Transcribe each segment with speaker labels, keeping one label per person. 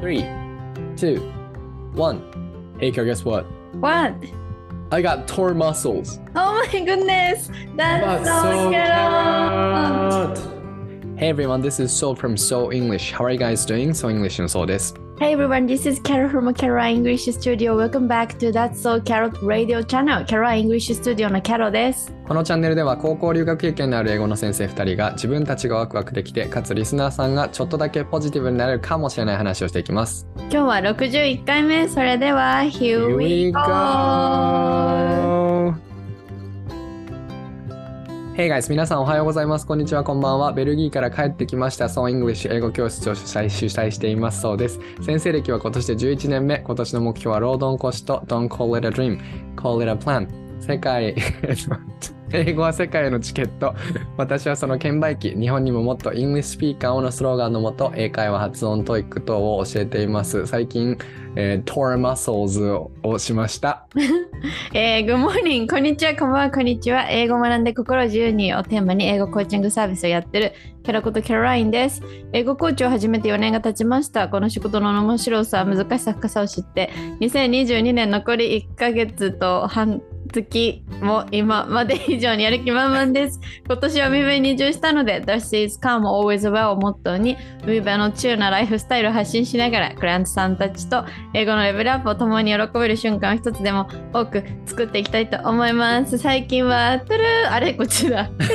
Speaker 1: Three, two, one. Hey, Kel, guess what?
Speaker 2: What?
Speaker 1: I got torn muscles.
Speaker 2: Oh my goodness! That's so cute!
Speaker 1: Hey everyone, this is Soul from Soul English. How are you guys doing? Soul English の Soul です。
Speaker 2: Hey everyone, this is Carol from Carol English Studio. Welcome back to That's So Carol Radio Channel. Carol English Studio の Carol です。
Speaker 1: このチャンネルでは高校留学経験のある英語の先生2人が自分たちがワクワクできて、かつリスナーさんがちょっとだけポジティブになれるかもしれない話をしていきます。
Speaker 2: 今日は61回目。それでは、Here we go!
Speaker 1: Hey guys! 皆さんおはようございます。こんにちは、こんばんは。ベルギーから帰ってきました、ソーイングリッシュ英語教室を主催主催していますそうです。先生歴は今年で11年目。今年の目標は労働コスト、Don't call it a dream, call it a plan。世界、 英語は世界へのチケット。私はその券売機、日本にももっとイングリッシュスピーカーをのスローガンのもと、英会話発音トイック等を教えています。最近、えー、トーマソーズをしました。
Speaker 2: えー、Good morning! こんにちは、こんばんは、こんにちは。英語を学んで心を自由にをテーマに英語コーチングサービスをやってるキャラことキャロラインです。英語コーチを始めて4年が経ちました。この仕事の面白さ、難しさ、深さを知って、2022年残り1ヶ月と半月も今まで以上にやる気満々です。 今年は海辺に移住したので、This is calm always well をモットーに、海辺のチューなライフスタイルを発信しながら、クライアントさんたちと英語のレベルアップを共に喜べる瞬間を一つでも多く作っていきたいと思います。最近は、トゥルーあれ、こっちだ。トゥ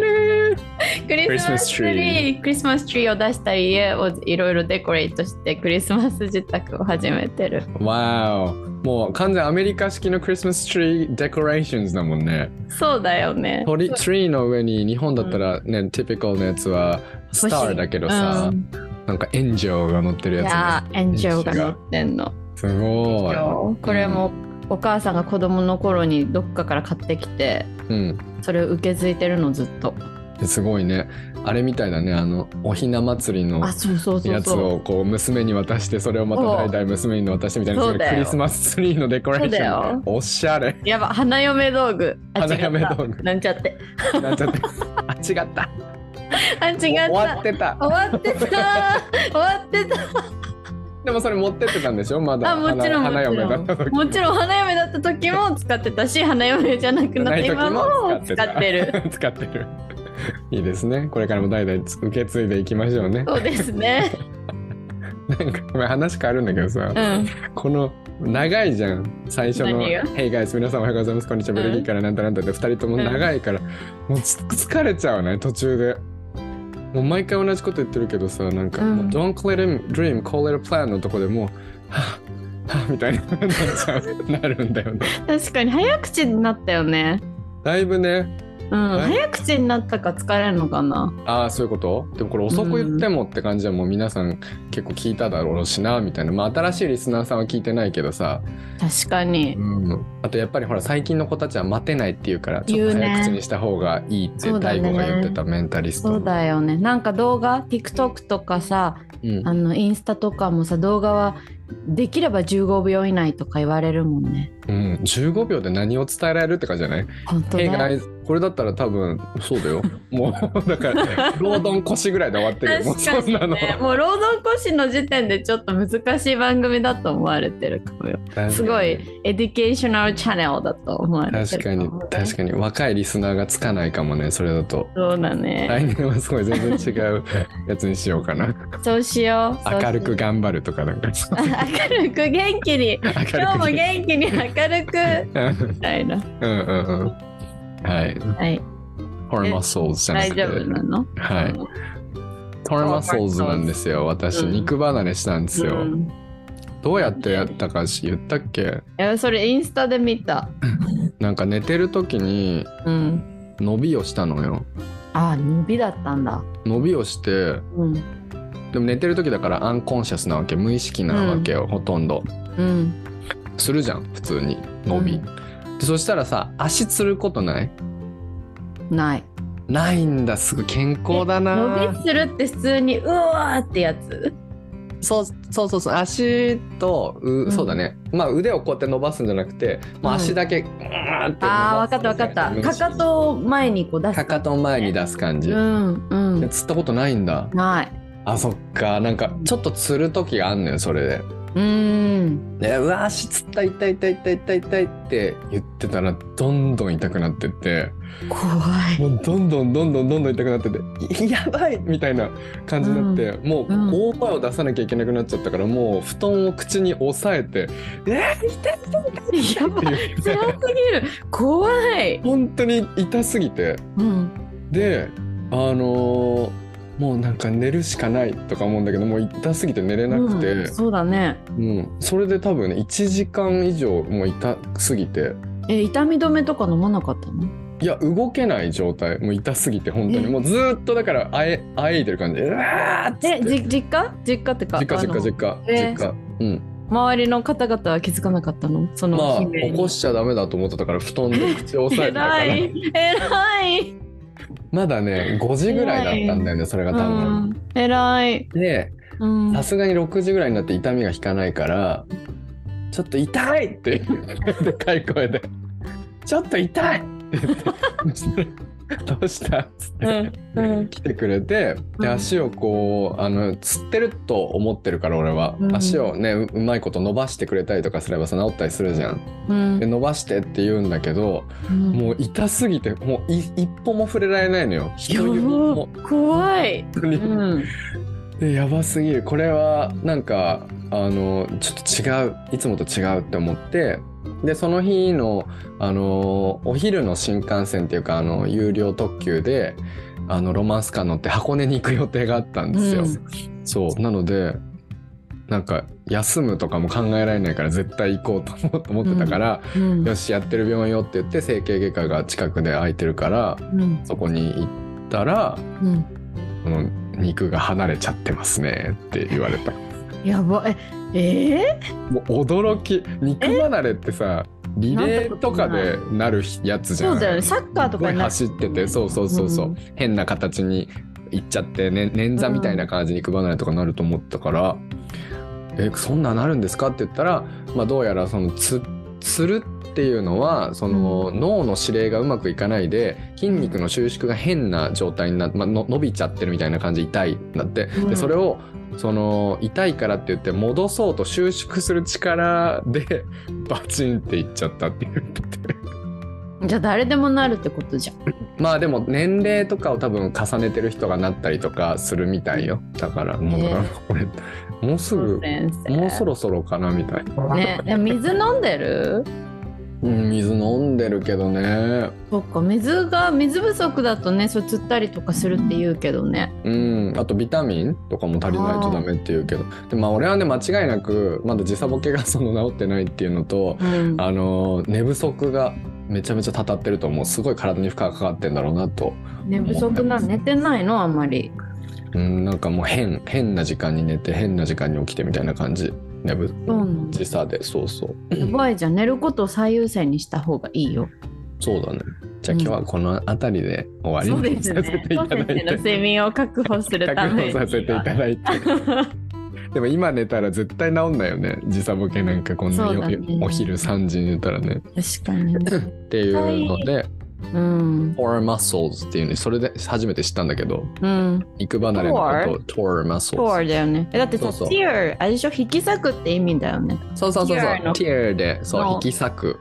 Speaker 2: ルークリスマスツリー。クリスマスツリーを出したり、家をいろいろデコレートして、クリスマス自宅を始めてる。
Speaker 1: わーもう完全アメリカ式のクリスマスツリーデコレーションズだもんね。
Speaker 2: そうだよね。
Speaker 1: 鳥ツリーの上に日本だったらね、ティピカルなやつはスターだけどさ、
Speaker 2: うん
Speaker 1: なんかエンジョーが乗ってるや
Speaker 2: いやー、エンジョーが乗ってんの。
Speaker 1: つ、ね。すごい。
Speaker 2: これもお母さんが子供の頃にどっかから買ってきて、
Speaker 1: うん。
Speaker 2: それを受け継いでるのずっと。
Speaker 1: すごいね。あれみたいだね。あの、おひな祭りの
Speaker 2: あ、そうそうそ
Speaker 1: や
Speaker 2: う
Speaker 1: つ
Speaker 2: そう。
Speaker 1: をこう娘に渡して、それをまた代々娘に渡してみたいな、
Speaker 2: そう
Speaker 1: れ
Speaker 2: だよ
Speaker 1: クリスマスツリーのデコレーション
Speaker 2: そうだ
Speaker 1: だ
Speaker 2: よ
Speaker 1: よ。おしゃれ。
Speaker 2: やば、花嫁道具。あ
Speaker 1: 花嫁道具
Speaker 2: 違ったなんちゃって。
Speaker 1: なっちゃって。あ、 違った。
Speaker 2: あ、違った。
Speaker 1: 終わってた。
Speaker 2: 終わってた。終わってた。
Speaker 1: でもそれ持ってってたんでしょまだ。
Speaker 2: あ、もちろん、も
Speaker 1: 花
Speaker 2: ち
Speaker 1: 花嫁だ
Speaker 2: ろ
Speaker 1: っ
Speaker 2: ん
Speaker 1: た時。
Speaker 2: もちろん、花嫁だった時も使ってたし、花嫁じゃなくなっ
Speaker 1: ない
Speaker 2: て
Speaker 1: 時
Speaker 2: 今
Speaker 1: も
Speaker 2: も
Speaker 1: 使
Speaker 2: 使
Speaker 1: ってた
Speaker 2: ってる。
Speaker 1: 使ってる。いいですね。これからも代々受け継いでいきましょうね。
Speaker 2: そうですね。
Speaker 1: なんかごめん話変わるんだけどさ
Speaker 2: う、ん。
Speaker 1: この長いじゃん。最初の
Speaker 2: 何が
Speaker 1: Hey guys 皆さんおはようございます。こんにちは。
Speaker 2: うん
Speaker 1: ベルギーからなんたらなんたらって二人とも長いから、もうつ疲れちゃうね途中で。もう毎回同じこと言ってるけどさ、なんか、
Speaker 2: うん
Speaker 1: もう Don't call it a dream, call it a plan のとこでもう、はぁ、はぁみたいになっち ゃう、なるんだよね。
Speaker 2: 確かに、早口になったよね。
Speaker 1: だいぶね、
Speaker 2: うん。
Speaker 1: え
Speaker 2: 早口になったか疲れるのかな。
Speaker 1: ああそういうことでもこれ遅く言ってもって感じはもう皆さん結構聞いただろうしなみたいな、まあ、新しいリスナーさんは聞いてないけどさ、
Speaker 2: 確かに。
Speaker 1: あとやっぱりほら最近の子たちは待てないっていうからちょ
Speaker 2: 言
Speaker 1: っ
Speaker 2: う
Speaker 1: と
Speaker 2: ね
Speaker 1: 早口にした方がいいって
Speaker 2: そうだ
Speaker 1: 大
Speaker 2: ね
Speaker 1: 悟が言ってたメンタリスト
Speaker 2: そうだよね。なんか動画、TikTok とかさ、
Speaker 1: うん
Speaker 2: あのインスタとかもさ、動画はできれば15秒以内とか言われるもんね。
Speaker 1: うん、15秒で何を伝えられるって感じじゃない
Speaker 2: 本当だ
Speaker 1: ?Hey
Speaker 2: よ。
Speaker 1: guys これだったら多分そう だよもうだから労働腰ぐらいで終わってるよもう
Speaker 2: 確か
Speaker 1: そん
Speaker 2: に
Speaker 1: なの
Speaker 2: ね、もう労働講師の時点でちょっと難しい番組だと思われてるかもよ。すごいエデュケーショナルチャンネルだと思われて
Speaker 1: 確
Speaker 2: る
Speaker 1: かに
Speaker 2: もね
Speaker 1: 確かに若いリスナーがつかないかもねそれだと。
Speaker 2: そうだね、
Speaker 1: 来年はすごい全然違 うやつにしようかな。
Speaker 2: そうしよう。
Speaker 1: 明る
Speaker 2: そう
Speaker 1: く
Speaker 2: しよ
Speaker 1: 頑張るとかなんか。
Speaker 2: う。 あ明るく元気に。
Speaker 1: 明るく。
Speaker 2: 今日も元気に明るく。みたいな。
Speaker 1: うんうんうん。はい。
Speaker 2: はい。
Speaker 1: トーマソーズじゃな
Speaker 2: 大
Speaker 1: く
Speaker 2: 丈夫
Speaker 1: て。
Speaker 2: なの
Speaker 1: はい。トーマソーズなんですよ。私、
Speaker 2: うん
Speaker 1: 肉離れしたんですよ。
Speaker 2: うん
Speaker 1: どうやってやったかし言ったっけ
Speaker 2: いやそれインスタで見た。
Speaker 1: なんか寝てる時に
Speaker 2: うん。
Speaker 1: 伸びをしたのよ。
Speaker 2: ああ、伸びだったんだ。
Speaker 1: 伸びをして、
Speaker 2: うん。
Speaker 1: でも寝てる時だからアンコンシャスなわけ、無意識なわけよ、ほとんど。
Speaker 2: うん。
Speaker 1: するじゃん、普通に。伸び。
Speaker 2: うん
Speaker 1: でそしたらさ、足つることない
Speaker 2: ない。
Speaker 1: ないんだすぐ健康だ
Speaker 2: 伸
Speaker 1: な
Speaker 2: びするって普通にうわーってやつ。
Speaker 1: そうそうそうそう足とう、
Speaker 2: うん
Speaker 1: そうだねまあ腕をこうやって伸ばすんじゃなくてもう足だけうーんって伸ばす
Speaker 2: ああ、分かった分かった。かかとを前にこう出す。
Speaker 1: かかとを前に出す感じ、
Speaker 2: うんうん。
Speaker 1: つったことないんだ
Speaker 2: ない。
Speaker 1: あそっかなんかちょっと釣る時があんのよそれで。
Speaker 2: うーん
Speaker 1: でうわ足つった痛い痛い痛い痛い痛いって言ってたらどんどん痛くなってって
Speaker 2: 怖い
Speaker 1: もうどんどんどんどんどんどん痛くなっててい やばいみたいな感じになって、もう
Speaker 2: うん
Speaker 1: 大声を出さなきゃいけなくなっちゃったからもう布団を口に押さえ て「えー、痛い
Speaker 2: やば
Speaker 1: 痛
Speaker 2: い
Speaker 1: い!」って言っ
Speaker 2: 辛
Speaker 1: て
Speaker 2: すぎる怖い
Speaker 1: 本当に痛すぎて
Speaker 2: うん
Speaker 1: であのーもうなんか寝るしかないとか思うんだけどもう痛すぎて寝れなくて、
Speaker 2: うんそうだね
Speaker 1: うんそれで多分ね1時間以上もう痛すぎて。
Speaker 2: え痛み止めとか飲まなかったの
Speaker 1: いや動けない状態もう痛すぎて本当に
Speaker 2: え
Speaker 1: もうずーっとだからあえあえいでる感じでうわーっつって
Speaker 2: えじ実家実家ってか
Speaker 1: 実家
Speaker 2: あ
Speaker 1: 実
Speaker 2: の
Speaker 1: 家実家
Speaker 2: えー
Speaker 1: 実家うん
Speaker 2: 周りの方々は気づかなかったのその
Speaker 1: まあ
Speaker 2: 悲鳴に
Speaker 1: 起こしちゃダメだと思ってたから布団で口を押さえてたか
Speaker 2: 偉
Speaker 1: ら
Speaker 2: い偉い
Speaker 1: まだね5時ぐらいだったんだよねそれが多分。
Speaker 2: うん偉い
Speaker 1: で
Speaker 2: うん
Speaker 1: さすがに6時ぐらいになって痛みが引かないから「ちょっと痛い!」ってでかい声で「ちょっと痛い!」って言って 「どうした?」っつって。
Speaker 2: うんうん
Speaker 1: 来てくれてで
Speaker 2: うん
Speaker 1: 足をこうあのつってると思ってるから俺は、
Speaker 2: うん
Speaker 1: 足をねううまいこと伸ばしてくれたりとかすればさ治ったりするじゃん
Speaker 2: うん
Speaker 1: で伸ばしてって言うんだけど
Speaker 2: うん
Speaker 1: もう痛すぎてもうい一歩も触れられないのよ
Speaker 2: や
Speaker 1: 人
Speaker 2: ば
Speaker 1: 指も
Speaker 2: 怖い、
Speaker 1: 本当に
Speaker 2: うん、
Speaker 1: でやばすぎるこれはなんかあのちょっと違ういつもと違うって思ってでその日のあのお昼の新幹線っていうかあの有料特急であのロマンスカー乗って箱根に行く予定があったんですよ、
Speaker 2: う
Speaker 1: そうなのでなんか休むとかも考えられないから絶対行こうと思思ってたから、
Speaker 2: うん
Speaker 1: よしやってる病院よって言って整形外科が近くで空いてるから
Speaker 2: うん
Speaker 1: そこに行ったら
Speaker 2: うん
Speaker 1: この肉が離れちゃってますねって言われた
Speaker 2: やばいええ
Speaker 1: もう驚き肉離れってさリレーとかでなるやつじゃん
Speaker 2: そうだよねサッカーとかになる
Speaker 1: すごい走っててそうそうそうそう、
Speaker 2: うん
Speaker 1: 変な形にいっちゃって、ね、捻挫みたいな感じに肉離れとかなると思ったから「えそんななるんですか?」って言ったら、まあ、どうやらそのつつるっていうのはその脳の指令がうまくいかないで筋肉の収縮が変な状態になって、まあの伸びちゃってるみたいな感じで痛いんだって
Speaker 2: う
Speaker 1: で
Speaker 2: ん
Speaker 1: それをその痛いからって言って戻そうと収縮する力でバチンっていっちゃったっていう。
Speaker 2: じゃあ誰でもなるってことじゃん
Speaker 1: まあでも年齢とかを多分重ねてる人がなったりとかするみたいよだからもうだから
Speaker 2: ね
Speaker 1: これもうすぐ
Speaker 2: 先生
Speaker 1: もうそろそろかなみたいな、
Speaker 2: ねえ水飲んでる
Speaker 1: うん、水飲んでるけどね
Speaker 2: そっか水が水不足だとねそう釣ったりとかするって言うけどね
Speaker 1: うんあとビタミンとかも足りないとダメって言うけどでまあ俺はね間違いなくまだ時差ボケがその治ってないっていうのと
Speaker 2: うん
Speaker 1: あの寝不足がめちゃめちゃたたってると思うすごい体に負荷がかかってんだろうなと
Speaker 2: 寝不足な寝てないのあんまり
Speaker 1: うんなんかもう変変な時間に寝て変な時間に起きてみたいな感じ寝ぶ
Speaker 2: そうなんだ
Speaker 1: 時差でそうそう
Speaker 2: やばいじゃん寝ることを最優先にした方がいいよ
Speaker 1: そうだねじゃあ今日はこの辺りで終わりにさせていた
Speaker 2: そう
Speaker 1: だい
Speaker 2: 先生の
Speaker 1: て
Speaker 2: 睡眠を確保するた
Speaker 1: 確
Speaker 2: め
Speaker 1: 保さ
Speaker 2: に
Speaker 1: せていただいてでも今寝たら絶対治んないよね時差ボケなんかこんな
Speaker 2: そう
Speaker 1: よ、
Speaker 2: だね
Speaker 1: お昼3時に寝たらね
Speaker 2: 確かに
Speaker 1: っていうので
Speaker 2: うん
Speaker 1: 「Tor Muscles」っていうねそれで初めて知ったんだけど
Speaker 2: うん
Speaker 1: 肉離れのこと「Tor
Speaker 2: トー
Speaker 1: Muscles
Speaker 2: だよねえだって
Speaker 1: そ
Speaker 2: さ
Speaker 1: うそう
Speaker 2: ティアあれでしょ引き裂くって意味だよね」
Speaker 1: そうそうそうそう
Speaker 2: tear の
Speaker 1: tear でそう
Speaker 2: の
Speaker 1: 引き裂く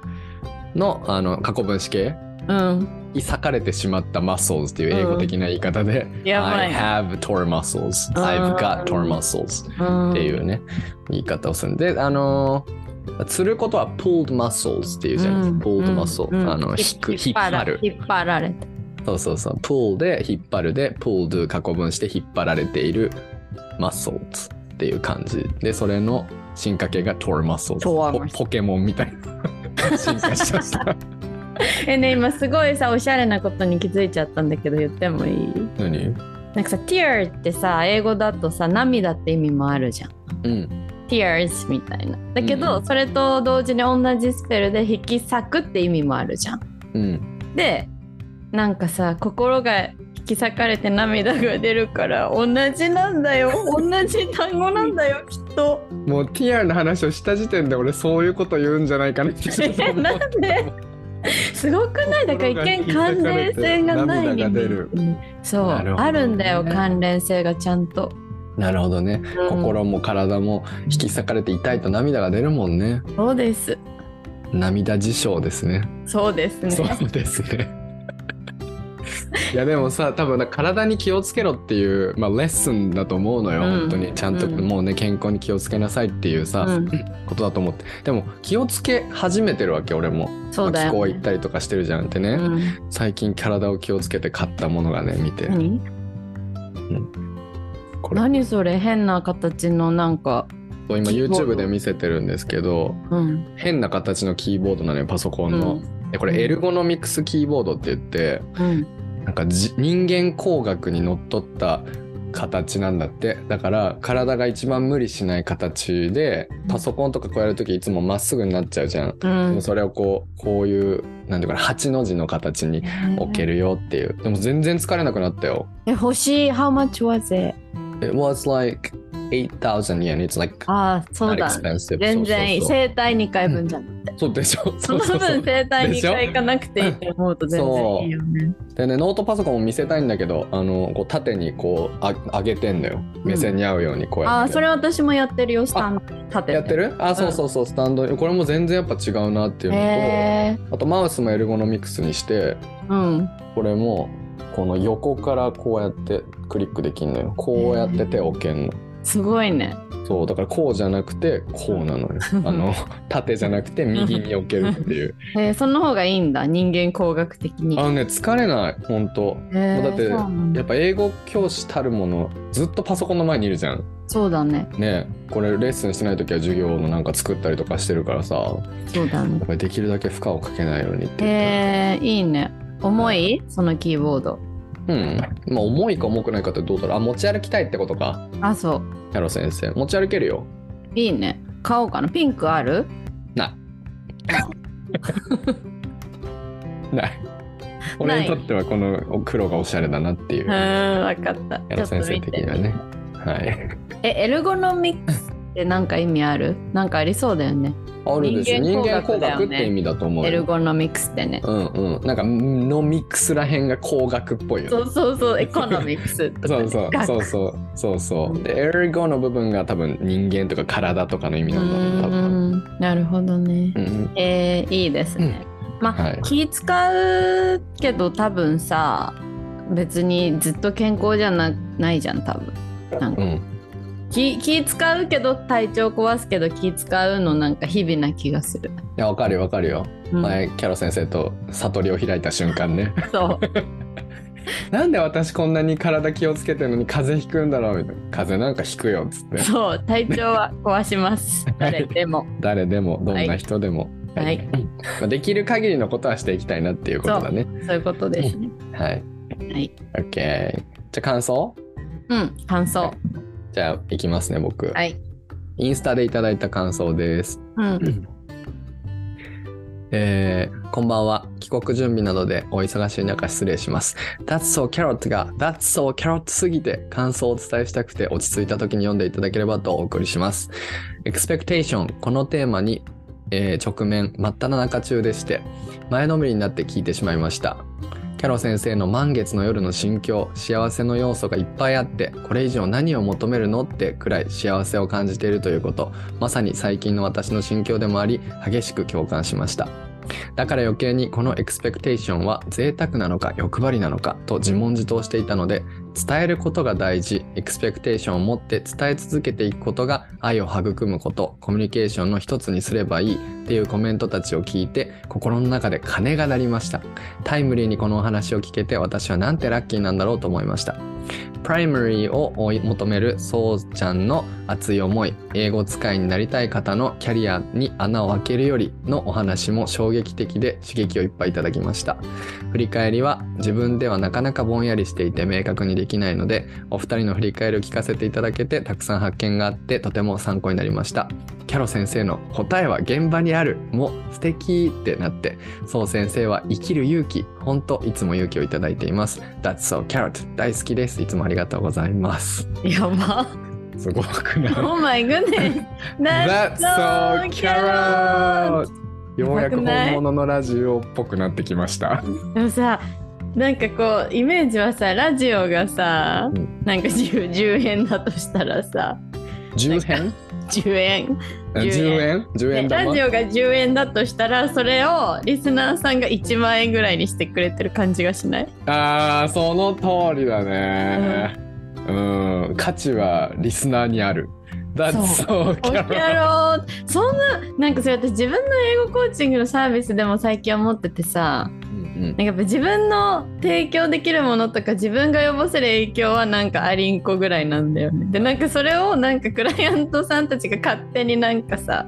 Speaker 1: のあの過去分詞形
Speaker 2: うん
Speaker 1: に裂かれてしまった muscles っていう英語的な言い方で、
Speaker 2: やば
Speaker 1: I
Speaker 2: い
Speaker 1: have torn muscles I've
Speaker 2: あー
Speaker 1: got torn muscles
Speaker 2: うん
Speaker 1: っていうね、言い方をするんであのーつることは pulled muscles っていうじゃないですか、pulled muscle、
Speaker 2: うん
Speaker 1: あの引く引っ
Speaker 2: 張ら
Speaker 1: 張る
Speaker 2: 引っ張られた
Speaker 1: そうそうそう pull で引っ張るで pulled 過去分して引っ張られている muscles っていう感じでそれの進化系が torn muscles
Speaker 2: torn
Speaker 1: ポポケモンみたいな進化しま した
Speaker 2: えね今すごいさおしゃれなことに気づいちゃったんだけど言ってもいい
Speaker 1: 何
Speaker 2: なんかさ tear ってさ英語だとさ涙って意味もあるじゃん
Speaker 1: うん
Speaker 2: tears みたいなだけ
Speaker 1: うん
Speaker 2: ど、
Speaker 1: うん
Speaker 2: それと同時に同じスペルで引き裂くって意味もあるじゃん
Speaker 1: うん
Speaker 2: でなんかさ心が引き裂かれて涙が出るから同じなんだよ同じ単語なん だよきっと
Speaker 1: もうティアの話をした時点で俺そういうこと言うんじゃないかなってちょっと
Speaker 2: え
Speaker 1: 思う
Speaker 2: なんですごくないだから一見関連性がない
Speaker 1: 心が引き裂かれて涙が出る
Speaker 2: そう
Speaker 1: なるほどね
Speaker 2: あるんだよ関連性がちゃんと
Speaker 1: なるほどね。
Speaker 2: うん
Speaker 1: 心も体も引き裂かれて痛いと涙が出るもんね。
Speaker 2: そうです
Speaker 1: 涙事象ですね。
Speaker 2: そうですね
Speaker 1: そうですね。いやでもさ多分な体に気をつけろっていう、まあ、レッスンだと思うのよ、
Speaker 2: うん
Speaker 1: 本当にちゃんと、
Speaker 2: うん
Speaker 1: もうね健康に気をつけなさいっていうさ、
Speaker 2: うん
Speaker 1: ことだと思ってでも気をつけ始めてるわけ俺も、
Speaker 2: そう
Speaker 1: まあ
Speaker 2: だ
Speaker 1: 気候
Speaker 2: よ、
Speaker 1: 行っ
Speaker 2: ね
Speaker 1: たりとかしてるじゃんってね、
Speaker 2: うん、
Speaker 1: 最近体を気をつけて買ったものがね見て
Speaker 2: 何
Speaker 1: これ
Speaker 2: 何それ変な形のなんか、
Speaker 1: 今
Speaker 2: キーボード
Speaker 1: YouTube で見せてるんですけど
Speaker 2: うん
Speaker 1: 変な形のキーボードなのよパソコンの、でこれエルゴノミクスキーボードって言って
Speaker 2: うん
Speaker 1: なんかじ人間工学にのっとった形なんだってだから体が一番無理しない形でパソコンとかこうやるときいつもまっすぐになっちゃうじゃん、
Speaker 2: う
Speaker 1: で
Speaker 2: ん
Speaker 1: もそれをこうこういうなんていうかな8の字の形に置けるよっていうでも全然疲れなくなったよ
Speaker 2: え星 how much was it
Speaker 1: It was like 8,000 yen it's like
Speaker 2: ああそう
Speaker 1: not
Speaker 2: だ
Speaker 1: expensive
Speaker 2: 全然いい
Speaker 1: そうそう
Speaker 2: 生体2回分じゃん
Speaker 1: そうそうでしょそ
Speaker 2: そ
Speaker 1: うそうそ
Speaker 2: の
Speaker 1: う
Speaker 2: 分生体
Speaker 1: でし
Speaker 2: 2
Speaker 1: ょ
Speaker 2: 回行かなくていいと思うと全然いいよね
Speaker 1: でねノートパソコンも見せたいんだけどあのこう縦にこうあ上げてんのよ目線に合うようにこうやっ
Speaker 2: ああ
Speaker 1: て、
Speaker 2: それ私もやってるよスタンド立てて
Speaker 1: やってるあそうそうそう、スタンドこれも全然やっぱ違うなっていうの
Speaker 2: へえ
Speaker 1: とあとマウスもエルゴノミクスにして
Speaker 2: うん
Speaker 1: これもこの横からこうやってクリックできんのよこうやって手を置けんの
Speaker 2: すごいね
Speaker 1: そうだからこうじゃなくてこう なのよあの縦じゃなくて右に置けるって いう
Speaker 2: えー、その方がいいんだ人間工学的に
Speaker 1: あのね疲れない本当
Speaker 2: えー
Speaker 1: だって
Speaker 2: そうなんだ
Speaker 1: やっぱ英語教師たるものずっとパソコンの前にいるじゃん
Speaker 2: そうだね
Speaker 1: ねこれレッスンしてない時は授業のなんか作ったりとかしてるからさや
Speaker 2: そうだね
Speaker 1: っぱりできるだけ負荷をかけないようにっていうか
Speaker 2: えー、いいね重いそのキーボード
Speaker 1: うんまあ重いか重くないかってどうだろうあ持ち歩きたいってことか
Speaker 2: あそう
Speaker 1: やろ先生持ち歩けるよ
Speaker 2: いいね買おうかなピンクある
Speaker 1: ない ない俺にとってはこの黒がおしゃれだなっていうう
Speaker 2: ーんわかった
Speaker 1: やろ先生的にはねはい
Speaker 2: えエルゴノミクスってなんか意味あ るなんかありそうだよね
Speaker 1: あるです人
Speaker 2: 人
Speaker 1: 間
Speaker 2: 間
Speaker 1: 工
Speaker 2: 工学だよね
Speaker 1: 学って意味だと思う
Speaker 2: エル
Speaker 1: よ
Speaker 2: ゴノミクスってね
Speaker 1: うんうんなんかのミックスらへんが工学っぽいよね
Speaker 2: そうそうそうエコノミクスとか
Speaker 1: そ
Speaker 2: ね
Speaker 1: うそう
Speaker 2: 学
Speaker 1: そうそうそうそうでエルゴの部分が多分人間とか体とかの意味
Speaker 2: う
Speaker 1: なんだろう多分
Speaker 2: ーんなるほどね
Speaker 1: うん
Speaker 2: えー、いいですね。まあ、
Speaker 1: はい
Speaker 2: 気使うけど多分さ別にずっと健康じゃなないじゃん多分。なんか
Speaker 1: うん
Speaker 2: 気気使うけど体調壊すけど気使うのなんか日々な気がする。
Speaker 1: いやわかるよわかるよ
Speaker 2: うん
Speaker 1: 前キャロ先生と悟りを開いた瞬間ね
Speaker 2: そう
Speaker 1: なんで私こんなに体気をつけてるのに風邪ひくんだろうみたいな風邪なんかひくよっつっ て
Speaker 2: そう体調は壊します。誰でも。
Speaker 1: 誰でもどんな人でも、
Speaker 2: はいはい
Speaker 1: うんまあできる限りのことはしていきたいなっていうことだね
Speaker 2: そういうことですね。
Speaker 1: はい
Speaker 2: はい。
Speaker 1: OK じゃあ感想
Speaker 2: うん感想。
Speaker 1: じゃあいきますね僕、
Speaker 2: はい。
Speaker 1: インスタでいただいた感想です
Speaker 2: うん
Speaker 1: えーこんばんは。帰国準備などでお忙しい中失礼します。That's so carrot が That's so carrot すぎて感想をお伝えしたくて落ち着いた時に読んでいただければとお送りします。Expectation このテーマに、えー直面真っ只中中でして前のめりになって聞いてしまいました。キャロ先生の満月の夜の心境幸せの要素がいっぱいあってこれ以上何を求めるのってくらい幸せを感じているということまさに最近の私の心境でもあり激しく共感しましただから余計にこのエクスペクテーションは贅沢なのか欲張りなのかと自問自答していたので伝えることが大事エクスペクテーションを持って伝え続けていくことが愛を育むことコミュニケーションの一つにすればいいっていうコメントたちを聞いて心の中で鐘が鳴りましたタイムリーにこのお話を聞けて私はなんてラッキーなんだろうと思いましたプライマリーを追い求めるそうちゃんの熱い思い英語使いになりたい方のキャリアに穴を開けるよりのお話も衝撃的で刺激をいっぱいいただきました振り返りは自分ではなかなかぼんやりしていて明確にできないのでお二人の振り返りを聞かせていただけてたくさん発見があってとても参考になりましたキャロ先生の「答えは現場にある」も素敵ってなってそう先生は生きる勇気ほんといつも勇気をいただいています That's so carrot 大好きですいつもありがとうございます
Speaker 2: やば。
Speaker 1: すごくない
Speaker 2: Oh my goodness.
Speaker 1: That's so
Speaker 2: carrot.
Speaker 1: carrot ようやく本物のラジオっぽくなってきました
Speaker 2: でもさなんかこうイメージはさラジオがさ、
Speaker 1: うん
Speaker 2: なんか 10, 10円だとしたらさ
Speaker 1: 10円
Speaker 2: 10円
Speaker 1: 10円 ?10 円
Speaker 2: ねラ
Speaker 1: 玉
Speaker 2: ジオが10円だとしたらそれをリスナーさんが1万円ぐらいにしてくれてる感じがしない
Speaker 1: あーその通りだねうん、価値はリスナーにある That's
Speaker 2: そ
Speaker 1: so
Speaker 2: おや
Speaker 1: Carol
Speaker 2: ろうそんななんかそれ私自分の英語コーチングのサービスでも最近思っててさ
Speaker 1: うん
Speaker 2: なんかやっぱ自分の提供できるものとか自分が及ぼせる影響はなんかありんこぐらいなんだよねでなんかそれをなんかクライアントさんたちが勝手になんかさ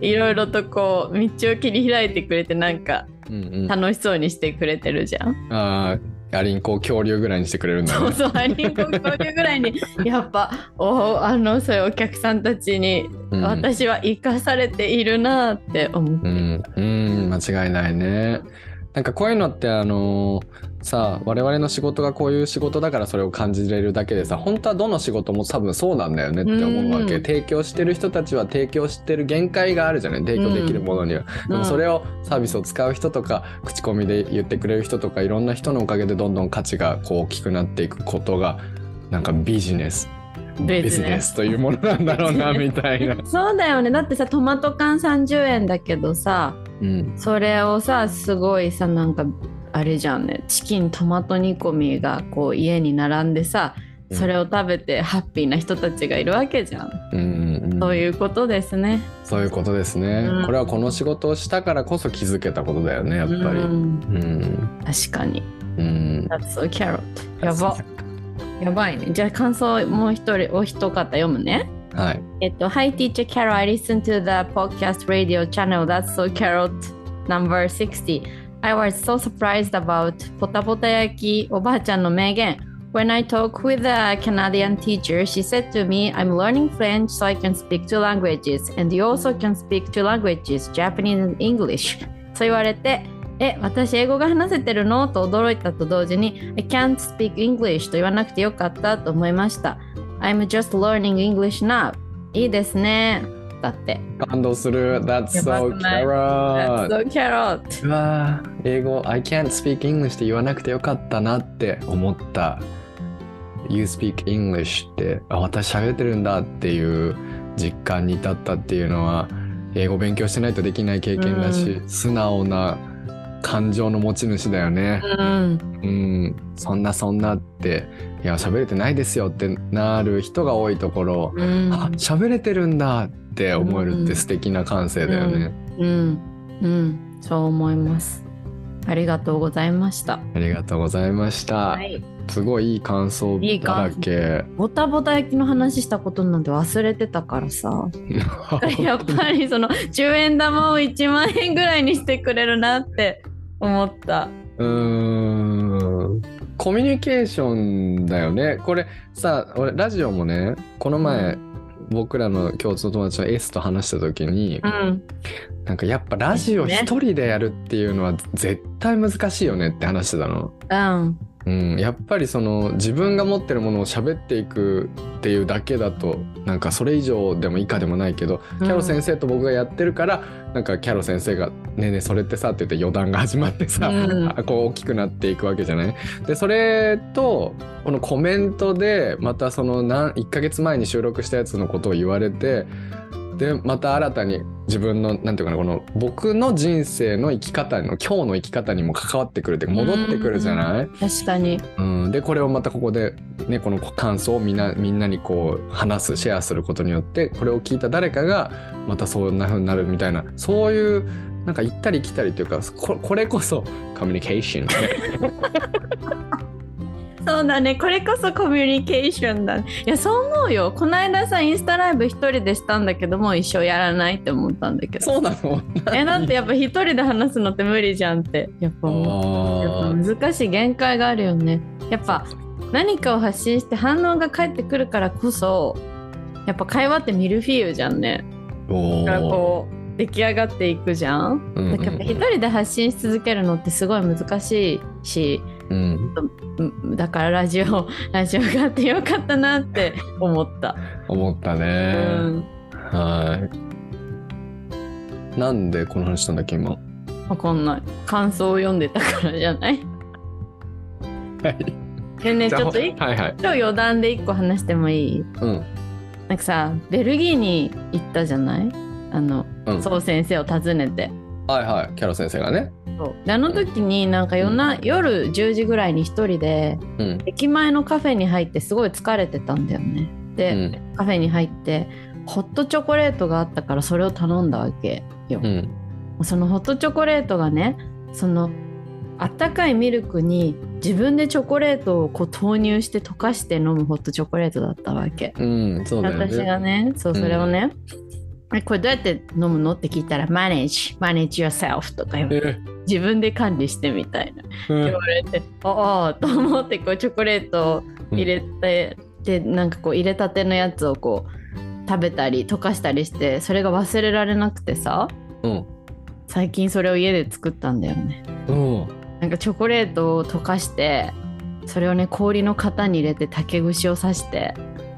Speaker 2: いろいろとこう道を切り開いてくれてなんか
Speaker 1: うんうん
Speaker 2: 楽しそうにしてくれてるじゃん
Speaker 1: あーアリンコを恐竜ぐらいにしてくれるんだ
Speaker 2: そう
Speaker 1: ね
Speaker 2: そう、アリンコ恐竜ぐらい に、やっぱ、おあの、そういうお客さんたちに、
Speaker 1: うん
Speaker 2: 私は生かされているなって思っ
Speaker 1: う
Speaker 2: て。
Speaker 1: ん、うん、間違いないね。なんかこういうのってあのーさあ我々の仕事がこういう仕事だからそれを感じれるだけでさ本当はどの仕事も多分そうなんだよねって思うわけ、
Speaker 2: うん
Speaker 1: 提供してる人たちは提供してる限界があるじゃない提供できるものには、でもそれをサービスを使う人とか口コミで言ってくれる人とかいろんな人のおかげでどんどん価値がこう大きくなっていくことがなんかビジネス
Speaker 2: ビジネス
Speaker 1: ビジネスというものなんだろうなみたいな。
Speaker 2: そうだよねだってさトマト缶30円だけどさ
Speaker 1: うん
Speaker 2: それをさすごいさなんかあれじゃんねチキントマト煮込みがこう家に並んでさそれを食べてハッピーな人たちがいるわけじゃん、
Speaker 1: うんうん
Speaker 2: そういうことですね
Speaker 1: そういうことですね、
Speaker 2: うん
Speaker 1: これはこの仕事をしたからこそ気づけたことだよねやっぱり
Speaker 2: う
Speaker 1: うんん
Speaker 2: 確かに
Speaker 1: うん、
Speaker 2: That's so carrot やばやばいね。じゃあ感想もう一人お一方読むね。
Speaker 1: はい
Speaker 2: えっと、Hi teacher Carol, I listened to the podcast radio channel That's So Carrot number 60. I was so surprised about ポタポタ焼きおばあちゃんの名言。When I talk with a Canadian teacher, she said to me, I'm learning French so I can speak two languages, and you also can speak two languages, Japanese and English. そう言われて、え、私英語が話せてるのと驚いたと同時に、I can't speak English と言わなくてよかったと思いました。I'm just learning English now. いいですね。だって。
Speaker 1: 感動する That's
Speaker 2: やば
Speaker 1: so
Speaker 2: くない
Speaker 1: carrot
Speaker 2: So carrot.
Speaker 1: うわー英語 I can't speak English って言わなくてよかったなって思った You speak English ってあ私喋ってるんだっていう実感に至ったっていうのは英語勉強してないとできない経験だし、素直な感情の持ち主だよね、
Speaker 2: うん。
Speaker 1: うん、そんなそんなっていや喋れてないですよってなる人が多いところ、
Speaker 2: うん。
Speaker 1: あ喋れてるんだって思えるっ
Speaker 2: う
Speaker 1: て
Speaker 2: ん
Speaker 1: 素敵な感性だよね、
Speaker 2: うん。うん。そう思います。ありがとうございました。
Speaker 1: ありがとうございました、
Speaker 2: い。
Speaker 1: すごいいい感想
Speaker 2: いい
Speaker 1: だら
Speaker 2: 感
Speaker 1: け
Speaker 2: ボタボタ焼きの話したことなんて忘れてたからさ。 やっぱりその10円玉を1万円ぐらいにしてくれるなって思った。
Speaker 1: うーんコミュニケーションだよねこれさ俺ラジオもねこの前、僕らの共通の友達のエースと話した時に、
Speaker 2: うん。
Speaker 1: なんかやっぱラジオ
Speaker 2: です
Speaker 1: 一
Speaker 2: ね
Speaker 1: 人でやるっていうのは絶対難しいよねって話してたの。
Speaker 2: うん。
Speaker 1: うん、やっぱりその自分が持ってるものを喋っていくっていうだけだとなんかそれ以上でも以下でもないけどキャロ先生と僕がやってるから、なんかキャロ先生が「ねえねえそれってさ」って言って余談が始まってさ、
Speaker 2: うん
Speaker 1: あこう大きくなっていくわけじゃないでそれとこのコメントでまたその何1ヶ月前に収録したやつのことを言われてでまた新たに自分のなんていうかなこの僕の人生の生き方の今日の生き方にも関わってくるっていうか戻ってくるじゃない、
Speaker 2: 確かに。
Speaker 1: うん、でこれをまたここで、ね、この感想をみんなみんなにこう話すシェアすることによってこれを聞いた誰かがまたそんな風になるみたいなそういうなんか行ったり来たりというかここれこそコミュニケーション
Speaker 2: そうだねこれこそコミュニケーションだいやそう思うよこの間さインスタライブ一人でしたんだけどもう一生やらないって思ったんだけど
Speaker 1: そうなの
Speaker 2: えだってやっぱ一人で話すのって無理じゃんってやっぱ思うや
Speaker 1: あー
Speaker 2: っぱ難しい限界があるよねやっぱ何かを発信して反応が返ってくるからこそやっぱ会話ってミルフィーユじゃんね
Speaker 1: お
Speaker 2: だから
Speaker 1: ー
Speaker 2: こう出来上がっていくじゃん
Speaker 1: うん
Speaker 2: だからやっぱ一人で発信し続けるのってすごい難しいし
Speaker 1: うん
Speaker 2: うんだからラジオ ラジオがあってよかったなって思った。
Speaker 1: 思った
Speaker 2: う
Speaker 1: ね、
Speaker 2: ん、
Speaker 1: はいなんでこの話したんだっけ今
Speaker 2: わかんない。感想を読んでたからじゃない。
Speaker 1: はい。
Speaker 2: ねえねえちょっ
Speaker 1: じ
Speaker 2: と
Speaker 1: ゃ
Speaker 2: 一
Speaker 1: あはいはい。
Speaker 2: 個余談で一個話してもいい
Speaker 1: うん。
Speaker 2: なんかさベルギーに行ったじゃないあの、
Speaker 1: うん
Speaker 2: そう先生を訪ねて
Speaker 1: はいはい。キャロ先生がね。
Speaker 2: そうであの時になんか夜な、夜10時ぐらいに一人で
Speaker 1: うん。
Speaker 2: 駅前のカフェに入ってすごい疲れてたんだよね
Speaker 1: う
Speaker 2: で、
Speaker 1: ん。
Speaker 2: カフェに入ってホットチョコレートがあったからそれを頼んだわけよ、
Speaker 1: うん。
Speaker 2: そのホットチョコレートがねそのあったかいミルクに自分でチョコレートをこう投入して溶かして飲むホットチョコレートだったわけ、
Speaker 1: うん。そうだよね。
Speaker 2: 私がねそう
Speaker 1: うん
Speaker 2: それをね、えこれどうやって飲むのって聞いたら「manage manage yourself」とか言われて
Speaker 1: え
Speaker 2: 自分で管理してみたいな
Speaker 1: うん
Speaker 2: 言われて「ああ」と思ってこうチョコレートを入れて、でなんかこう入れたてのやつをこう食べたり溶かしたりしてそれが忘れられなくてさ
Speaker 1: うん。
Speaker 2: 最近それを家で作ったんだよね
Speaker 1: うん。
Speaker 2: なんかチョコレートを溶かしてそれをね氷の型に入れて竹串を刺して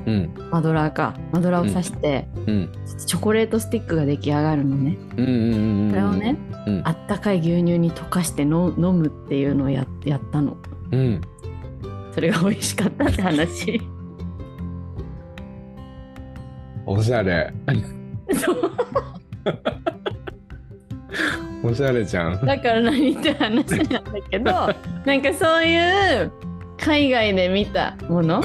Speaker 1: うん。
Speaker 2: マドラーかマドラーを刺して、
Speaker 1: うん。
Speaker 2: チョコレートスティックが出来上がるのね
Speaker 1: うん。うん。うん。
Speaker 2: それをね、
Speaker 1: うん
Speaker 2: あったかい牛乳に溶かしての飲むっていうのをややったの
Speaker 1: うん。
Speaker 2: それが美味しかったって話
Speaker 1: おしゃれ。
Speaker 2: そう
Speaker 1: おしゃれじゃん。
Speaker 2: だから何って話なんだけ どなんかそういう海外で見たもの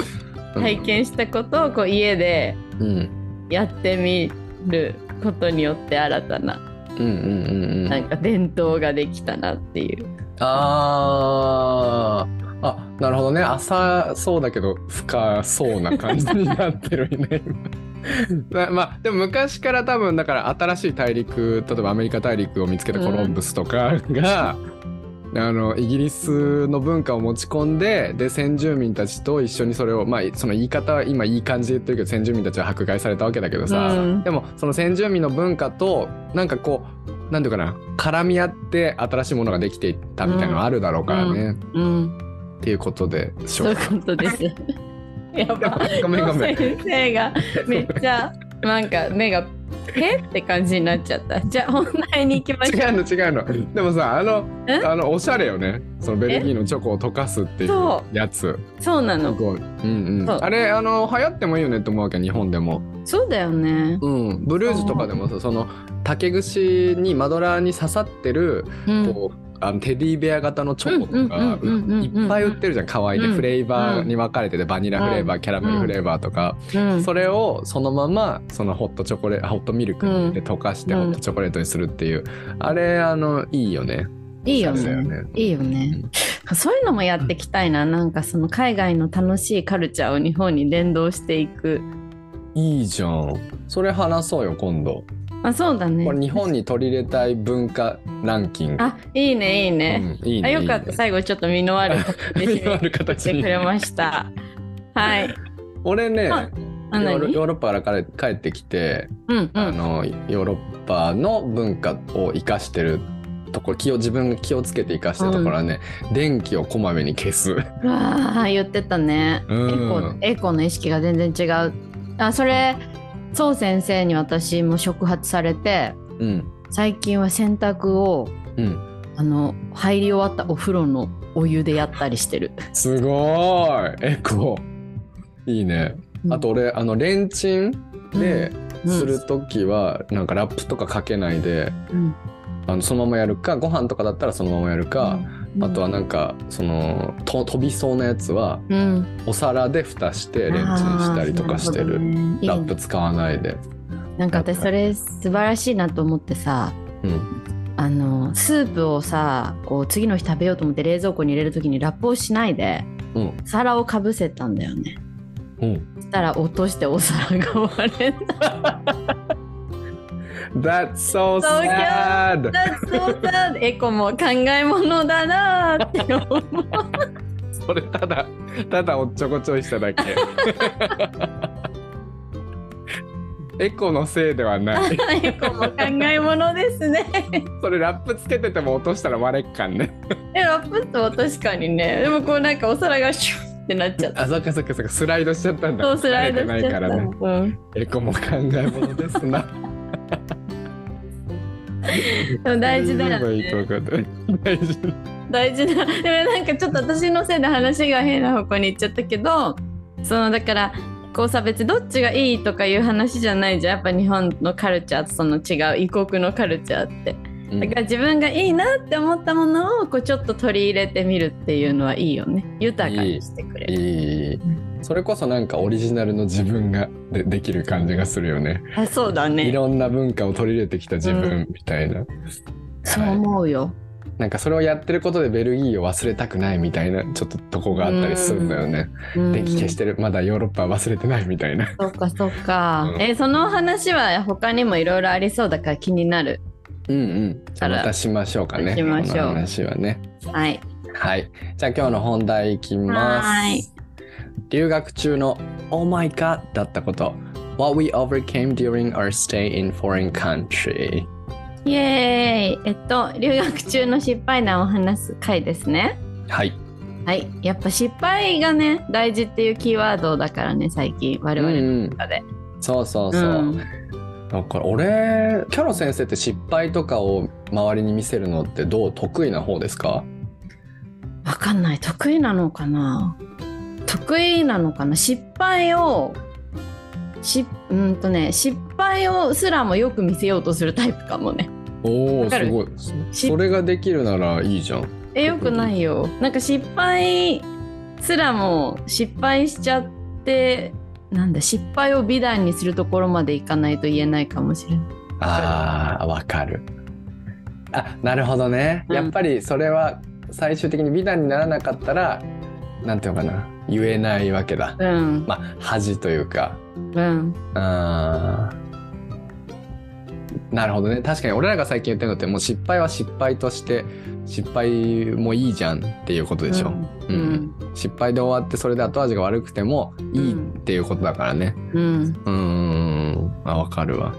Speaker 2: 体験したことをこう家で
Speaker 1: うん。
Speaker 2: やってみることによって新たな
Speaker 1: うん。うん。うん。う
Speaker 2: な
Speaker 1: ん。
Speaker 2: んか伝統ができたなっていう
Speaker 1: あー。あ、なるほどね。浅そうだけど深そうな感じになってるね。 今なまあでも昔から多分だから新しい大陸例えばアメリカ大陸を見つけたコロンブスとかが、あのイギリスの文化を持ち込んでで先住民たちと一緒にそれをまあその言い方は今いい感じで言ってるけど先住民たちは迫害されたわけだけどさ、
Speaker 2: うん
Speaker 1: でもその先住民の文化となんかこうなんていうかな絡み合って新しいものができていったみたいなのはあるだろうからね、
Speaker 2: うん
Speaker 1: っていうことでし
Speaker 2: そう
Speaker 1: ょ
Speaker 2: いううことですやば
Speaker 1: ごめんごめん
Speaker 2: 先生がめっちゃなんか目がえって感じになっちゃったじゃあ本題に行きま し
Speaker 1: 違
Speaker 2: ょ
Speaker 1: うの違うのでもさあの
Speaker 2: え
Speaker 1: あのおしゃれよねそのベルギーのチョコを溶かすっていう
Speaker 2: そ
Speaker 1: やつ
Speaker 2: うそうな
Speaker 1: す
Speaker 2: の
Speaker 1: ごい、うんうん、
Speaker 2: そう
Speaker 1: あれあの流行ってもいいよねって思うわけ日本でも、
Speaker 2: そうだよね、
Speaker 1: うん、ブルージュとかでもさその竹串にマドラーに刺さってる、
Speaker 2: うん、
Speaker 1: こうあのテディベア型のチョコとか
Speaker 2: うんうんうんうんうんうん
Speaker 1: いっぱい売ってるじゃん可愛いで、
Speaker 2: うん
Speaker 1: フレーバーに分かれててバニラフレーバー、キャラメルフレーバーとか、
Speaker 2: うん
Speaker 1: それをそのままそのホットチョコレホットミルクで溶かして
Speaker 2: うん
Speaker 1: ホットチョコレートにするっていう、あれあのいいよね。
Speaker 2: いいよ
Speaker 1: そうだよ
Speaker 2: ね
Speaker 1: ね。
Speaker 2: いいよね。そういうのもやっていきたいな。なんかその海外の楽しいカルチャーを日本に伝導していく。
Speaker 1: いいじゃん。それ話そうよ今度。
Speaker 2: あ、そうだね。
Speaker 1: これ日本に取り入れたい文化ランキング。
Speaker 2: あ、いいね、いいね。
Speaker 1: うん、いい
Speaker 2: あ、
Speaker 1: ね。
Speaker 2: よかっ
Speaker 1: いい
Speaker 2: た。
Speaker 1: ね
Speaker 2: 最後ちょっと身のある形で
Speaker 1: 今あ
Speaker 2: 締め
Speaker 1: る形
Speaker 2: て
Speaker 1: に
Speaker 2: くれました。はい。
Speaker 1: 俺ね、
Speaker 2: ああ、
Speaker 1: ヨーロ ヨ
Speaker 2: 何
Speaker 1: ーロッパから帰ってきて、
Speaker 2: うんう
Speaker 1: あ
Speaker 2: ん。
Speaker 1: のヨーロッパの文化を生かしてるところ気を自分が気をつけて生かしてるところはね、電気をこまめに消す。
Speaker 2: うわあ、言ってたね。
Speaker 1: う
Speaker 2: エコ
Speaker 1: ん、
Speaker 2: エコの意識が全然違う。あ、それ、そう先生に私も触発されて、
Speaker 1: うん、
Speaker 2: 最近は洗濯を
Speaker 1: うん。
Speaker 2: あの入り終わったお風呂のお湯でやったりしてる。
Speaker 1: すごーいエコいいねあと俺あのレンチンでする時はなんかラップとかかけないで
Speaker 2: うん
Speaker 1: あのそのままやるかご飯とかだったらそのままやるか、あとは
Speaker 2: ね
Speaker 1: なんかそのと飛びそうなやつは
Speaker 2: うん、
Speaker 1: お皿で蓋してレンチンしたりとかしてる
Speaker 2: あーなほどね
Speaker 1: ラップ使わないで
Speaker 2: いいねなんか私それ素晴らしいなと思ってさ
Speaker 1: うん
Speaker 2: あのスープをさこう次の日食べようと思って冷蔵庫に入れる時にラップをしないで
Speaker 1: うん
Speaker 2: 皿をかぶせたんだよね
Speaker 1: うん
Speaker 2: そしたら落としてお皿が割れた
Speaker 1: That's so
Speaker 2: So cute.
Speaker 1: sad!
Speaker 2: That's so sad エコも考え物だなーって思う
Speaker 1: それただただおっちょこちょいしただけ エコのせいではない
Speaker 2: エコも考え物ですね
Speaker 1: それラップつけてても落としたら割れっかんね
Speaker 2: えラップっては確かにねでもこうなんかお皿がシュッってなっちゃった
Speaker 1: あそっかそっかそっかスライドしちゃったんだ
Speaker 2: そうスライドし
Speaker 1: 慣れ
Speaker 2: ち
Speaker 1: て
Speaker 2: ゃ
Speaker 1: な
Speaker 2: っ
Speaker 1: い
Speaker 2: た
Speaker 1: からね
Speaker 2: うん
Speaker 1: エコも考えものですな
Speaker 2: でも大事だよ、
Speaker 1: 言えばいいと
Speaker 2: ね。
Speaker 1: 分かった大事
Speaker 2: 大事だ。でもなん かちょっと私のせいで話が変な方向に行っちゃったけど、そのだから、こう差別どっちがいいとかいう話じゃないじゃん。やっぱ日本のカルチャーとその違う異国のカルチャーって。
Speaker 1: うん
Speaker 2: だから自分がいいなって思ったものをこうちょっと取り入れてみるっていうのはいいよね。豊かにしてくれる。
Speaker 1: いいそれこそなんかオリジナルの自分がでできる感じがするよね
Speaker 2: あそうだ
Speaker 1: い
Speaker 2: ね。
Speaker 1: ろんな文化を取り入れてきた自分みたいな、
Speaker 2: そう思うよ。
Speaker 1: なんかそれをやってることでベルギーを忘れたくないみたいなちょっととこがあったりするんだよね、
Speaker 2: うん
Speaker 1: 電気消してるまだヨーロッパは忘れてないみたいな、
Speaker 2: そうかそうか。
Speaker 1: うん
Speaker 2: えその話は他にもいろいろありそうだから気になる。
Speaker 1: うんうんじゃあまたしましょうかね
Speaker 2: しましょう
Speaker 1: この話はね
Speaker 2: はい。
Speaker 1: はいじゃあ今日の本題いきます
Speaker 2: はい
Speaker 1: 留学中の「Oh my God」だったこと What we overcame during our stay in foreign country
Speaker 2: イエーイ。えっと留学中の失敗談を話す回ですね。
Speaker 1: はい
Speaker 2: はい。やっぱ失敗がね大事っていうキーワードだからね最近我々の
Speaker 1: うん
Speaker 2: 中で。
Speaker 1: そうそうそう、
Speaker 2: うん
Speaker 1: だから俺キャロ先生って失敗とかを周りに見せるのってどう得意な方ですか
Speaker 2: わかんない得意なのかな得意なのかな失敗をしうんとね失敗をすらもよく見せようとするタイプかもね
Speaker 1: おお
Speaker 2: わかる
Speaker 1: すごい
Speaker 2: し
Speaker 1: それができるならいいじゃん
Speaker 2: えよくないよなんか失敗すらも失敗しちゃってなんだ失敗を美談にするところまでいかないと言えないかもしれない
Speaker 1: あーわかるあなるほどね、
Speaker 2: うん
Speaker 1: やっぱりそれは最終的に美談にならなかったらなんていうのかな言えないわけだ
Speaker 2: うん
Speaker 1: まあ恥というか
Speaker 2: うん
Speaker 1: あーなるほどね確かに俺らが最近言ってるのってもう失敗は失敗として失敗もいいじゃんっていうことでしょ、
Speaker 2: う
Speaker 1: うん
Speaker 2: ん
Speaker 1: 失敗で終わってそれで後味が悪くてもいいっていうことだからね
Speaker 2: うん
Speaker 1: うーんあわかるわ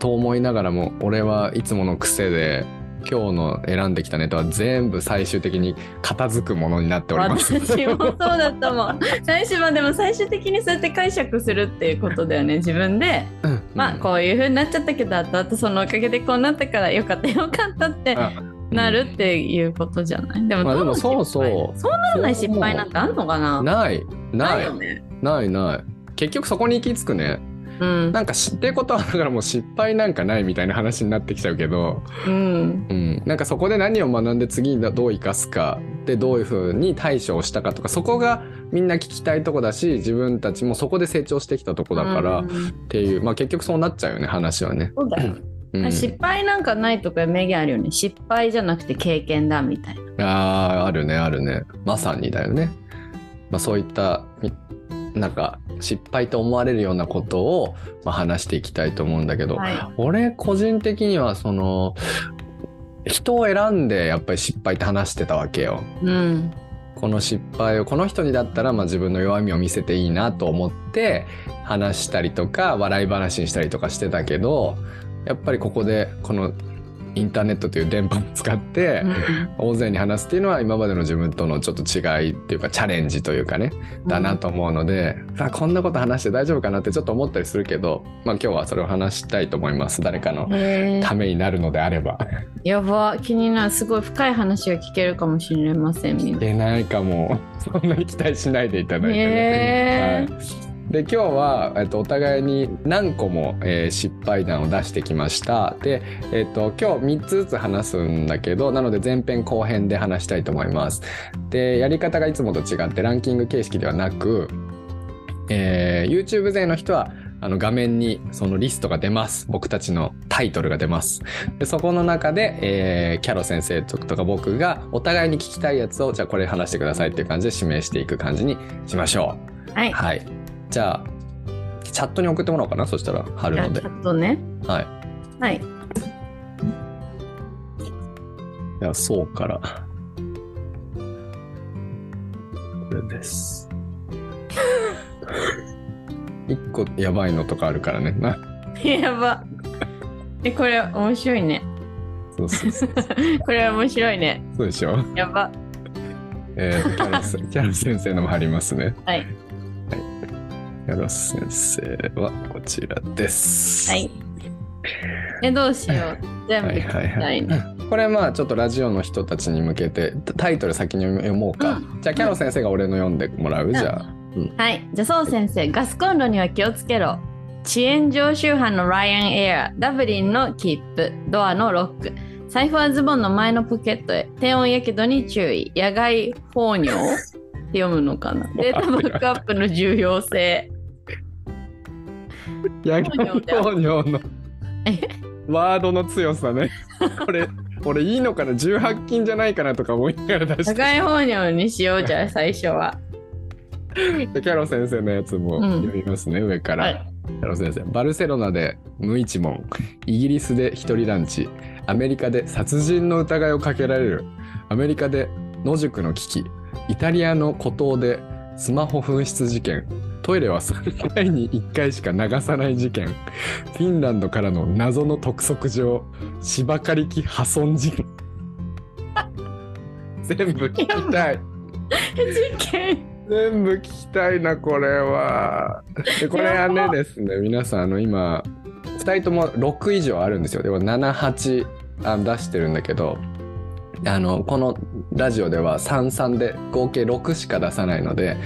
Speaker 1: と思いながらも俺はいつもの癖で今日の選んできたネタは全部最終的に片付くものになっております
Speaker 2: 私もそうだったもん最初はでも最終的にそうやって解釈するっていうことだよね自分で
Speaker 1: うん
Speaker 2: まあこういう風になっちゃったけど後々そのおかげでこうなったからよかったよかったって
Speaker 1: うん
Speaker 2: なるっていうことじゃないでも
Speaker 1: まあでも
Speaker 2: どの
Speaker 1: そうそう
Speaker 2: そうならない失敗なんてあんのかな
Speaker 1: ないない
Speaker 2: よね
Speaker 1: ないない結局そこに行き着くね
Speaker 2: うん、
Speaker 1: なんか知ってことはだからもう失敗なんかないみたいな話になってきちゃうけど、
Speaker 2: うん、
Speaker 1: うん、なんかそこで何を学んで次にどう生かすかでどういうふうに対処をしたかとかそこがみんな聞きたいとこだし自分たちもそこで成長してきたとこだからっ
Speaker 2: うん
Speaker 1: ていう、まあ結局そうなっちゃうよね話はね。
Speaker 2: そうだよね
Speaker 1: うん、
Speaker 2: 失敗なんかないとか名言あるよね失敗じゃなくて経験だみたいな
Speaker 1: あーあるねあるねまさにだよね。まあ、そういったみなんか失敗と思われるようなことを、まあ、話していきたいと思うんだけど、
Speaker 2: はい
Speaker 1: 俺個人的にはその人を選んでやっぱり失敗って話してたわけよ。
Speaker 2: うん
Speaker 1: この失敗をこの人にだったらまあ自分の弱みを見せていいなと思って話したりとか笑い話にしたりとかしてたけどやっぱりここでこのインターネットという電波を使って大勢に話すっていうのは今までの自分とのちょっと違いっていうかチャレンジというかねだなと思うので、あこんなこと話して大丈夫かなってちょっと思ったりするけど、まあ、今日はそれを話したいと思います誰かの
Speaker 2: うんへー
Speaker 1: ためになるのであれば。
Speaker 2: やば気になるすごい深い話が聞けるかもしれませんみんな
Speaker 1: えないかも そんなに期待しないでいただいて
Speaker 2: へ
Speaker 1: ね。
Speaker 2: ー
Speaker 1: はい、で今日は、えっと、お互いに何個も、えー失敗談を出してきましたで、えっと、今日3つずつ話すんだけどなので前編後編で話したいと思います。でやり方がいつもと違ってランキング形式ではなく、えー YouTube 勢の人はあの画面にそのリストが出ます僕たちのタイトルが出ますでそこの中で、えーキャロ先生とか僕がお互いに聞きたいやつをじゃあこれ話してくださいっていう感じで指名していく感じにしましょ
Speaker 2: は
Speaker 1: う
Speaker 2: い
Speaker 1: はいじゃあチャットに送ってもらおうかなそしたら貼る
Speaker 2: じゃあ
Speaker 1: ので
Speaker 2: ちょっとね
Speaker 1: はい
Speaker 2: はい
Speaker 1: いやそうからこれです 一個やばいのとかあるからねな
Speaker 2: やば。え、これ面白いね。
Speaker 1: そうそうそう
Speaker 2: これ面白いね。
Speaker 1: そうでしょ
Speaker 2: やば。
Speaker 1: え ー、キャロスキャロ先生のもありますね。
Speaker 2: はい
Speaker 1: はい。キャロス先生はこちらです。
Speaker 2: はい。え、どうしよう。全部
Speaker 1: は
Speaker 2: 聞
Speaker 1: い
Speaker 2: き
Speaker 1: はい
Speaker 2: た
Speaker 1: はいい
Speaker 2: ね。
Speaker 1: これまあちょっとラジオの人たちに向けてタイトル先に読もうか、
Speaker 2: う
Speaker 1: じゃあキャロ先生が俺の読んでもらう、じゃあ
Speaker 2: はい、じゃあそう先生、ガスコンロには気をつけろ。遅延常習犯のライアンエアー、ダブリンの切符、ドアのロック、財布はズボンの前のポケットへ、低温やけどに注意、野外放尿って読むのか な。データバックアップの重要性。
Speaker 1: ヤギ
Speaker 2: ギョン
Speaker 1: 糖尿の
Speaker 2: え
Speaker 1: ワードの強さねこれ俺いいのかな18禁じゃないかなとか思いながら出し
Speaker 2: 野
Speaker 1: て
Speaker 2: 外放尿にしようじゃあ最初は。
Speaker 1: でキャロ先生のやつも
Speaker 2: うん
Speaker 1: 読みますね、上から、
Speaker 2: はい
Speaker 1: キャロ先生バルセロナで無一文イギリスで一人ランチアメリカで殺人の疑いをかけられるアメリカで野宿の危機イタリアの孤島でスマホ紛失事件トイレは3回に1回しか流さない事件フィンランドからの謎の督促状芝刈り機破損事 件全部聞きたい
Speaker 2: 事件
Speaker 1: 全部聞きたいなこれは。でこれ
Speaker 2: や
Speaker 1: は
Speaker 2: ば
Speaker 1: ねですね皆さんあの今2人とも6以上あるんですよでも78あ出してるんだけどあのこのラジオでは33で合計6しか出さないので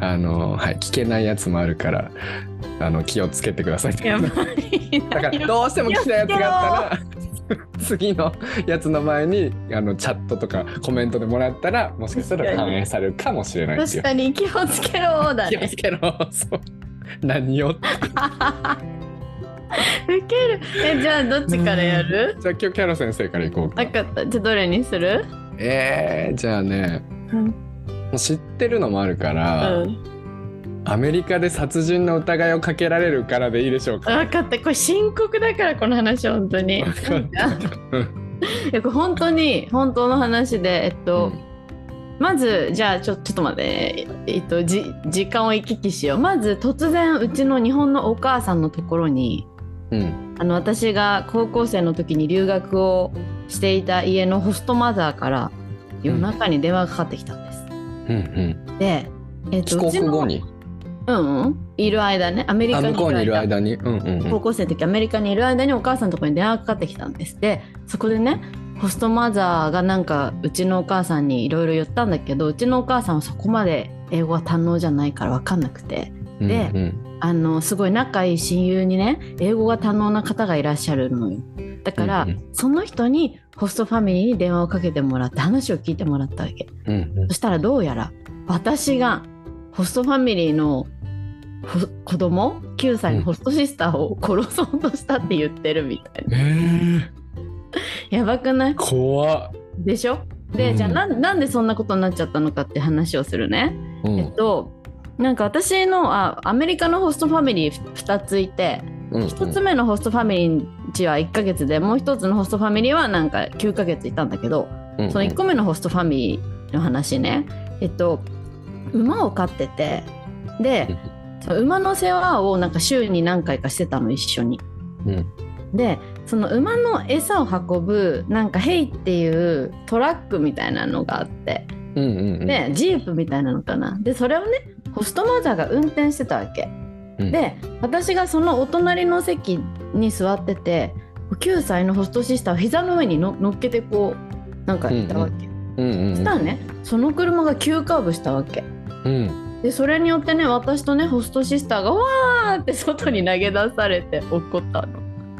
Speaker 1: あの、はい、聞けないやつもあるからあの気をつけてください
Speaker 2: やば
Speaker 1: だ
Speaker 2: いな。
Speaker 1: からどうしても聞きたいやつがあったら次のやつの前にあのチャットとかコメントでもらったらもしかしたら反映されるかもしれないっていう
Speaker 2: 確かに気をつけろだ
Speaker 1: 気を
Speaker 2: ね
Speaker 1: つ。けろそう何をじ
Speaker 2: ウケる。え、じゃあどっちからやる
Speaker 1: ゃあ今日キャロ先生からいこうか
Speaker 2: 分かった。じゃあどれにする
Speaker 1: えー、じゃあね、
Speaker 2: うん
Speaker 1: もう知ってるのもあるか
Speaker 2: う
Speaker 1: ら、
Speaker 2: ん。
Speaker 1: アメリカで殺人の疑いをかけられるからでいいでしょうか
Speaker 2: 分かった。これ深刻だから、この話、本当に。い
Speaker 1: わかった
Speaker 2: や、これ本当に、本当の話で、えっと、
Speaker 1: うん
Speaker 2: まず、じゃあちょ、ちょっと待って、えっと、じ時間を行き来しよう。まず、突然、うちの日本のお母さんのところに、
Speaker 1: うん
Speaker 2: あの私が高校生の時に留学をしていた家のホストマザーから夜中に電話がかかってきたんです。
Speaker 1: うんうん
Speaker 2: で、えっ
Speaker 1: 帰
Speaker 2: とう
Speaker 1: 国
Speaker 2: ちの
Speaker 1: 後に
Speaker 2: うんうん、いる間ねアメリ
Speaker 1: あ
Speaker 2: カに
Speaker 1: 向
Speaker 2: い
Speaker 1: こう
Speaker 2: る
Speaker 1: にいる
Speaker 2: 間
Speaker 1: 間にうんうんう
Speaker 2: 高
Speaker 1: ん
Speaker 2: 校生の時アメリカにいる間にお母さんのところに電話がかかってきたんですでそこでねホストマザーがなんかうちのお母さんにいろいろ言ったんだけどうちのお母さんはそこまで英語が堪能じゃないから分かんなくてで
Speaker 1: うんうん
Speaker 2: あのすごい仲いい親友にね英語が堪能な方がいらっしゃるのよだから、
Speaker 1: うんう
Speaker 2: その人にホストファミリーに電話をかけてもらって話を聞いてもらったわけ
Speaker 1: うんうん
Speaker 2: そしたらどうやら私がホストファミリーのほ子供9歳のホストシスターを殺そうとしたって言ってるみたいな。
Speaker 1: えー、
Speaker 2: やばくない
Speaker 1: 怖っ、
Speaker 2: でしょで、
Speaker 1: うん
Speaker 2: じゃあなんなんでそんなことになっちゃったのかって話をするね。
Speaker 1: うん
Speaker 2: えっとなんか私のあアメリカのホストファミリー2ついて
Speaker 1: うんうん
Speaker 2: 1つ目のホストファミリーちは1ヶ月でもう1つのホストファミリーはなんか9ヶ月いたんだけど、
Speaker 1: うんうん
Speaker 2: その1個目のホストファミリーの話ね、えっと、馬を飼っててでその馬の世話をなんか週に何回かしてたの一緒に。
Speaker 1: うん
Speaker 2: でその馬の餌を運ぶなんか「ヘイ」っていうトラックみたいなのがあって
Speaker 1: うんうんうん
Speaker 2: でジープみたいなのかなでそれをねホストマザーが運転してたわけ。
Speaker 1: うん
Speaker 2: で私がそのお隣の席に座ってて9歳のホストシスターを膝の上にの乗っけてこうなんかいたわけ。
Speaker 1: うんうんうん
Speaker 2: そしたらねその車が急カーブしたわけ
Speaker 1: うん
Speaker 2: でそれによってね私とねホストシスターがわーって外に投げ出されて怒ったの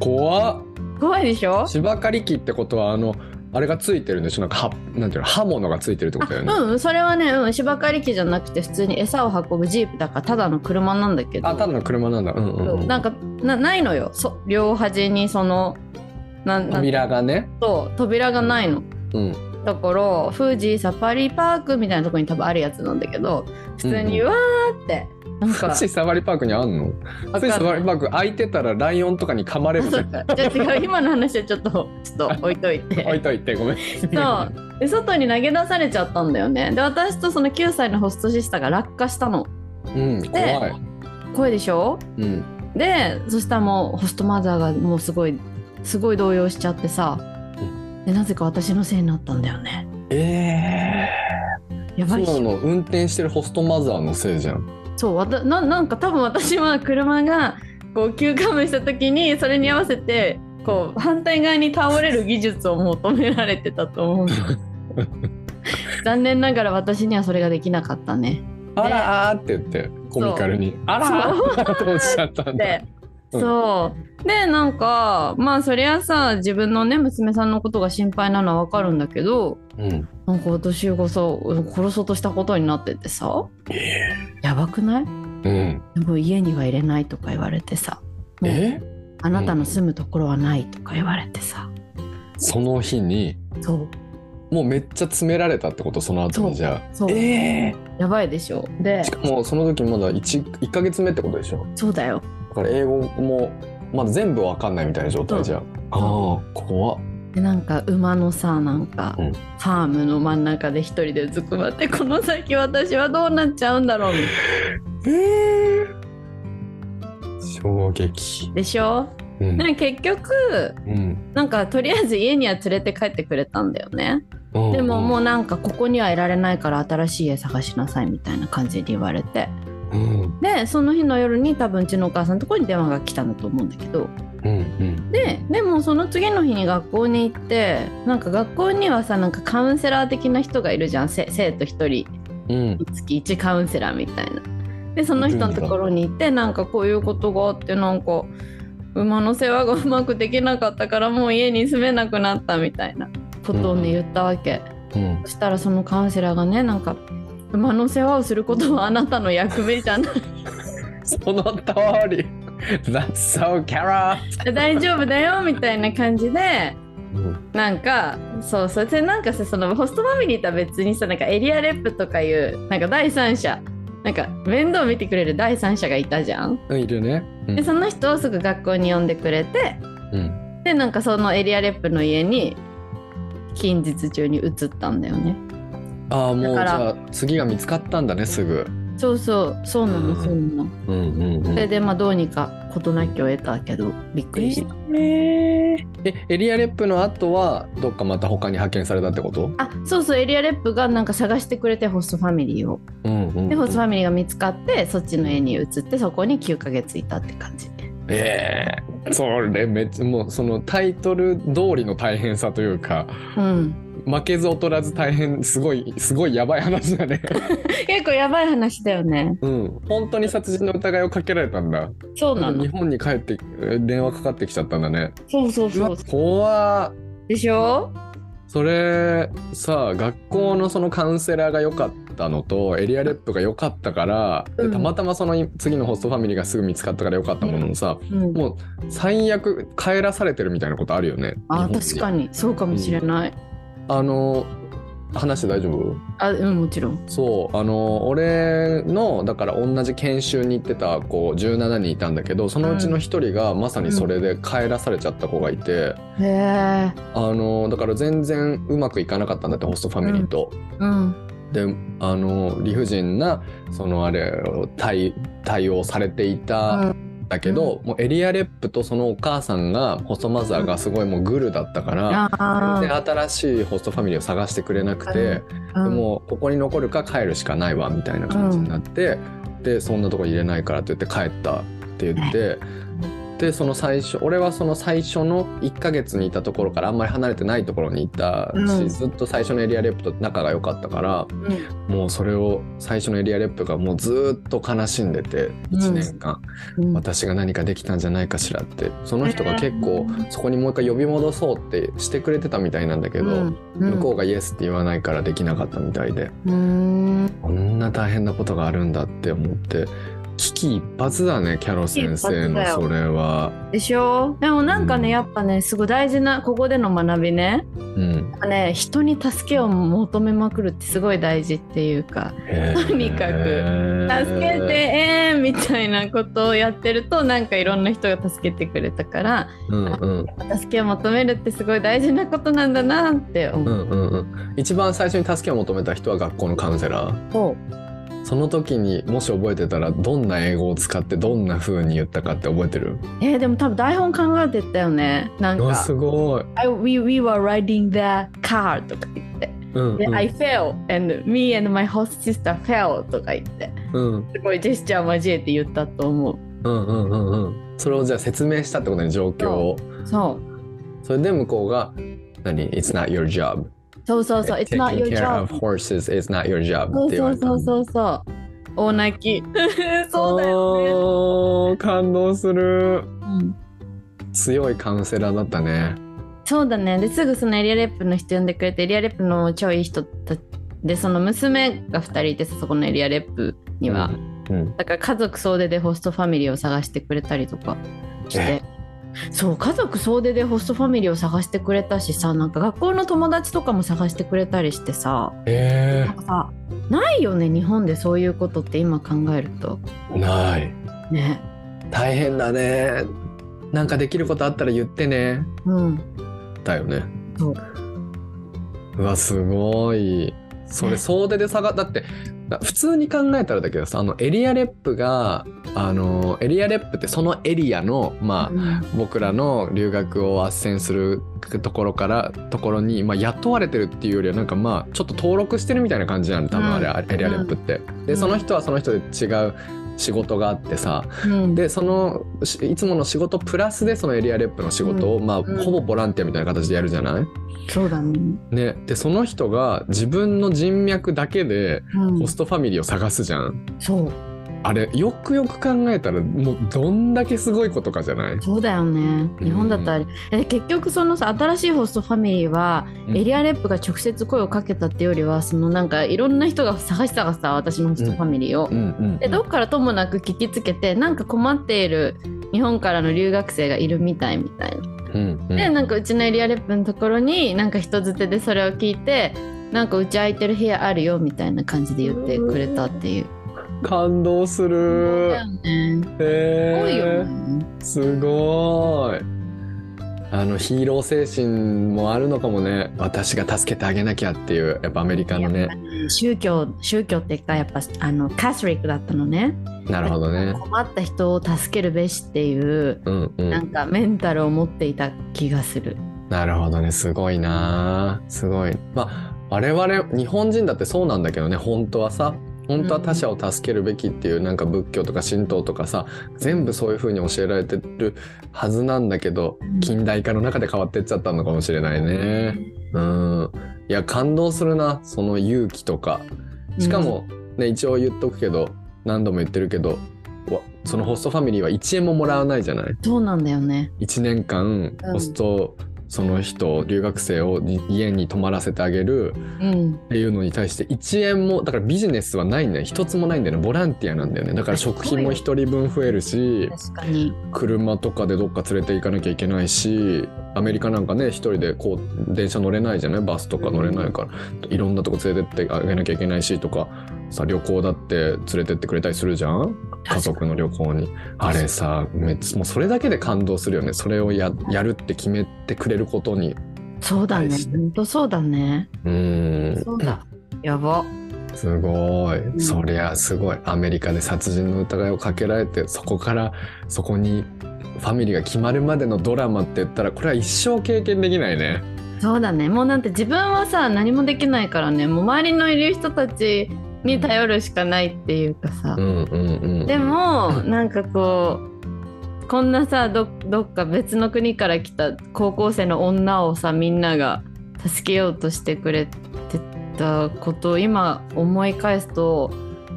Speaker 1: 怖っ
Speaker 2: 怖いでしょ
Speaker 1: 芝刈り機ってことはあのあれがついてるんでしょなんかはなんていうの刃物がついてるってことだよね。
Speaker 2: うんそれはね、うん、芝刈り機じゃなくて普通に餌を運ぶジープだからただの車なんだけど
Speaker 1: あただの車なんだ。うんうん
Speaker 2: そう
Speaker 1: うん、
Speaker 2: なんかなないのよそ両端にそのなんなん
Speaker 1: 扉がね。
Speaker 2: と扉がないの
Speaker 1: うん
Speaker 2: だから富士サファリパークみたいなとこに多分あるやつなんだけど普通に
Speaker 1: う
Speaker 2: うわーってなんか
Speaker 1: 富士サファリパークにあんの
Speaker 2: わかん
Speaker 1: 富
Speaker 2: ない
Speaker 1: 士サファリパーク開いてたらライオンとかに噛まれる
Speaker 2: そ
Speaker 1: ぜ
Speaker 2: うかじゃあ違う今の話はちょっとちょっと置いとい
Speaker 1: 置い
Speaker 2: て。
Speaker 1: といてごめん。
Speaker 2: そうで外に投げ出されちゃったんだよねで私とその9歳のホストシスターが落下したの
Speaker 1: うん怖い。
Speaker 2: 怖いでしょ
Speaker 1: うん
Speaker 2: でそしたらもうホストマザーがもうすごいすごい動揺しちゃってさ
Speaker 1: う
Speaker 2: でなぜか私のせいになったんだよね
Speaker 1: え
Speaker 2: や
Speaker 1: ー、
Speaker 2: ばいっし
Speaker 1: そう
Speaker 2: ょ
Speaker 1: なの運転してるホストマザーのせいじゃん。
Speaker 2: そうわたななんか多分私は車がこう急カーブした時にそれに合わせてこう反対側に倒れる技術を求められてたと 思う残念ながら私にはそれができなかったね
Speaker 1: あらーって言ってコミカルにあらーっておっしゃったんだ
Speaker 2: で、
Speaker 1: うん
Speaker 2: そうでなんかまあそりゃさ自分のね娘さんのことが心配なのはわかるんだけど
Speaker 1: うん
Speaker 2: なんか私こそ殺そうとしたことになっててさ
Speaker 1: え
Speaker 2: やばくない
Speaker 1: ーうん
Speaker 2: でも家には入れないとか言われてさ
Speaker 1: え
Speaker 2: あなたの住むところはないとか言われてさ
Speaker 1: その日に
Speaker 2: そう
Speaker 1: もうめっちゃ詰められたってことその後にじゃ
Speaker 2: そ
Speaker 1: あ
Speaker 2: う
Speaker 1: え
Speaker 2: やばいでしょで
Speaker 1: ーしかもその時まだ 1, 1ヶ月目ってことでしょ
Speaker 2: そうだよ
Speaker 1: だから英語もまだ全部わかんないみたいな状態じゃんああ怖っ
Speaker 2: でなんか馬のさなんか
Speaker 1: うん
Speaker 2: ファームの真ん中で一人でうずくまってこの先私はどうなっちゃうんだろうみたい
Speaker 1: えー衝撃
Speaker 2: なでしょ
Speaker 1: うん
Speaker 2: で結局
Speaker 1: うん
Speaker 2: なんかとりあえず家には連れて帰ってくれたんだよね
Speaker 1: うん
Speaker 2: でもも
Speaker 1: う
Speaker 2: うなんかここにはいられないから新しい家探しなさいみたいな感じに言われて
Speaker 1: うん
Speaker 2: でその日の夜に多分うちのお母さんのところに電話が来たんだと思うんだけど
Speaker 1: うんうん
Speaker 2: ででもその次の日に学校に行ってなんか学校にはさなんかカウンセラー的な人がいるじゃんせ生徒一人
Speaker 1: うん
Speaker 2: 月1カウンセラーみたいな。でその人のところに行ってなんかこういうことがあってなんか馬の世話がうまくできなかったからもう家に住めなくなったみたいなことをね
Speaker 1: うん
Speaker 2: 言ったわけ。
Speaker 1: うん
Speaker 2: そしたらそのカウンセラーがねなんか馬の世話をすることはあなたの役目じゃない
Speaker 1: その通り That's so carrot
Speaker 2: 大丈夫だよみたいな感じで
Speaker 1: うん
Speaker 2: なんかそうそれでなんかさそのホストファミリーとは別にさなんかエリアレップとかいうなんか第三者なんか面倒見てくれる第三者がいたじゃん。
Speaker 1: いるねうん
Speaker 2: でその人をすぐ学校に呼んでくれて
Speaker 1: うん
Speaker 2: でなんかそのエリアレップの家に近日中に移ったんだよね
Speaker 1: ああもうじ
Speaker 2: だから
Speaker 1: ゃあ次が見つかったんだねすぐ
Speaker 2: そうそうそうな
Speaker 1: う
Speaker 2: の
Speaker 1: ん
Speaker 2: そうなの
Speaker 1: うんうんう
Speaker 2: それ
Speaker 1: ん
Speaker 2: でまあどうにか事なきを得たけどびっくりした、
Speaker 1: えエリアレップの後はどっかまた他に派遣されたってこと
Speaker 2: あそうそうエリアレップがなんか探してくれてホストファミリーを
Speaker 1: うんうん
Speaker 2: でホストファミリーが見つかってそっちの家に移ってそこに9ヶ月いたって感じ
Speaker 1: ええそれめっちゃもうそのタイトル通りの大変さというか
Speaker 2: うん
Speaker 1: 負けず劣らず大変すごいすごいやばい話だね
Speaker 2: 結構やばい話だよね
Speaker 1: うん本当に殺人の疑いをかけられたんだ
Speaker 2: そうな
Speaker 1: 日
Speaker 2: の
Speaker 1: 本に帰ってえ電話かかってきちゃったんだね
Speaker 2: そうそう
Speaker 1: う
Speaker 2: そ
Speaker 1: わ
Speaker 2: う
Speaker 1: 怖っ
Speaker 2: でしょ
Speaker 1: それさあ学校のそのカウンセラーが良かったのとエリアレップが良かったから、で
Speaker 2: うん
Speaker 1: たまたまその次のホストファミリーがすぐ見つかったから良かったもののさ、
Speaker 2: うん
Speaker 1: もう最悪帰らされてるみたいなことあるよね。
Speaker 2: あ
Speaker 1: 日本
Speaker 2: 確かにそうかもしれない、
Speaker 1: あの話して大丈夫
Speaker 2: あうんもちろん
Speaker 1: そうあの俺のだから同じ研修に行ってた子17人いたんだけどそのうちの一人がまさにそれで帰らされちゃった子がいて、
Speaker 2: へえ
Speaker 1: あのだから全然うまくいかなかったんだってホストファミリーと。
Speaker 2: うん
Speaker 1: であの理不尽なそのあれを対対応されていた
Speaker 2: うん
Speaker 1: だけど、もうエリアレップとそのお母さんがホストマザーがすごいもうグルだったから、
Speaker 2: あ
Speaker 1: で新しいホストファミリーを探してくれなくて、
Speaker 2: あ、
Speaker 1: でもうここに残るか帰るしかないわみたいな感じになって、でそんなとこ入れないからって言って帰ったって言って。でその最初俺はその最初の1ヶ月にいたところからあんまり離れてないところにいたし、
Speaker 2: うん
Speaker 1: ずっと最初のエリアレップと仲が良かったから、
Speaker 2: うん、
Speaker 1: もうそれを最初のエリアレップがもうずーっと悲しんでて
Speaker 2: うん
Speaker 1: 1年間、
Speaker 2: うん
Speaker 1: 私が何かできたんじゃないかしらってその人が結構そこにもう一回呼び戻そうってしてくれてたみたいなんだけど、向こうがイエスって言わないからできなかったみたいで
Speaker 2: うん、うん、
Speaker 1: こんな大変なことがあるんだって思って危機一髪だねキャロ先生の
Speaker 2: 危機一
Speaker 1: そ
Speaker 2: 髪
Speaker 1: れは。
Speaker 2: でしょでもなんか
Speaker 1: うん
Speaker 2: ね、やっぱねすごい大事なここでの学びね
Speaker 1: うん、
Speaker 2: ね人に助けを求めまくるってすごい大事っていうかとにかく
Speaker 1: く
Speaker 2: 助けて、えー、みたいなことをやってるとなんかいろんな人が助けてくれたから
Speaker 1: うんうん
Speaker 2: 助けを求めるってすごい大事なことなんだなって
Speaker 1: う
Speaker 2: 思
Speaker 1: んうんうん一番最初に助けを求めた人は学校のカウンセラー
Speaker 2: う、
Speaker 1: その時にもし覚えてたらどんな英語を使ってどんな風に言ったかって覚えてる
Speaker 2: えー、でも多分台本考えてったよねなん
Speaker 1: うわ
Speaker 2: か
Speaker 1: すごい。
Speaker 2: I, we, we were riding the car とか言って、
Speaker 1: うん
Speaker 2: で I fell and me and my host sister fell とか言って
Speaker 1: うん
Speaker 2: すごいジェスチャー交えて言ったと思う
Speaker 1: うんうんうんうんうんそれをじゃあ説明したってことね状況を。
Speaker 2: そう
Speaker 1: それで向こうが何 It's not your job
Speaker 2: そうそうそう、It's not your
Speaker 1: Taking care
Speaker 2: job
Speaker 1: of。horses is not your job
Speaker 2: そ
Speaker 1: っ
Speaker 2: う
Speaker 1: て言
Speaker 2: そ
Speaker 1: わ
Speaker 2: う
Speaker 1: れた
Speaker 2: そうそうそう。大泣き。 そうだよね。
Speaker 1: よね感動する
Speaker 2: うん
Speaker 1: 強いカウンセラーだったね
Speaker 2: そうだね。ですぐそのエリアレップの人呼んでくれて、エリアレップの超いい人たちで、その娘が2人いて、そこのエリアレップには。
Speaker 1: うん
Speaker 2: だから家族総出でホストファミリーを探してくれたりとかして。そう家族総出でホストファミリーを探してくれたしさなんか学校の友達とかも探してくれたりしてさ
Speaker 1: え
Speaker 2: なんかさないよね日本でそういうことって今考えると
Speaker 1: ー、ない
Speaker 2: ね
Speaker 1: 大変だねなんかできることあったら言ってね
Speaker 2: うん
Speaker 1: だよね
Speaker 2: そう
Speaker 1: うわすごいそれ
Speaker 2: ね
Speaker 1: 総出で下がだってな普通に考えたらだけどさあのエリアレップがあのエリアレップってそのエリアのまあ、
Speaker 2: うん
Speaker 1: 僕らの留学を斡旋するところからところに、まあ、雇われてるっていうよりはなんかまあちょっと登録してるみたいな感じなの多分あれ、
Speaker 2: うん
Speaker 1: エリアレップって。
Speaker 2: う
Speaker 1: で
Speaker 2: ん
Speaker 1: その人はその人で違う仕事があってさ
Speaker 2: うん
Speaker 1: でそのしいつもの仕事プラスでそのエリアレップの仕事を、まあ、
Speaker 2: ん
Speaker 1: ほぼボランティアみたいな形でやるじゃない、
Speaker 2: そうだね、
Speaker 1: ね、でその人が自分の人脈だけで
Speaker 2: うん
Speaker 1: ホストファミリーを探すじゃん。
Speaker 2: そう
Speaker 1: あれよくよく考えたらもうどんだけすごいことかじゃない、
Speaker 2: そうだよね
Speaker 1: うん
Speaker 2: 日本だったら、え結局そのさ新しいホストファミリーは
Speaker 1: うん
Speaker 2: エリアレップが直接声をかけたってよりはそのなんかいろんな人が探し探した私のホストファミリーを、
Speaker 1: うんうん
Speaker 2: でどっからともなく聞きつけてなんか困っている日本からの留学生がいるみたいみたいな
Speaker 1: うんうん
Speaker 2: でなんかうちのエリアレップのところになんか人づてでそれを聞いてなんかうち空いてる部屋あるよみたいな感じで言ってくれたっていう、
Speaker 1: 感動す
Speaker 2: そう
Speaker 1: る
Speaker 2: だよね
Speaker 1: え
Speaker 2: 多いよ
Speaker 1: ー
Speaker 2: ね
Speaker 1: すごいあのヒーロー精神もあるのかもね私が助けてあげなきゃっていうやっぱアメリカの
Speaker 2: や
Speaker 1: ね
Speaker 2: っぱり宗教宗教っていうかやっぱあのカトリックだったのね
Speaker 1: なるほどね
Speaker 2: 困った人を助けるべしっていう
Speaker 1: うんう
Speaker 2: なんんかメンタルを持っていた気がする、
Speaker 1: なるほどねすごいなすごいまあ我々日本人だってそうなんだけどね本当はさ本当は他者を助けるべきっていうなんか仏教とか神道とかさ全部そういう風に教えられてるはずなんだけど
Speaker 2: うん
Speaker 1: 近代化の中で変わってっちゃったのかもしれないね。うん、いや感動するなその勇気とかしかも、ね一応言っとくけど何度も言ってるけどわそのホストファミリーは1円ももらわないじゃない
Speaker 2: そうなんだよね
Speaker 1: 1年間
Speaker 2: うん
Speaker 1: ホスト、その人留学生をに家に泊まらせてあげる
Speaker 2: うん
Speaker 1: っていうのに対して1円もだからビジネスはないね一つもないんだよねボランティアなんだよねだから食費も1人分増えるし
Speaker 2: 確かに
Speaker 1: 車とかでどっか連れて行かなきゃいけないしアメリカなんかね一人でこう電車乗れないじゃないバスとか乗れないから、いろんなとこ連れてってあげなきゃいけないしとかさ旅行だって連れてってくれたりするじゃん家族の旅行にあれさめっちゃもうそれだけで感動するよねそれをややるって決めてくれることに
Speaker 2: そうだね
Speaker 1: 大事
Speaker 2: 本当そうだね
Speaker 1: うーん
Speaker 2: そうだやば
Speaker 1: すごい、
Speaker 2: ん
Speaker 1: そりゃすごいアメリカで殺人の疑いをかけられてそこからそこにファミリーが決まるまでのドラマって言ったらこれは一生経験できないね
Speaker 2: そうだねもうなんて自分はさ何もできないからねもう周りのいる人たちに頼るしかないっていうかさ、
Speaker 1: うんうんうん
Speaker 2: でも
Speaker 1: う
Speaker 2: なんかこうこんなさどどっか別の国から来た高校生の女をさみんなが助けようとしてくれてたことを今思い返すと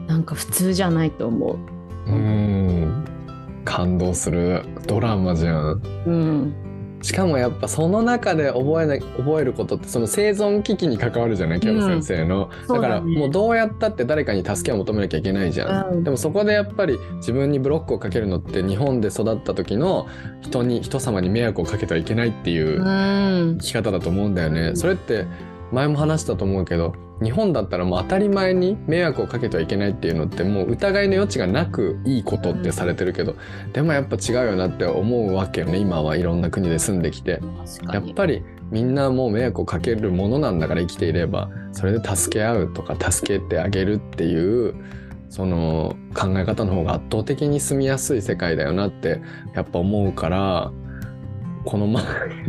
Speaker 2: なんか普通じゃないと思
Speaker 1: うん感動するドラマじゃん
Speaker 2: う。うん、
Speaker 1: しかもやっぱその中で覚えな覚えることってその生存危機に関わるじゃないキャロ先生の、
Speaker 2: そう
Speaker 1: だ
Speaker 2: だ
Speaker 1: か
Speaker 2: ね
Speaker 1: らもうどうやったって誰かに助けを求めなきゃいけないじゃん、
Speaker 2: うん
Speaker 1: でもそこでやっぱり自分にブロックをかけるのって日本で育った時の人に人様に迷惑をかけてはいけないっていううん生き方だと思うんだよね、
Speaker 2: うん
Speaker 1: それって前も話したと思うけど日本だったらもう当たり前に迷惑をかけてはいけないっていうのってもう疑いの余地がなくいいことってされてるけど、でもやっぱ違うよなって思うわけよね今はいろんな国で住んできて。
Speaker 2: 確か
Speaker 1: やっ
Speaker 2: に
Speaker 1: ぱりみんなもう迷惑をかけるものなんだから生きていればそれで助け合うとか助けてあげるっていうその考え方の方が圧倒的に住みやすい世界だよなってやっぱ思うからこの前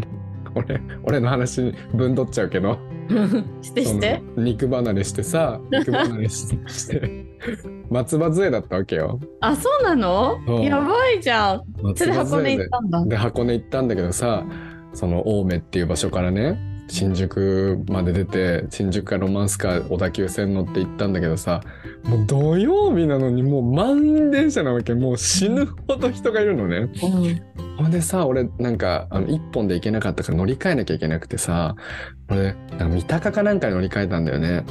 Speaker 1: 俺俺の話に分取っちゃうけど
Speaker 2: してして
Speaker 1: その肉離れしてさ肉離れしてして 松葉杖だったわけよ。
Speaker 2: あそうなの
Speaker 1: そう
Speaker 2: やばいじゃんそ
Speaker 1: 松
Speaker 2: れ
Speaker 1: 葉
Speaker 2: で箱根
Speaker 1: 杖
Speaker 2: 行っ
Speaker 1: で
Speaker 2: たんだ
Speaker 1: で箱根行ったんだけどさその青梅っていう場所からね新宿まで出て新宿かロマンスカー小田急線乗って行ったんだけどさもう土曜日なのにもう満員電車なわけもう死ぬほど人がいるのね。
Speaker 2: うん
Speaker 1: ほんでさ俺なんかあの1本で行けなかったから乗り換えなきゃいけなくてさ俺なんか三鷹かなんかに乗り換えたんだよね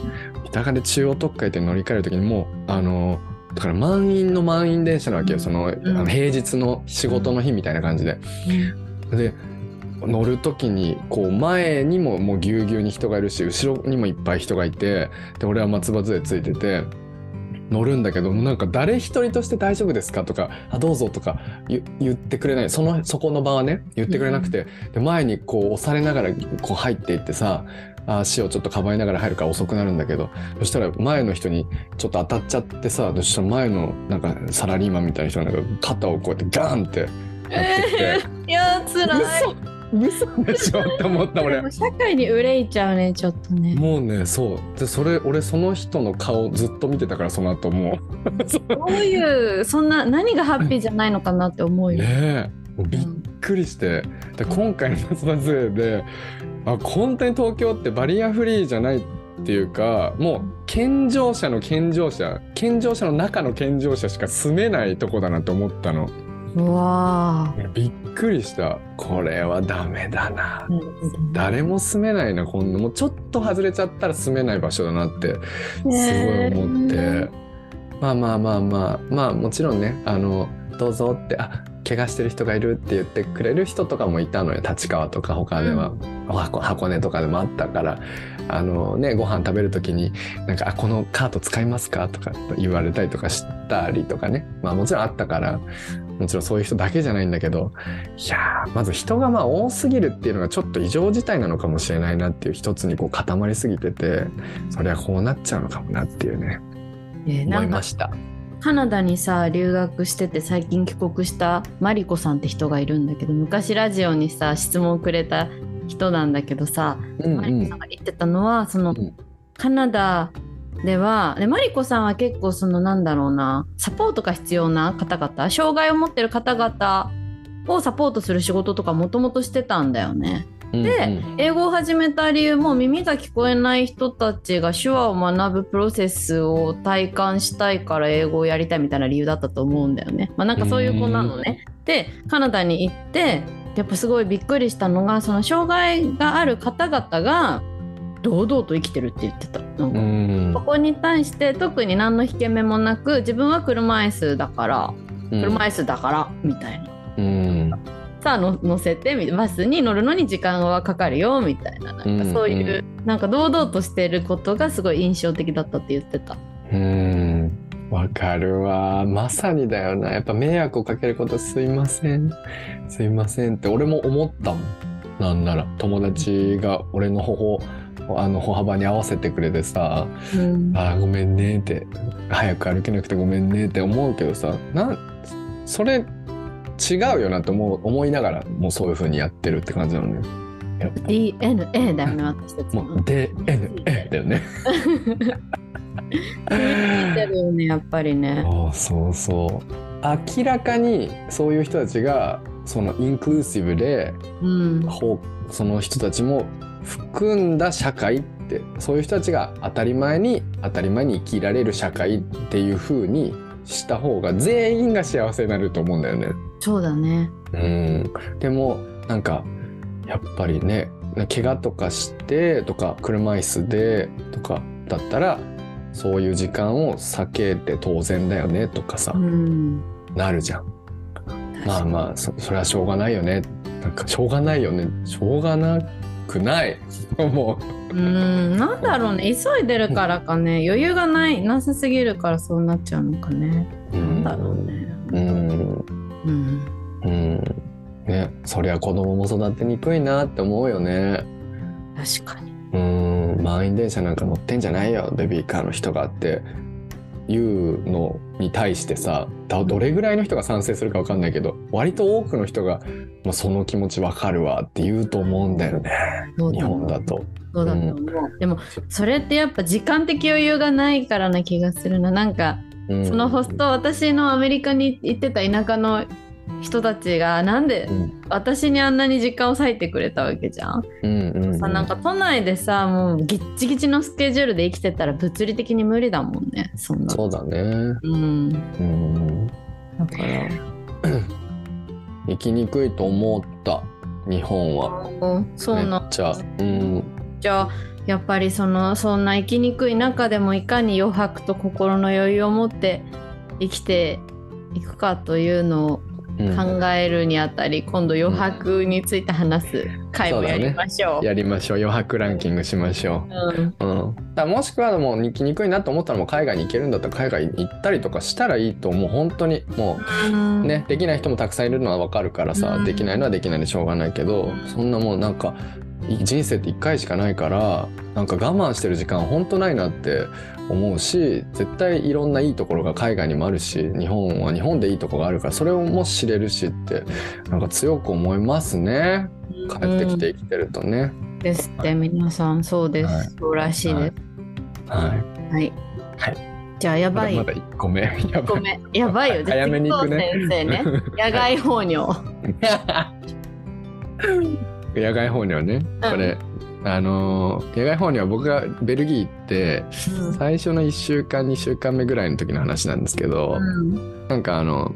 Speaker 1: 三鷹で中央特快って乗り換える時にもうあのだから満員の満員電車なわけよその,、
Speaker 2: ん
Speaker 1: あの平日の仕事の日みたいな感じでで乗る時にこう前にももうぎゅうぎゅうに人がいるし後ろにもいっぱい人がいてで俺は松葉杖ついてて乗るんだけどもうなんか誰一人として大丈夫ですかとかあどうぞとか言言ってくれないそのそこの場はね言ってくれなくて、で前にこう押されながらこう入っていってさ足をちょっとかばいながら入るから遅くなるんだけどそしたら前の人にちょっと当たっちゃってさそしたら前のなんかサラリーマンみたいな人がなんか肩をこうやってガーンってやってきて。
Speaker 2: いやーつらい
Speaker 1: 嘘 嘘でしょって思った
Speaker 2: で
Speaker 1: 俺
Speaker 2: も社会に憂いちゃうねちょっとね
Speaker 1: もうねそうでそれ俺その人の顔ずっと見てたからその後も
Speaker 2: どういうそんな何がハッピーじゃないのかなって思う
Speaker 1: う
Speaker 2: よ、
Speaker 1: ねえもう
Speaker 2: う
Speaker 1: びっ
Speaker 2: ん
Speaker 1: くりしてで今回の「夏の杖で」あ本当に東京ってバリアフリーじゃないっていうかもう健常者の健常者健常者の中の健常者しか住めないとこだなと思ったの
Speaker 2: うわ
Speaker 1: びっくりしたこれはダメだな
Speaker 2: ーなるほどね
Speaker 1: 誰も住めないな今度もうちょっと外れちゃったら住めない場所だなってすごい思って、
Speaker 2: ね
Speaker 1: まあまあまあまあまあもちろんねあのどうぞってあ怪我してる人がいるって言ってくれる人とかもいたのよ立川とか他では、
Speaker 2: う
Speaker 1: お箱箱根とかでもあったからあのねご飯食べる時になんかあこのカート使いますかとか言われたりとかしたりとかねまあもちろんあったからもちろんそういう人だけじゃないんだけどいやーまず人がまあ多すぎるっていうのがちょっと異常事態なのかもしれないなっていう一つにこう固まりすぎててそりゃこうなっちゃうのかもなっていうね
Speaker 2: ねな
Speaker 1: 思い
Speaker 2: んか
Speaker 1: ました。
Speaker 2: カナダにさ留学してて最近帰国したマリコさんって人がいるんだけど昔ラジオにさ質問をくれた人なんだけどさ、
Speaker 1: うん
Speaker 2: マ
Speaker 1: う
Speaker 2: リコ
Speaker 1: ん
Speaker 2: さんが言ってたのはその、
Speaker 1: うん
Speaker 2: カナダではでマリコさんは結構そのなんだろうなサポートが必要な方々障害を持ってる方々をサポートする仕事とかもともとしてたんだよね。で英語を始めた理由も耳が聞こえない人たちが手話を学ぶプロセスを体感したいから英語をやりたいみたいな理由だったと思うんだよね。まあ、なんかそういう子なのね。でカナダに行ってやっぱすごいびっくりしたのがその障害がある方々が堂々と生きてるって言ってた。なん
Speaker 1: う
Speaker 2: か
Speaker 1: ん
Speaker 2: ここに対して特に何の引け目もなく自分は車椅子だから
Speaker 1: うん
Speaker 2: 車椅子だからみたいな。
Speaker 1: うん
Speaker 2: さあの乗せてみバスに乗るのに時間はかかるよみたいななんかそういう、なんか堂々としてることがすごい印象的だったって言ってた。
Speaker 1: うんわかるわまさにだよなやっぱ迷惑をかけることすいませんすいませんって俺も思ったもんなんなら友達が俺の頬あの歩幅に合わせてくれてさ
Speaker 2: うん
Speaker 1: 「あーごめんね」って「早く歩けなくてごめんね」って思うけどさなんそれ違うよなと思う思いながらもうそういう風にやってるって感じなのね。やっぱ
Speaker 2: DNA だよね私たち
Speaker 1: もう
Speaker 2: も。
Speaker 1: DNA だよね。
Speaker 2: 見てるよねやっぱりね。
Speaker 1: ああそうそう明らかにそういう人たちがそのインクルーシブで
Speaker 2: うん
Speaker 1: ほうその人たちも含んだ社会ってそういう人たちが当たり前に当たり前に生きられる社会っていう風にした方が全員が幸せになると思うんだよね。
Speaker 2: そうだね。
Speaker 1: うん、でもなんかやっぱりね怪我とかしてとか車椅子でとかだったらそういう時間を避けて当然だよねとかさ、
Speaker 2: うん。
Speaker 1: なるじゃんまあ
Speaker 2: あ。
Speaker 1: まあそそれはしょうがないよねなんかしょうがないよねしょうがなくない も
Speaker 2: うんなんだろうね急いでるからかね余裕がないなさすぎるからそうなっちゃうのかね。
Speaker 1: う
Speaker 2: なんだろうね。
Speaker 1: うん
Speaker 2: うん。
Speaker 1: うんねそりゃ子供も育てにくいなって思うよね
Speaker 2: 確かに。
Speaker 1: うーん満員電車なんか乗ってんじゃないよベビーカーの人がっていうのに対してさだどれぐらいの人が賛成するか分かんないけど割と多くの人が、まあ、その気持ち分かるわって言うと思うんだよね
Speaker 2: どう
Speaker 1: 日
Speaker 2: だろう
Speaker 1: 本だと。
Speaker 2: そうだと思う、でもそれってやっぱ時間的余裕がないからな気がするななんか
Speaker 1: うん
Speaker 2: そのホスト、私のアメリカに行ってた田舎の人たちがなんで
Speaker 1: うん
Speaker 2: 私にあんなに時間を割いてくれたわけじゃん。
Speaker 1: うんうん
Speaker 2: さなんか都内でさもうギッチギチのスケジュールで生きてたら物理的に無理だもんねそんな
Speaker 1: そうだね
Speaker 2: うん
Speaker 1: うん
Speaker 2: だから
Speaker 1: 行きにくいと思った日本は
Speaker 2: うんそう
Speaker 1: め
Speaker 2: なん
Speaker 1: っちゃうん
Speaker 2: じゃあやっぱりそのそんな生きにくい中でもいかに余白と心の余裕を持って生きていくかというのを
Speaker 1: うん
Speaker 2: 考えるにあたり、今度余白について話す回もやりましょう。
Speaker 1: やりましょう余白ランキングしましょ
Speaker 2: うん
Speaker 1: う、うん、だからもしくはもう行きにくいなと思ったらもう海外に行けるんだったら海外に行ったりとかしたらいいと思う本当にもうねできない人もたくさんいるのはわかるからさ、
Speaker 2: うん
Speaker 1: できないのはできないでしょうがないけどそんなもうなんかい人生って1回しかないからなんか我慢してる時間本当ないなって思うし絶対いろんないいところが海外にもあるし日本は日本でいいところがあるからそれをも知れるしってなんか強く思いますね帰ってきて生きてるとね。
Speaker 2: うんですって皆さんそうです、
Speaker 1: はい
Speaker 2: そうらしいです。
Speaker 1: はい
Speaker 2: はい、
Speaker 1: はい
Speaker 2: じゃあや
Speaker 1: ま
Speaker 2: ば
Speaker 1: だ
Speaker 2: い
Speaker 1: ま
Speaker 2: よ。
Speaker 1: だ1個目。やば
Speaker 2: ご
Speaker 1: い。
Speaker 2: めんやばいよ。
Speaker 1: 早めに行くね
Speaker 2: 絶対そう先生ね。野外放尿。
Speaker 1: 野外放尿ね。これ、あのー野外放尿僕がベルギー行って最初の1週間2週間目ぐらいの時の話なんですけど、
Speaker 2: うん
Speaker 1: なんかあの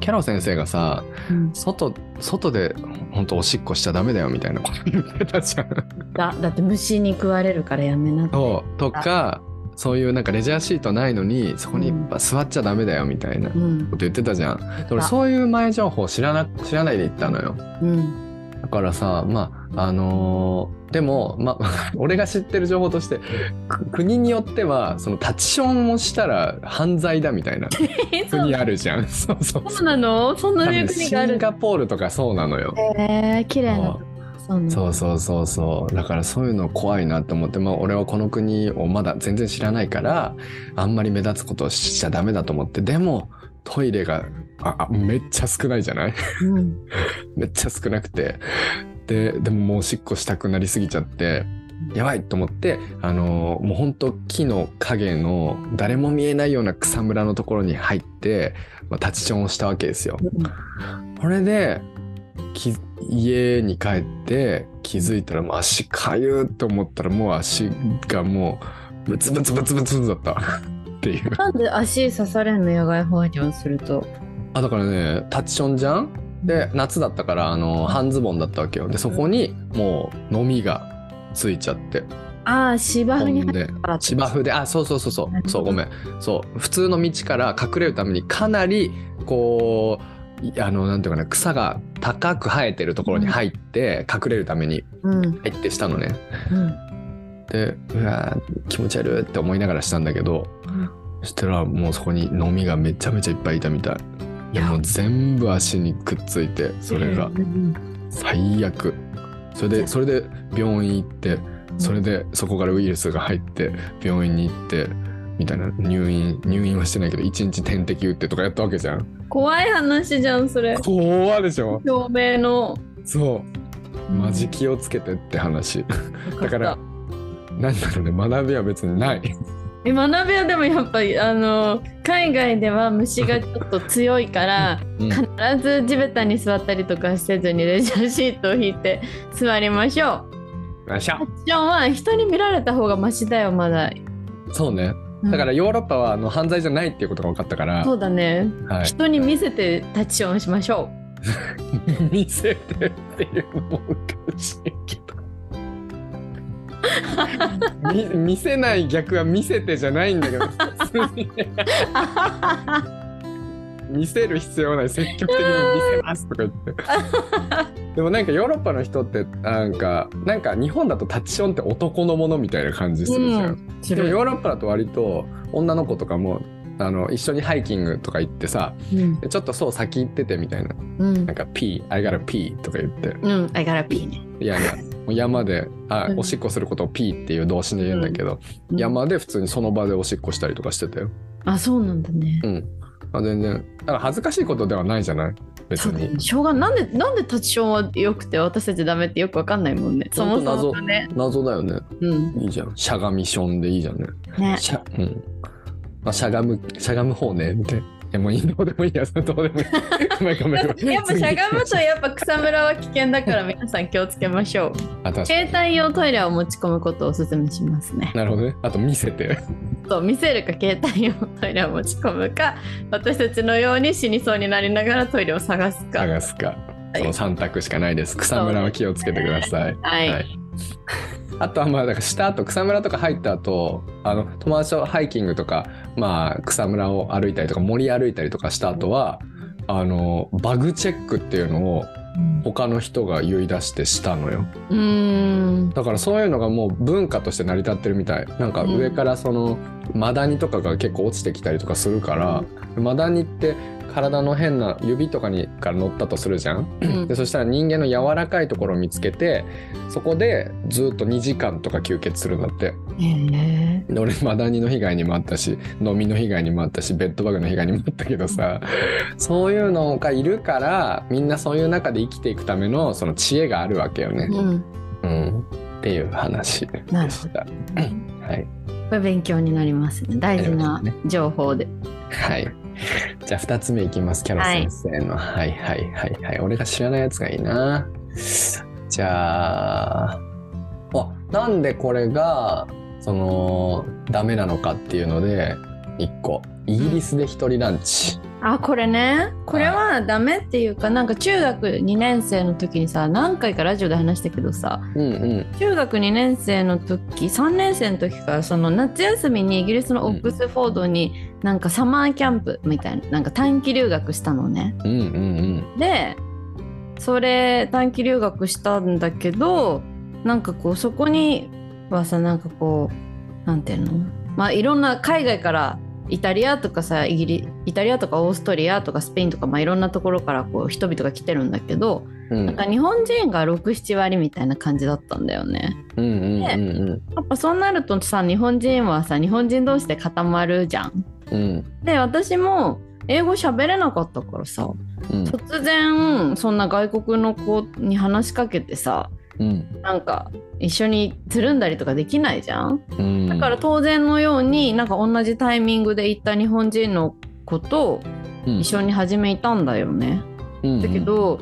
Speaker 1: キャロ先生がさ
Speaker 2: うん
Speaker 1: 外外で本当おしっこしちゃダメだよみたいなこと言ってたじゃ ん。
Speaker 2: だだって虫に食われるからやめなって
Speaker 1: そうとかそういうなんかレジャーシートないのにそこに座っちゃダメだよみたいなこ
Speaker 2: うん
Speaker 1: と言ってたじゃん。で俺
Speaker 2: あ
Speaker 1: そういう前情報知らな知らないで行ったのよ。
Speaker 2: うん
Speaker 1: だからさまああのーでも、まあ、 俺が知ってる情報としてく国によってはそのタッチションをしたら犯罪だみたいな
Speaker 2: えそう
Speaker 1: 国あるじゃん。 そうそう
Speaker 2: そうなのそんな
Speaker 1: 多分
Speaker 2: 国
Speaker 1: シ
Speaker 2: がある
Speaker 1: ン
Speaker 2: んだ
Speaker 1: ガポールとかそうなのよ。
Speaker 2: へえ綺麗なとこそうな
Speaker 1: そ
Speaker 2: の
Speaker 1: うそうそうそうだからそういうの怖いなと思って、まあ、俺はこの国をまだ全然知らないからあんまり目立つことをしちゃダメだと思ってでもトイレがああめっちゃ少ないじゃない
Speaker 2: うん
Speaker 1: めっちゃ少なくてででももうおしっこしたくなりすぎちゃってやばいと思ってあのーもうほんと木の影の誰も見えないような草むらのところに入って、まあ、立ちションをしたわけですよ。これでき家に帰って気づいたらもう足かゆって思ったらもう足がもうブツブツブツブツブツだった っていう
Speaker 2: なんで足刺されんの野外放尿すると
Speaker 1: あだからねタッチションじゃんで夏だったからあの半ズボンだったわけよでそこにもうのみがついちゃって
Speaker 2: ああ芝生に
Speaker 1: 飛ん
Speaker 2: 入っ
Speaker 1: で
Speaker 2: たからって
Speaker 1: 芝生であそうそうそうそうそうごめんそう普通の道から隠れるためにかなりこういあのなんていうかな草が高く生えてるところに入って隠れるために
Speaker 2: うん
Speaker 1: 入ってしたのね
Speaker 2: うん
Speaker 1: でうわー気持ち悪いって思いながらしたんだけどそしたらもうそこに飲みがめちゃめちゃいっぱいいたみたいで
Speaker 2: や
Speaker 1: もう全部足にくっついてそれが
Speaker 2: うん
Speaker 1: 最悪それでそれで病院行ってそれでそこからウイルスが入って病院に行ってみたいな入院入院はしてないけど一日点滴打ってとかやったわけじゃん
Speaker 2: 怖い話じゃんそれ
Speaker 1: 怖いでしょ
Speaker 2: 透明の
Speaker 1: そうマジ気をつけてって話だ
Speaker 2: だ
Speaker 1: から何だろうね学びは別にない
Speaker 2: え学びはでもやっぱりあの海外では虫がちょっと強いから
Speaker 1: うん
Speaker 2: 必ず地べたに座ったりとかせずにレジャーシートを引いて座りましょう。
Speaker 1: よいしょ
Speaker 2: アクションは人に見られた方がマシだよまだ。
Speaker 1: そうねだから
Speaker 2: うん
Speaker 1: ヨーロッパはあの犯罪じゃないっていうことが分かったから、
Speaker 2: そうだね、
Speaker 1: はい、
Speaker 2: 人に見せてタッチションしましょ
Speaker 1: 見せてっていうのもおかしいけ どみ見せない逆は見せてじゃないんだけど普通 にね
Speaker 2: う。あ
Speaker 1: 見せる必要はない積極的に見せますとか言ってでもなんかヨーロッパの人ってなんかなんか日本だとタッチションって男のものみたいな感じするじゃん、でもヨーロッパだと割と女の子とかもあの一緒にハイキングとか行ってさ
Speaker 2: うん
Speaker 1: でちょっとそう先行っててみたいな
Speaker 2: うん
Speaker 1: なんか P I got a P とか言って
Speaker 2: うん、I gotta pee ね。
Speaker 1: いやい やもう山であ
Speaker 2: うん
Speaker 1: おしっこすることを P っていう動詞で言うんだけど、
Speaker 2: うん
Speaker 1: 山で普通にその場でおしっこしたりとかしてたよ、
Speaker 2: あ、そうなんだね。
Speaker 1: うんあ、全然だから恥ずかしいことではないじゃない別
Speaker 2: そうだ
Speaker 1: に
Speaker 2: ね。しょうがなんでなんでタッチションは良くて私たちダメってよくわかんないもんね。そもそもがね。
Speaker 1: 謎だよね
Speaker 2: うん。
Speaker 1: いいじゃんしゃがみションでいいじゃんね
Speaker 2: ね。
Speaker 1: しゃ,、うんまあ、しゃがむしゃがむ方ねみたいなでもいい、どうでもいいや、それどうでもいい。ごめんごめん ごめん。
Speaker 2: やっぱしゃがむとやっぱ草むらは危険だから皆さん気をつけましょう。
Speaker 1: あ、確かに
Speaker 2: 携帯用トイレを持ち込むことをお勧めしますね。
Speaker 1: なるほどね。あと見せて。
Speaker 2: と見せるか携帯用トイレを持ち込むか私たちのように死にそうになりながらトイレを探すか。
Speaker 1: 探すか。その三択しかないです。草むらは気をつけてください。
Speaker 2: はい、
Speaker 1: はい。あとはまあだからした後草むらとか入った後あの友達とハイキングとか、まあ、草むらを歩いたりとか森歩いたりとかした後はあのバグチェックっていうのを他の人が言い出してしたのよ
Speaker 2: うーん
Speaker 1: だからそういうのがもう文化として成り立ってるみたいなんか上からそのマダニとかが結構落ちてきたりとかするからマダニって体の変な指とかにから乗ったとするじゃん
Speaker 2: うん
Speaker 1: でそしたら人間の柔らかいところを見つけてそこでずっと2時間とか休憩するんだって
Speaker 2: へ
Speaker 1: で俺マダニの被害にもあったし飲みの被害にもあったしベッドバグの被害にもあったけどさそういうのがいるからみんなそういう中で生きていくためのその知恵があるわけよね
Speaker 2: ー、うん、
Speaker 1: うん、っていう話でした。はい、
Speaker 2: これ勉強になりますね大事な情報で。
Speaker 1: はい、じゃあ2つ目いきますキャロ先生の、はい、はいはいはい俺が知らないやつがいいなじゃああなんでこれがそのダメなのかっていうので1個イギリスで一人ランチ、
Speaker 2: あこれねこれはダメっていうかなんか中学2年生の時にさ何回かラジオで話したけどさ
Speaker 1: うんうん
Speaker 2: 中学2年生の時3年生の時からその夏休みにイギリスのオックスフォードになんかサマーキャンプみたいななんか短期留学したのね。
Speaker 1: うんうん
Speaker 2: でそれ短期留学したんだけどなんかこうそこにはさなんかこうなんていうのまあいろんな海外からイタリアとかさイギリイタリアとかオーストリアとかスペインとか、まあ、いろんなところからこう人々が来てるんだけど
Speaker 1: うんうん
Speaker 2: なんか日本人が67割みたいな感じだったんだよね。
Speaker 1: うんうんうん
Speaker 2: やっぱそうなるとさ日本人はさ日本人同士で固まるじゃん。
Speaker 1: うんうん
Speaker 2: で私も英語喋れなかったからさ
Speaker 1: うん
Speaker 2: 突然そんな外国の子に話しかけてさ
Speaker 1: うん
Speaker 2: なんか一緒につるんだりとかできないじゃん。
Speaker 1: うん
Speaker 2: だから当然のようになんか同じタイミングで行った日本人の子と一緒に始めいたんだよね。
Speaker 1: うん
Speaker 2: だけど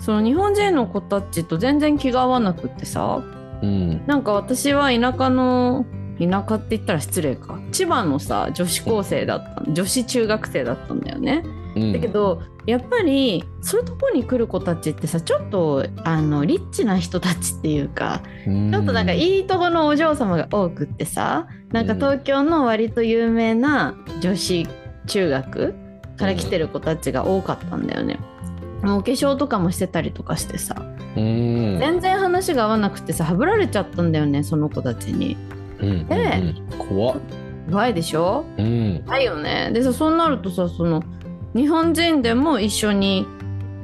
Speaker 2: その日本人の子たちと全然気が合わなくってさ
Speaker 1: うん
Speaker 2: なんか私は田舎の田舎って言ったら失礼か千葉のさ女子高生だった女子中学生だったんだよね。
Speaker 1: うん
Speaker 2: だけどやっぱりそういうとこに来る子たちってさちょっとあのリッチな人たちっていうか
Speaker 1: ち
Speaker 2: ちょ
Speaker 1: ょ
Speaker 2: っとなんか
Speaker 1: い
Speaker 2: いいとこのお嬢様が多くってさなんか東京の割と有名な女子中学から来てる子たちが多かったんだよね。もうお化粧とかもしてたりとかしてさ
Speaker 1: うん
Speaker 2: 全然話が合わなくてさハブられちゃったんだよねその子たちに。
Speaker 1: うん
Speaker 2: で
Speaker 1: うん怖っ
Speaker 2: 怖いでしょ
Speaker 1: うん
Speaker 2: ないよねでさそうなるとさその日本人でも一緒に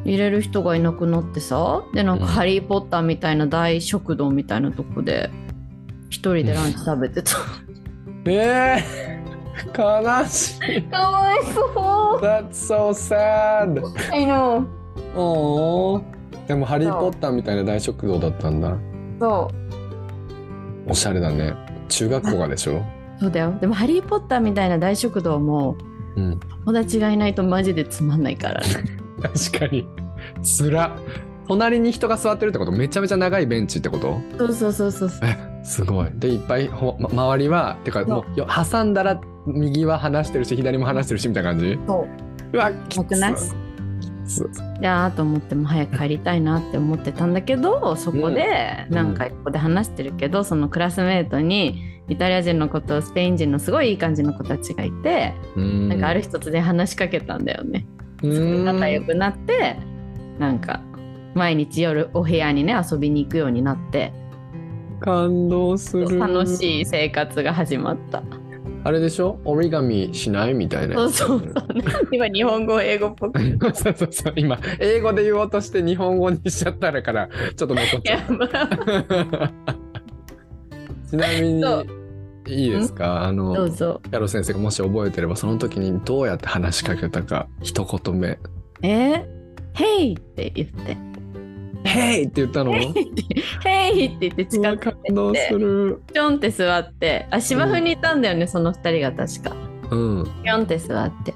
Speaker 2: 入れる人がいなくなってさでなんか
Speaker 1: う
Speaker 2: 「
Speaker 1: ん
Speaker 2: ハリー・ポッター」みたいな大食堂みたいなとこで一人でランチ食べてた
Speaker 1: えー、悲しい。
Speaker 2: かわいそう
Speaker 1: That's so sad.
Speaker 2: I know
Speaker 1: おお。でもハリー・ポッターみたいな大食堂だったんだ。
Speaker 2: そう
Speaker 1: おしゃれだね。中学校がでしょ。
Speaker 2: そうだよでも「ハリー・ポッター」みたいな大食堂も
Speaker 1: うん。
Speaker 2: 友達がいないとマジでつまんないからね
Speaker 1: 確かに。つら。隣に人が座ってるってことめちゃめちゃ長いベンチってこと
Speaker 2: そうそうそうそうそう
Speaker 1: すごい。でいっぱいほ、ま、周りはてかもうよ挟んだら右は話してるし左も話してるしみたいな感じ
Speaker 2: そ
Speaker 1: う
Speaker 2: う
Speaker 1: わき
Speaker 2: 僕なし
Speaker 1: つ
Speaker 2: いやーと思っても早く帰りたいなって思ってたんだけどそこで
Speaker 1: うん
Speaker 2: なんかここで話してるけど、そのクラスメートにイタリア人の子とスペイン人のすごいいい感じの子たちがいて、
Speaker 1: うん
Speaker 2: なんかある日突然話しかけたんだよね。
Speaker 1: うん
Speaker 2: すごい仲良くなってなんか毎日夜お部屋にね遊びに行くようになって
Speaker 1: 感動する
Speaker 2: 楽しい生活が始まった。
Speaker 1: あれでしょ折り紙しないみたいな
Speaker 2: そ
Speaker 1: や
Speaker 2: う
Speaker 1: つ
Speaker 2: そうそう、ね、今日本語英語っ ぽく
Speaker 1: そうそうそう今英語で言おうとして日本語にしちゃったらからちょっと残っちゃ
Speaker 2: や
Speaker 1: っ
Speaker 2: ばい
Speaker 1: た ちなみに
Speaker 2: そう
Speaker 1: いいですかあ
Speaker 2: ど
Speaker 1: の
Speaker 2: うぞ。
Speaker 1: キャロ先生がもし覚えてればその時にどうやって話しかけたか一言目
Speaker 2: えー、Hey! って言って。
Speaker 1: 「Hey!」って言ったの
Speaker 2: ヘイって言って
Speaker 1: う
Speaker 2: 近
Speaker 1: わ
Speaker 2: づ
Speaker 1: 感動する
Speaker 2: ピョンって座ってあ芝生にいたんだよね、その二人が確か
Speaker 1: うん
Speaker 2: ピョンって座って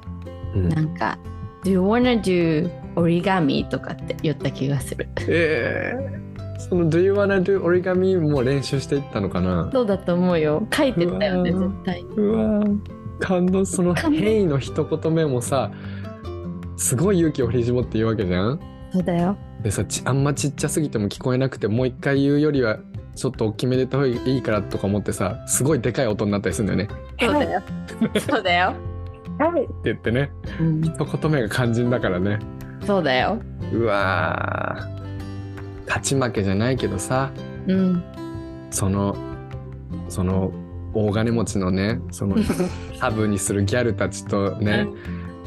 Speaker 1: ううん
Speaker 2: なんか「Do you wanna do origami?」とかって言った気がする
Speaker 1: えー、その Do you wanna do 折り紙も練習していったのかな
Speaker 2: そうだと思うよ書いてたよね
Speaker 1: うわー
Speaker 2: 絶対
Speaker 1: うわー感動その「
Speaker 2: 感動
Speaker 1: 変異」の一言目もさすごい勇気を振り絞って言うわけじゃん
Speaker 2: そうだよ
Speaker 1: でさちあんまちっちゃすぎても聞こえなくてもう一回言うよりはちょっと大きめで言った方がいいからとか思ってさすごいでかい音になったりするんだよね。
Speaker 2: そうだよ そうだよ、
Speaker 1: はいって言ってね
Speaker 2: うん、
Speaker 1: 一言目が肝心だからね
Speaker 2: そうだよ
Speaker 1: うわー勝ち負けじゃないけどさ
Speaker 2: うん
Speaker 1: そのその大金持ちのねそのハブにするギャルたちとね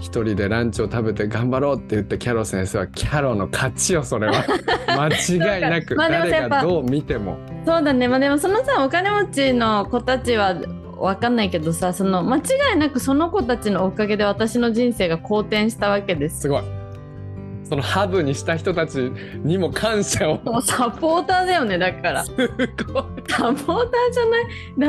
Speaker 1: 一人でランチを食べて頑張ろうって言ってキャロ先生はキャロの勝ちよそれ は間違いなく
Speaker 2: まあでもや
Speaker 1: 誰
Speaker 2: っぱ
Speaker 1: がどう見ても
Speaker 2: そうだねまあでもそのさお金持ちの子たちは分かんないけどさその間違いなくその子たちのおかげで私の人生が好転したわけです
Speaker 1: すごいそのハブにした人たちにも感謝を
Speaker 2: もうサポーターだよねだから
Speaker 1: すごい
Speaker 2: サポーターじゃない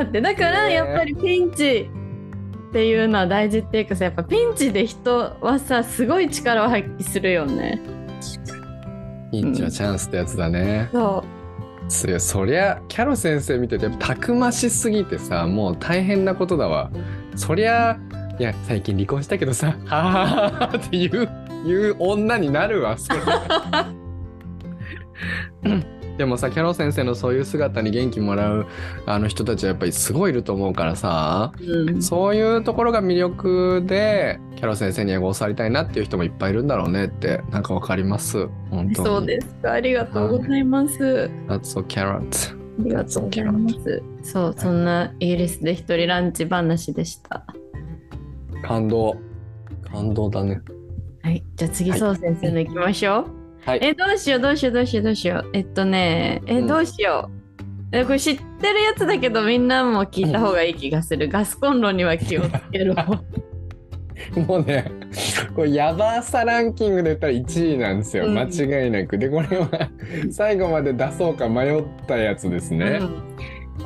Speaker 2: だってだから
Speaker 1: ねえ
Speaker 2: やっぱりピンチっていうのは大事っていうかさやっぱピンチで人はさすごい力を発揮するよね
Speaker 1: ピンチはチャンスってやつだね、
Speaker 2: そ
Speaker 1: 強いそりゃキャロ先生見ててたくましすぎてさもう大変なことだわそりゃいや最近離婚したけどさ ははははっていういう女になるわそれ うんでもさキャロ先生のそういう姿に元気もらうあの人たちはやっぱりすごいいると思うからさ
Speaker 2: う、うん、
Speaker 1: そういうところが魅力でキャロ先生に英語を教わりたいなっていう人もいっぱいいるんだろうねってなんかわかります本当に
Speaker 2: そうですかありがとうございます、
Speaker 1: That's so carrot
Speaker 2: ありがとうございます。そう、そんなイギリスで一人ランチ話でした。
Speaker 1: 感動感動だね
Speaker 2: はい、じゃあ次、
Speaker 1: はい
Speaker 2: そう先生の行きましょう。
Speaker 1: はい
Speaker 2: え、どうしよう、どうしよう、どうしよう、どうしよう。えっとね、え、
Speaker 1: うん
Speaker 2: どうしよう。え、これ知ってるやつだけど、みんなも聞いた方がいい気がする。ガスコンロには気をつけ ろ。
Speaker 1: もうねこれヤバさランキングで言ったら1位なんですよ、
Speaker 2: うん
Speaker 1: 間違いなくでこれは最後まで出そうか迷ったやつですね、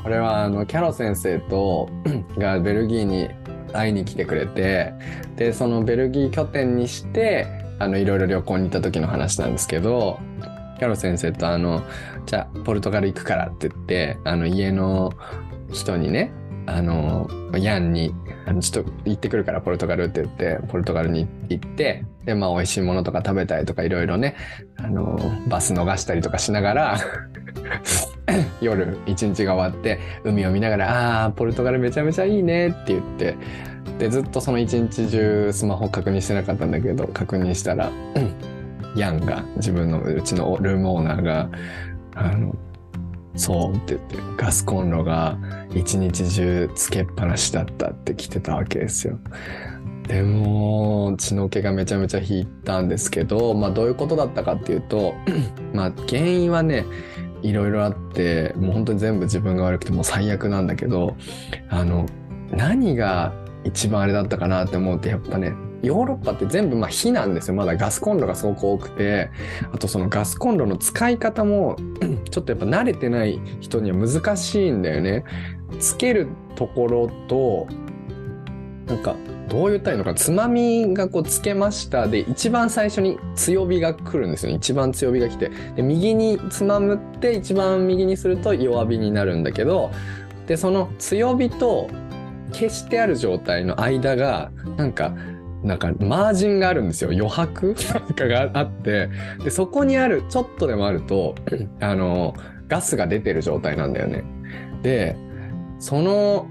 Speaker 1: これはあのキャロ先生と がベルギーに会いに来てくれてでそのベルギー拠点にしてあのいろいろ旅行に行った時の話なんですけどキャロ先生とあの「じゃあポルトガル行くから」って言ってあの家の人にねあのヤンにあの「ちょっと行ってくるからポルトガル」って言ってポルトガルに行ってでまあ美味しいものとか食べたりとかいろいろねあのバス逃したりとかしながら夜一日が終わって海を見ながら「あーポルトガルめちゃめちゃいいね」って言ってでずっとその一日中スマホ確認してなかったんだけど確認したらうんヤンが自分のうちのルームオーナーが「あのそう」って言ってガスコンロが一日中つけっぱなしだったって来てたわけですよ。でも血の気がめちゃめちゃ引いたんですけど、まあ、どういうことだったかっていうと、 まあ、原因はねいろいろあってもう本当に全部自分が悪くてもう最悪なんだけどあの何が一番あれだったかなって思うとやっぱねヨーロッパって全部まあ火なんですよまだガスコンロがすごく多くてあとそのガスコンロの使い方も ちょっとやっぱ慣れてない人には難しいんだよね。つけるところとなんかどう言ったらいいのかなつまみがこうつけましたで一番最初に強火が来るんですよね一番強火が来てで右につまむって一番右にすると弱火になるんだけどでその強火と消してある状態の間がなんかなんかマージンがあるんですよ余白 なんかがあってでそこにあるちょっとでもあるとあのガスが出てる状態なんだよね。でその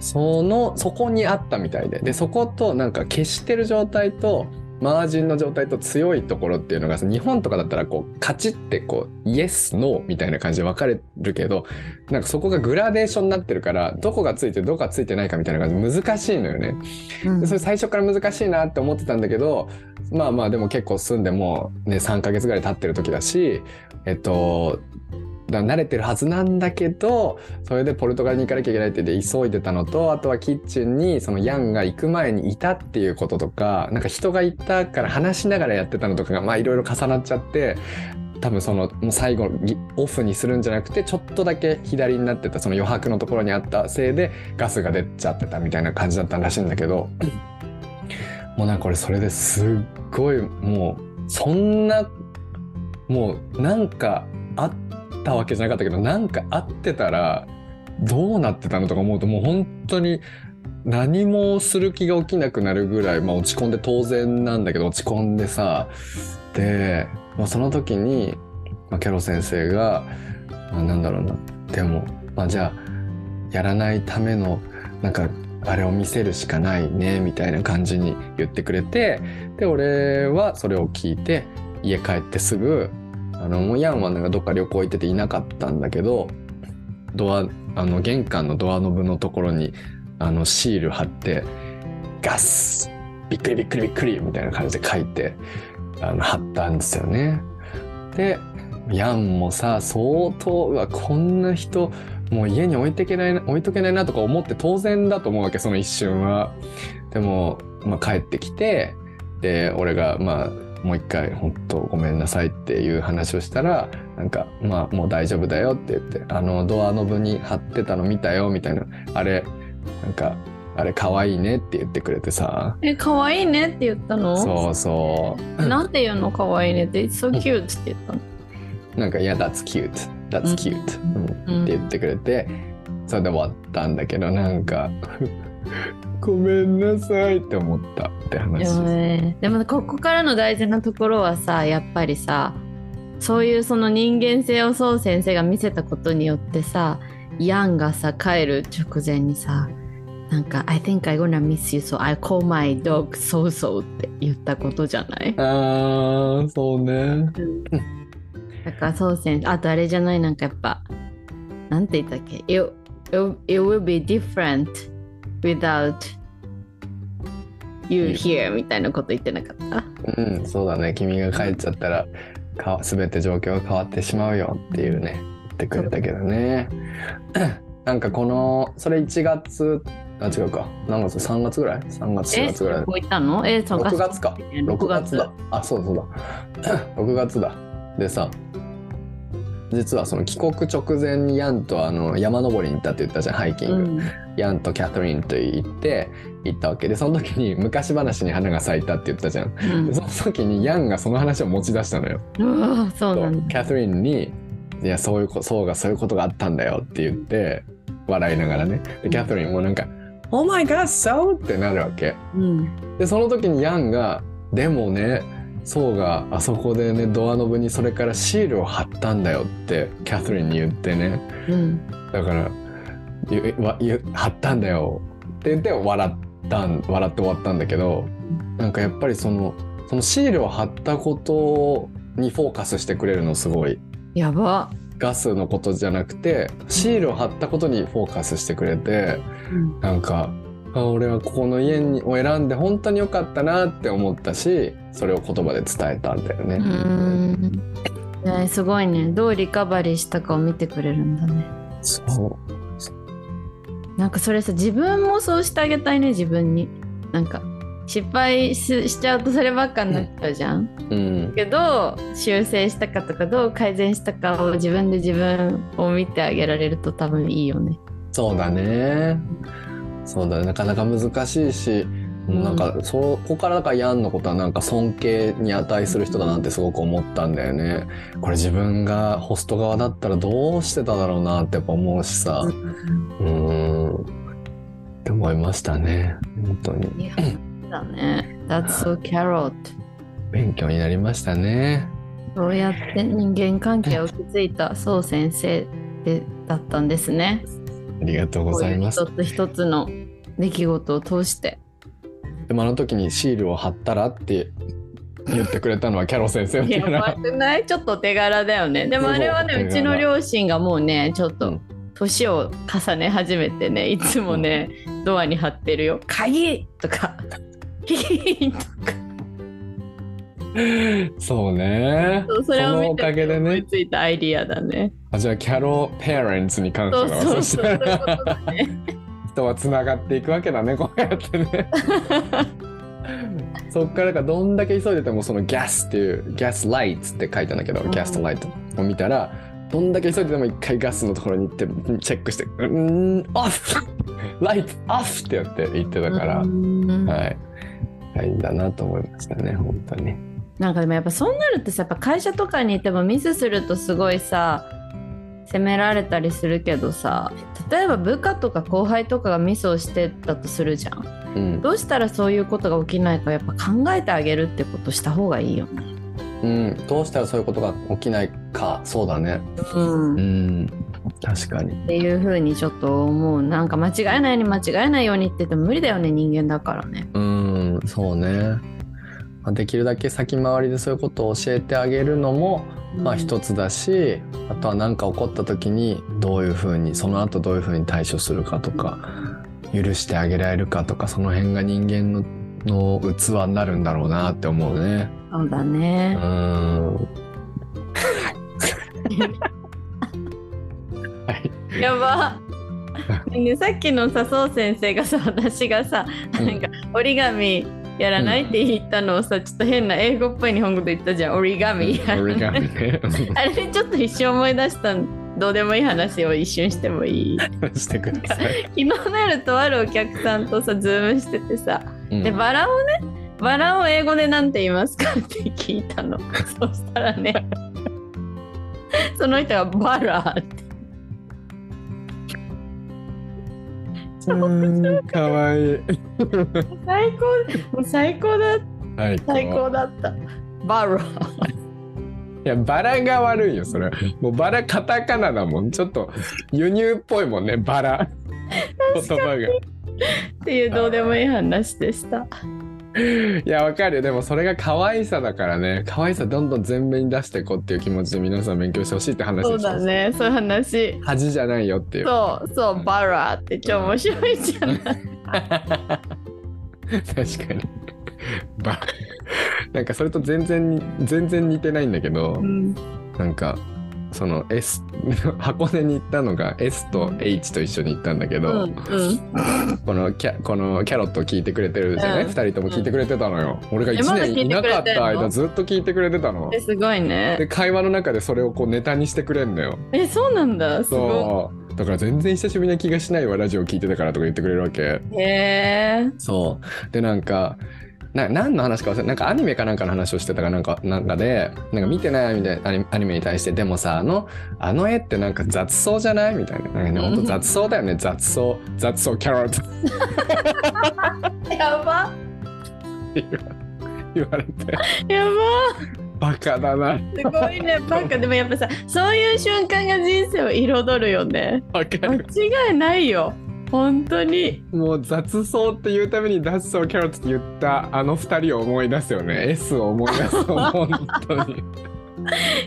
Speaker 1: そのそこにあったみたいででそことなんか消してる状態とマージンの状態と強いところっていうのが日本とかだったらこうカチッてこうイエスノーみたいな感じで分かれるけどなんかそこがグラデーションになってるからどこがついてるどこがついてないかみたいな感じで難しいのよね。
Speaker 2: うん
Speaker 1: でそれ最初から難しいなって思ってたんだけどまあまあでも結構住んでもうね3ヶ月ぐらい経ってる時だしえっとだ慣れてるはずなんだけどそれでポルトガルに行かなきゃいけないって言って急いでたのとあとはキッチンにそのヤンが行く前にいたっていうこととかなんか人がいたから話しながらやってたのとかがまあいろいろ重なっちゃって多分そのもう最後にオフにするんじゃなくてちょっとだけ左になってたその余白のところにあったせいでガスが出ちゃってたみたいな感じだったらしいんだけどもうなんか俺それですっごいもうそんなもうなんかあったわけじゃなかったけどなんかあってたらどうなってたのとか思うともう本当に何もする気が起きなくなるぐらい、まあ、落ち込んで当然なんだけど落ち込んでさで、まあ、その時に、まあ、ケロ先生が、まあ、なんだろうなでも、まあ、じゃあやらないためのなんかあれを見せるしかないねみたいな感じに言ってくれてで俺はそれを聞いて家帰ってすぐあのもうヤンはなんかどっか旅行行ってていなかったんだけどドアあの玄関のドアノブのところにあのシール貼って「ガスびっくりびっくりびっくり」みたいな感じで書いてあの貼ったんですよね。でヤンもさ相当うわこんな人もう家に置いてけないな置いとけないなとか思って当然だと思うわけその一瞬は。でも、まあ、帰ってきてで俺がまあもう一回「本当ごめんなさい」っていう話をしたらなんか「まあもう大丈夫だよ」って言って「あのドアノブに貼ってたの見たよ」みたいな「あれなんかあれ可愛いね」って言ってくれてさ
Speaker 2: え、可愛いねって言ったの
Speaker 1: そうそう
Speaker 2: なんて言うの可愛いねって、It's so cute って言ったの。
Speaker 1: なんか「いや that's cute that's cute、うん
Speaker 2: うん
Speaker 1: って言ってくれてそれで終わったんだけどなんか ごめんなさいって思ったって
Speaker 2: で
Speaker 1: 話
Speaker 2: もね、でもここからの大事なところはさ、やっぱりさ、そういうその人間性をそう先生が見せたことによってさ、ヤンがさ、帰る直前にさ、なんか、I think I gonna miss you, so I call my dog so so って言ったことじゃない
Speaker 1: あーそうね
Speaker 2: だからそう先生、あとあれじゃない、なんかやっぱ、なんて言ったっけ it, it, it will be different without you here みたいなこと言ってなかった
Speaker 1: うんそうだね君が帰っちゃったらか全て状況が変わってしまうよっていうね言ってくれたけどね なんかこのそれ1月あ違うか何月3月ぐらい3月4
Speaker 2: え、
Speaker 1: 月ぐらい
Speaker 2: どこ行ったのえ、そう
Speaker 1: 6月か
Speaker 2: 6
Speaker 1: 6
Speaker 2: 月
Speaker 1: 月
Speaker 2: だ
Speaker 1: だ。あそうだ そうだ6月だでさ実はその帰国直前にヤンとあの山登りに行ったって言ったじゃんハイキング、
Speaker 2: うん、
Speaker 1: ヤンとキャトリンと行って行ったわけでその時に昔話に花が咲いたって言ったじゃんでその時にヤンがその話を持ち出したのよ
Speaker 2: うん、うわそうなん
Speaker 1: キ
Speaker 2: だ。
Speaker 1: ャトリンに「いやそういうこそうがそういうことがあったんだよ」って言って笑いながらねでキャトリンもなんか「Oh my god so!」ってなるわけ
Speaker 2: うん、
Speaker 1: でその時にヤンが「でもねそうがあそこでねドアノブにそれからシールを貼ったんだよ」ってキャトリンに言ってね
Speaker 2: うん、
Speaker 1: だから「ゆわゆ貼ったんだよ」って言って笑ったん笑って終わったんだけどなんかやっぱりそのそのシールを貼ったことにフォーカスしてくれるのすごい。
Speaker 2: やば。
Speaker 1: ガスのことじゃなくてシールを貼ったことにフォーカスしてくれて
Speaker 2: うん
Speaker 1: なんかあ俺はここの家にを選んで本当に良かったなって思ったしそれを言葉で伝えたんだよね。
Speaker 2: うーんね、すごいね。どうリカバリーしたかを見てくれるんだね。
Speaker 1: そう
Speaker 2: なんかそれさ自分もそうしてあげたいね自分になんか失敗ししちゃうとそればっかになっちゃうじゃん、
Speaker 1: うん
Speaker 2: けど修正したかとかどう改善したかを自分で自分を見てあげられると多分いいよね
Speaker 1: そうだね。そうだねなかなか難しいし、
Speaker 2: うん
Speaker 1: なんかそこからなんかヤンのことはなんか尊敬に値する人だなってすごく思ったんだよね。これ自分がホスト側だったらどうしてただろうなってやっぱ思うしさ。うーんって思いましたね本当に
Speaker 2: いやだね That's so carrot
Speaker 1: 勉強になりましたね
Speaker 2: そうやって人間関係を築いたそう先生でだったんですね
Speaker 1: ありがとうございます
Speaker 2: こうう一つ一つの出来事を通 して
Speaker 1: でもあの時にシールを貼ったらって言ってくれたのはキャロ先生だ
Speaker 2: や
Speaker 1: か
Speaker 2: ば
Speaker 1: ら
Speaker 2: くないちょっとお手柄だよねでも
Speaker 1: そう
Speaker 2: あれはね
Speaker 1: お手柄
Speaker 2: うちの両親がもうねちょっ
Speaker 1: う
Speaker 2: と
Speaker 1: ん
Speaker 2: 年を重ね始めてねいつもねドアに貼ってるよ「鍵!」とか 「ヒヒヒ」とか
Speaker 1: そうね
Speaker 2: そうそれを見て
Speaker 1: のおかげで
Speaker 2: 思
Speaker 1: ね
Speaker 2: いついたアイディアだね
Speaker 1: あじゃあキャロペアレンツに感謝
Speaker 2: そう
Speaker 1: だわ
Speaker 2: そうそう
Speaker 1: し
Speaker 2: そう
Speaker 1: た
Speaker 2: いうこ
Speaker 1: ら
Speaker 2: とだね
Speaker 1: 人はつながっていくわけだねこうやって ねそっからかどんだけ急いでてもそのギャスっていうギャスライトって書いたんだけど、
Speaker 2: うん
Speaker 1: ギャスライトを見たらどんだけ急いでても一回ガスのところに行ってチェックして「う ーんオフライトオフ!」ってやって言ってたから、
Speaker 2: うん
Speaker 1: はい態だなと思いましたね、本当に。
Speaker 2: なんかでもやっぱそうなるとさやっぱ会社とかにいてもミスするとすごいさ責められたりするけどさ例えば部下とか後輩とかがミスをしてたとするじゃん
Speaker 1: うん、
Speaker 2: どうしたらそういうことが起きないかやっぱ考えてあげるってことした方がいいよね
Speaker 1: うん、どうしたらそういうことが起きないか、そうだね。
Speaker 2: うん
Speaker 1: うん、確かに。
Speaker 2: っていう風にちょっと思うなんか間違えないように間違えないようにって言っても無理だよね人間だからね
Speaker 1: うん、そうね。まあできるだけ先回りでそういうことを教えてあげるのも、まあ
Speaker 2: うん
Speaker 1: 一つだし、あとは何か起こった時にどういうふうにその後どういうふうに対処するかとか許してあげられるかとかその辺が人間のの器になるんだろうなって思うね。
Speaker 2: そうだ
Speaker 1: う
Speaker 2: ね
Speaker 1: ー ん。はい。
Speaker 2: やば ねさっきの佐藤先生がさ私がさ
Speaker 1: うん
Speaker 2: なんか折り紙やらないって言ったのをさちょっと変な英語っぽい日本語で言ったじゃん折り紙やら
Speaker 1: 折り
Speaker 2: ない
Speaker 1: 紙ね。
Speaker 2: あれちょっと一瞬思い出したんどうでもいい話を一瞬 してもいい
Speaker 1: してください。
Speaker 2: 昨日の夜とあるお客さんとさズームしててさ
Speaker 1: うん
Speaker 2: でバラをねバラを英語でなんて言いますかって聞い たのそしたらねその人がバラって
Speaker 1: うんかわいい。
Speaker 2: 最高もう最高だ
Speaker 1: はい。
Speaker 2: 最高だったバラ
Speaker 1: いや、バラが悪いよ、それ。もうバラカタカナだもん。ちょっと輸入っぽいもんね、バラ。言葉が。い
Speaker 2: っていうどうでもいい話でした。
Speaker 1: や、わかるよ。でもそれが可愛さだからね。可愛さどんどん前面に出していこうっていう気持ちで皆さん勉強してほしいって話でし
Speaker 2: そ
Speaker 1: ょ
Speaker 2: うだ。ね、そういう話。
Speaker 1: 恥じゃないよっていう。
Speaker 2: そうそう、バラって超面白いじゃない。
Speaker 1: 確かに。バなんかそれと全然に全然似てないんだけど、
Speaker 2: うん
Speaker 1: なんかその S 箱根に行ったのが S と H と一緒に行ったんだけ
Speaker 2: う
Speaker 1: ど、
Speaker 2: んうん、
Speaker 1: このキャこのキャロットを聞いてくれてるじゃね、
Speaker 2: うん
Speaker 1: 2人とも聞いてくれてたのよ、俺が
Speaker 2: えまだ
Speaker 1: 1年いなかっ
Speaker 2: 聞いてくれてん
Speaker 1: た
Speaker 2: の
Speaker 1: 間ずっと聞いてくれてたの
Speaker 2: えすごいね
Speaker 1: で。会話の中でそれをこうネタにしてくれんのよ
Speaker 2: え、そうなんだ。すご
Speaker 1: そうだから全然久しぶりな気がしないわラジオ聞いてたからとか言ってくれるわけ
Speaker 2: い。へえ。
Speaker 1: そうでなんかな何の話か忘れたなんかアニメかなんかの話をしてたかなんかなんかでなんか見てないみたいなアニアニメに対してでもさあのあの絵ってなんか雑草じゃないみたいななんか、ね、ほんと雑草だよね雑草雑草キャロット
Speaker 2: やば。
Speaker 1: って 言われて
Speaker 2: やば。
Speaker 1: バカだな
Speaker 2: すごい ね。バカでもやっぱさ、そういう瞬間が人生を彩るよね。
Speaker 1: わかる
Speaker 2: 間違いないよ。本当に。
Speaker 1: もう雑草って言うために脱草キャロットって言ったあの二人を思い出すよね S を思い出すよ本当に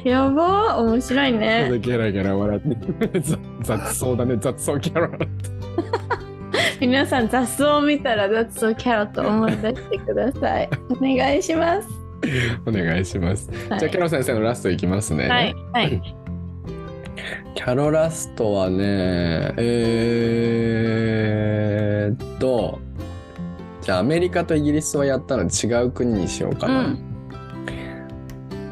Speaker 2: やば。面白いね。
Speaker 1: ゲラゲラ笑って 雑雑草だね雑草キャロット
Speaker 2: 皆さん雑草を見たら雑草キャロットを思い出してくださ い。お願いします。
Speaker 1: お願いします、
Speaker 2: はい
Speaker 1: じゃあキャロ先生のラストいきますね、
Speaker 2: はい はい。
Speaker 1: キャロラストはねえー、っとじゃあアメリカとイギリスをやったので違う国にしようか
Speaker 2: う
Speaker 1: な、
Speaker 2: ん。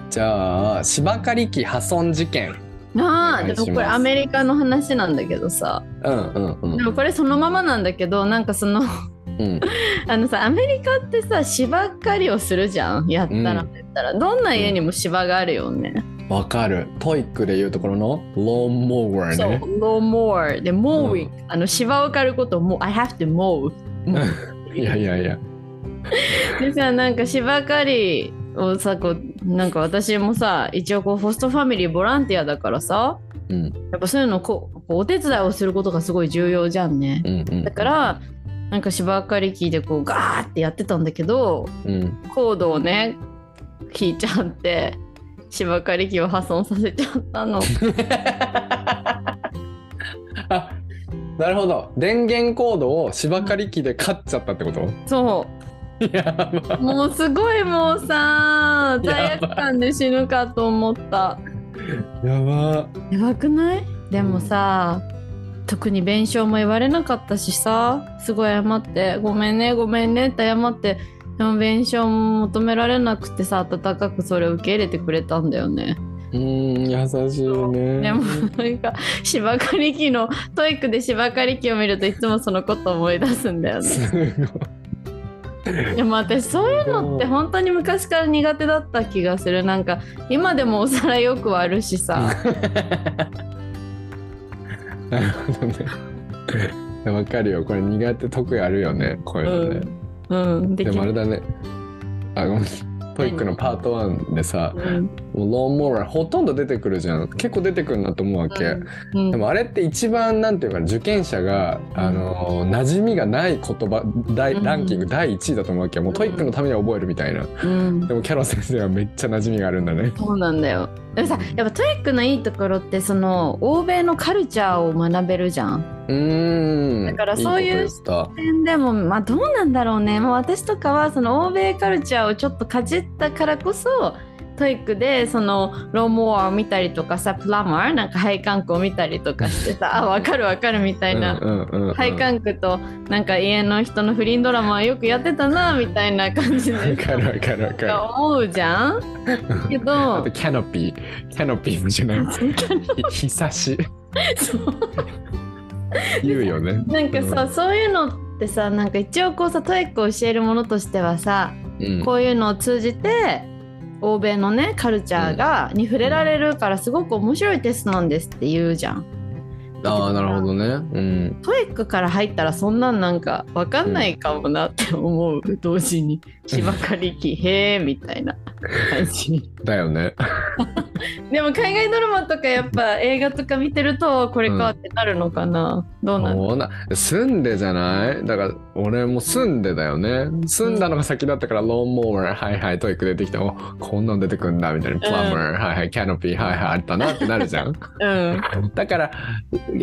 Speaker 1: じゃあ芝刈り機破損事件
Speaker 2: なあ
Speaker 1: お願いします
Speaker 2: でもこれアメリカの話なんだけどさ、
Speaker 1: うんうんうん
Speaker 2: でもこれそのままなんだけどなんかその
Speaker 1: うん
Speaker 2: あのさアメリカってさ芝刈りをするじゃんやったら、
Speaker 1: うん
Speaker 2: やったらどんな家にも芝があるよね。
Speaker 1: わかる。トイックで言うところのローンモーワー
Speaker 2: そう
Speaker 1: ね。
Speaker 2: 「no more」で「mowing、あの芝を刈ることをもう「I have to mow」
Speaker 1: いやいやいや。
Speaker 2: でさなんか芝刈りをさこうなんか私もさ一応こうホストファミリーボランティアだからさ
Speaker 1: うん
Speaker 2: やっぱそういうのこうこうお手伝いをすることがすごい重要じゃんね
Speaker 1: うんうん。
Speaker 2: だからなんか芝刈り機でこうガーってやってたんだけど
Speaker 1: うん。
Speaker 2: コードをね引いちゃって芝刈り機を破損させちゃったの
Speaker 1: あ、なるほど。電源コードを芝刈り機で刈っちゃったってこと。
Speaker 2: そ
Speaker 1: やば。
Speaker 2: うもうすごいもうさ罪悪感で死ぬかと思った。
Speaker 1: やば。
Speaker 2: やばくないでもさ、特に弁償も言われなかったしさすごい謝って「ごめんねごめんね」って謝ってでも弁償も求められなくてさ温かくそれを受け入れてくれたんだよね。
Speaker 1: うーん、優しいね。
Speaker 2: でもなんか芝刈り機のトイックで芝刈り機を見るといつもそのこと思い出すんだよね。
Speaker 1: すごい。
Speaker 2: でも私そういうのって本当に昔から苦手だった気がするなんか今でもお皿よく割るしさ
Speaker 1: なるほどね。わかるよ。これ苦手得意あるよね。こういうのね。
Speaker 2: うんで
Speaker 1: で
Speaker 2: き
Speaker 1: もあ
Speaker 2: る
Speaker 1: れだね。あごめん。トイックのパート1でさ、
Speaker 2: うん
Speaker 1: もうローンモーラーほとんど出てくるじゃん。結構出てくるなと思うわけ。
Speaker 2: うん
Speaker 1: でもあれって一番なんていうかな受験者が、
Speaker 2: うん
Speaker 1: あの馴染みがない言葉第
Speaker 2: うん
Speaker 1: ランキング第1位だと思うわけよもうトイックのために覚えるみたいな、
Speaker 2: うん
Speaker 1: でもキャロ先生はめっちゃ馴染みがあるんだね
Speaker 2: そうなんだよでもさやっぱトイックのいいところってその欧米のカルチャーを学べるじゃん
Speaker 1: うーん
Speaker 2: だからそういう
Speaker 1: いこと言っ
Speaker 2: でもまあどうなんだろうねもう私とかはその欧米カルチャーをちょっとかじったからこそトイックでそのローモアを見たりとかさプラマーなんか配管区を見たりとかしてさあ分かる分かるみた
Speaker 1: た
Speaker 2: いな、
Speaker 1: うんうんうんうん
Speaker 2: 配管区となんか家の人の不倫ドラマはよくやってたなみたいな感じ
Speaker 1: わ
Speaker 2: で
Speaker 1: かるわかるわかる
Speaker 2: なんか思うじゃんけ
Speaker 1: あ
Speaker 2: ど
Speaker 1: とキャノピーキャノピーじゃない ひさし
Speaker 2: そう
Speaker 1: 言うよね
Speaker 2: なんかさ、そういうのってさなんか一応こうさトイックを教えるものとしてはさ、
Speaker 1: うん
Speaker 2: こういうのを通じて欧米のねカルチャーが、に触れられるからすごく面白いテストなんですって言うじゃん
Speaker 1: ああなるほどねうん
Speaker 2: トイックから入ったらそんなんなんかわかんないかもなって思う、同時に芝刈り機へえみたいな感じ
Speaker 1: だよね
Speaker 2: でも海外ドラマとかやっぱ映画とか見てるとこれかってなるのかな、どうなんだ
Speaker 1: そうな住んでじゃないだから俺も住んでだよね住んだのが先だったからローンモーラーはいはいトイック出てきておこんなん出てくんだみたいなプラムー、はいはいキャノピーはいはいあったなってなるじ ゃん
Speaker 2: うん
Speaker 1: だから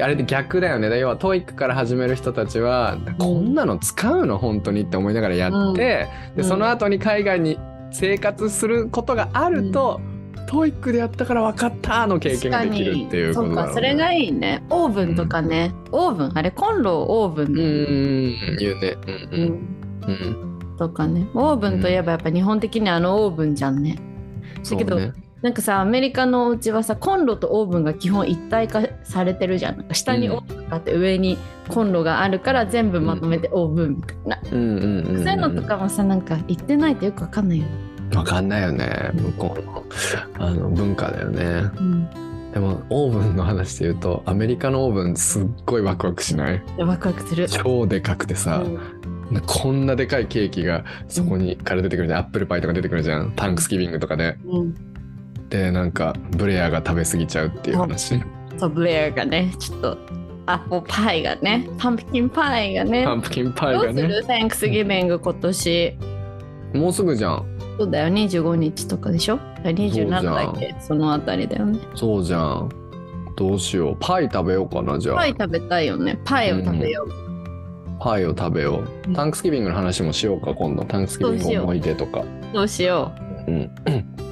Speaker 1: あれで逆だよね要はトイックから始める人たちはこんなの使うの本当にって思いながらやって、
Speaker 2: うん
Speaker 1: でその後に海外に生活することがあると、トイックでやったから分かったの経験ができるっていうことだろう
Speaker 2: 確かにそう
Speaker 1: ね
Speaker 2: かそれがいいねオーブンとかね、オーブンあれコンロをオーブン、
Speaker 1: うんうんうん言うねうんうんうん
Speaker 2: とかねオーブンといえばやっぱ日本的にあのオーブンじゃんね、だけ
Speaker 1: そ
Speaker 2: ど
Speaker 1: うね
Speaker 2: なんかさアメリカのお家はさコンロとオーブンが基本一体化されてるじゃんなんか下にオーブンがあって上にコンロがあるから全部まとめてオーブンみたいな、
Speaker 1: うんうんうんうん
Speaker 2: そういうのとかもさなんか言ってないとよくわかんないよね、
Speaker 1: わかんないよね向こうのあの文化だよね
Speaker 2: うん
Speaker 1: でもオーブンの話で言うとアメリカのオーブンすっごいワクワクしない
Speaker 2: で、ワクワクする
Speaker 1: 超でかくてさ
Speaker 2: う、ん
Speaker 1: こんなでかいケーキがそこにから出てくるじゃんアップルパイとか出てくるじゃんタンクスギビングとかで
Speaker 2: うん
Speaker 1: でなんかブレアが食べ過ぎちゃうっていう話
Speaker 2: そうブレアがねちょっとアップルパイがねパンプキンパイがね
Speaker 1: パンプキンパイ
Speaker 2: どう
Speaker 1: が
Speaker 2: す
Speaker 1: ね
Speaker 2: るサンクスギビング今年
Speaker 1: もうすぐじゃん
Speaker 2: そうだよ25日とかでしょ27だっけそのあたりだよね
Speaker 1: そうじゃんどうしようパイ食べようかなじゃあ
Speaker 2: パイ食べたいよねパイを食べよう、
Speaker 1: パイを食べよ
Speaker 2: うん
Speaker 1: うタンクスギビングの話もしようか今度タンクスギビング思い出とか
Speaker 2: どうしよ
Speaker 1: うん
Speaker 2: う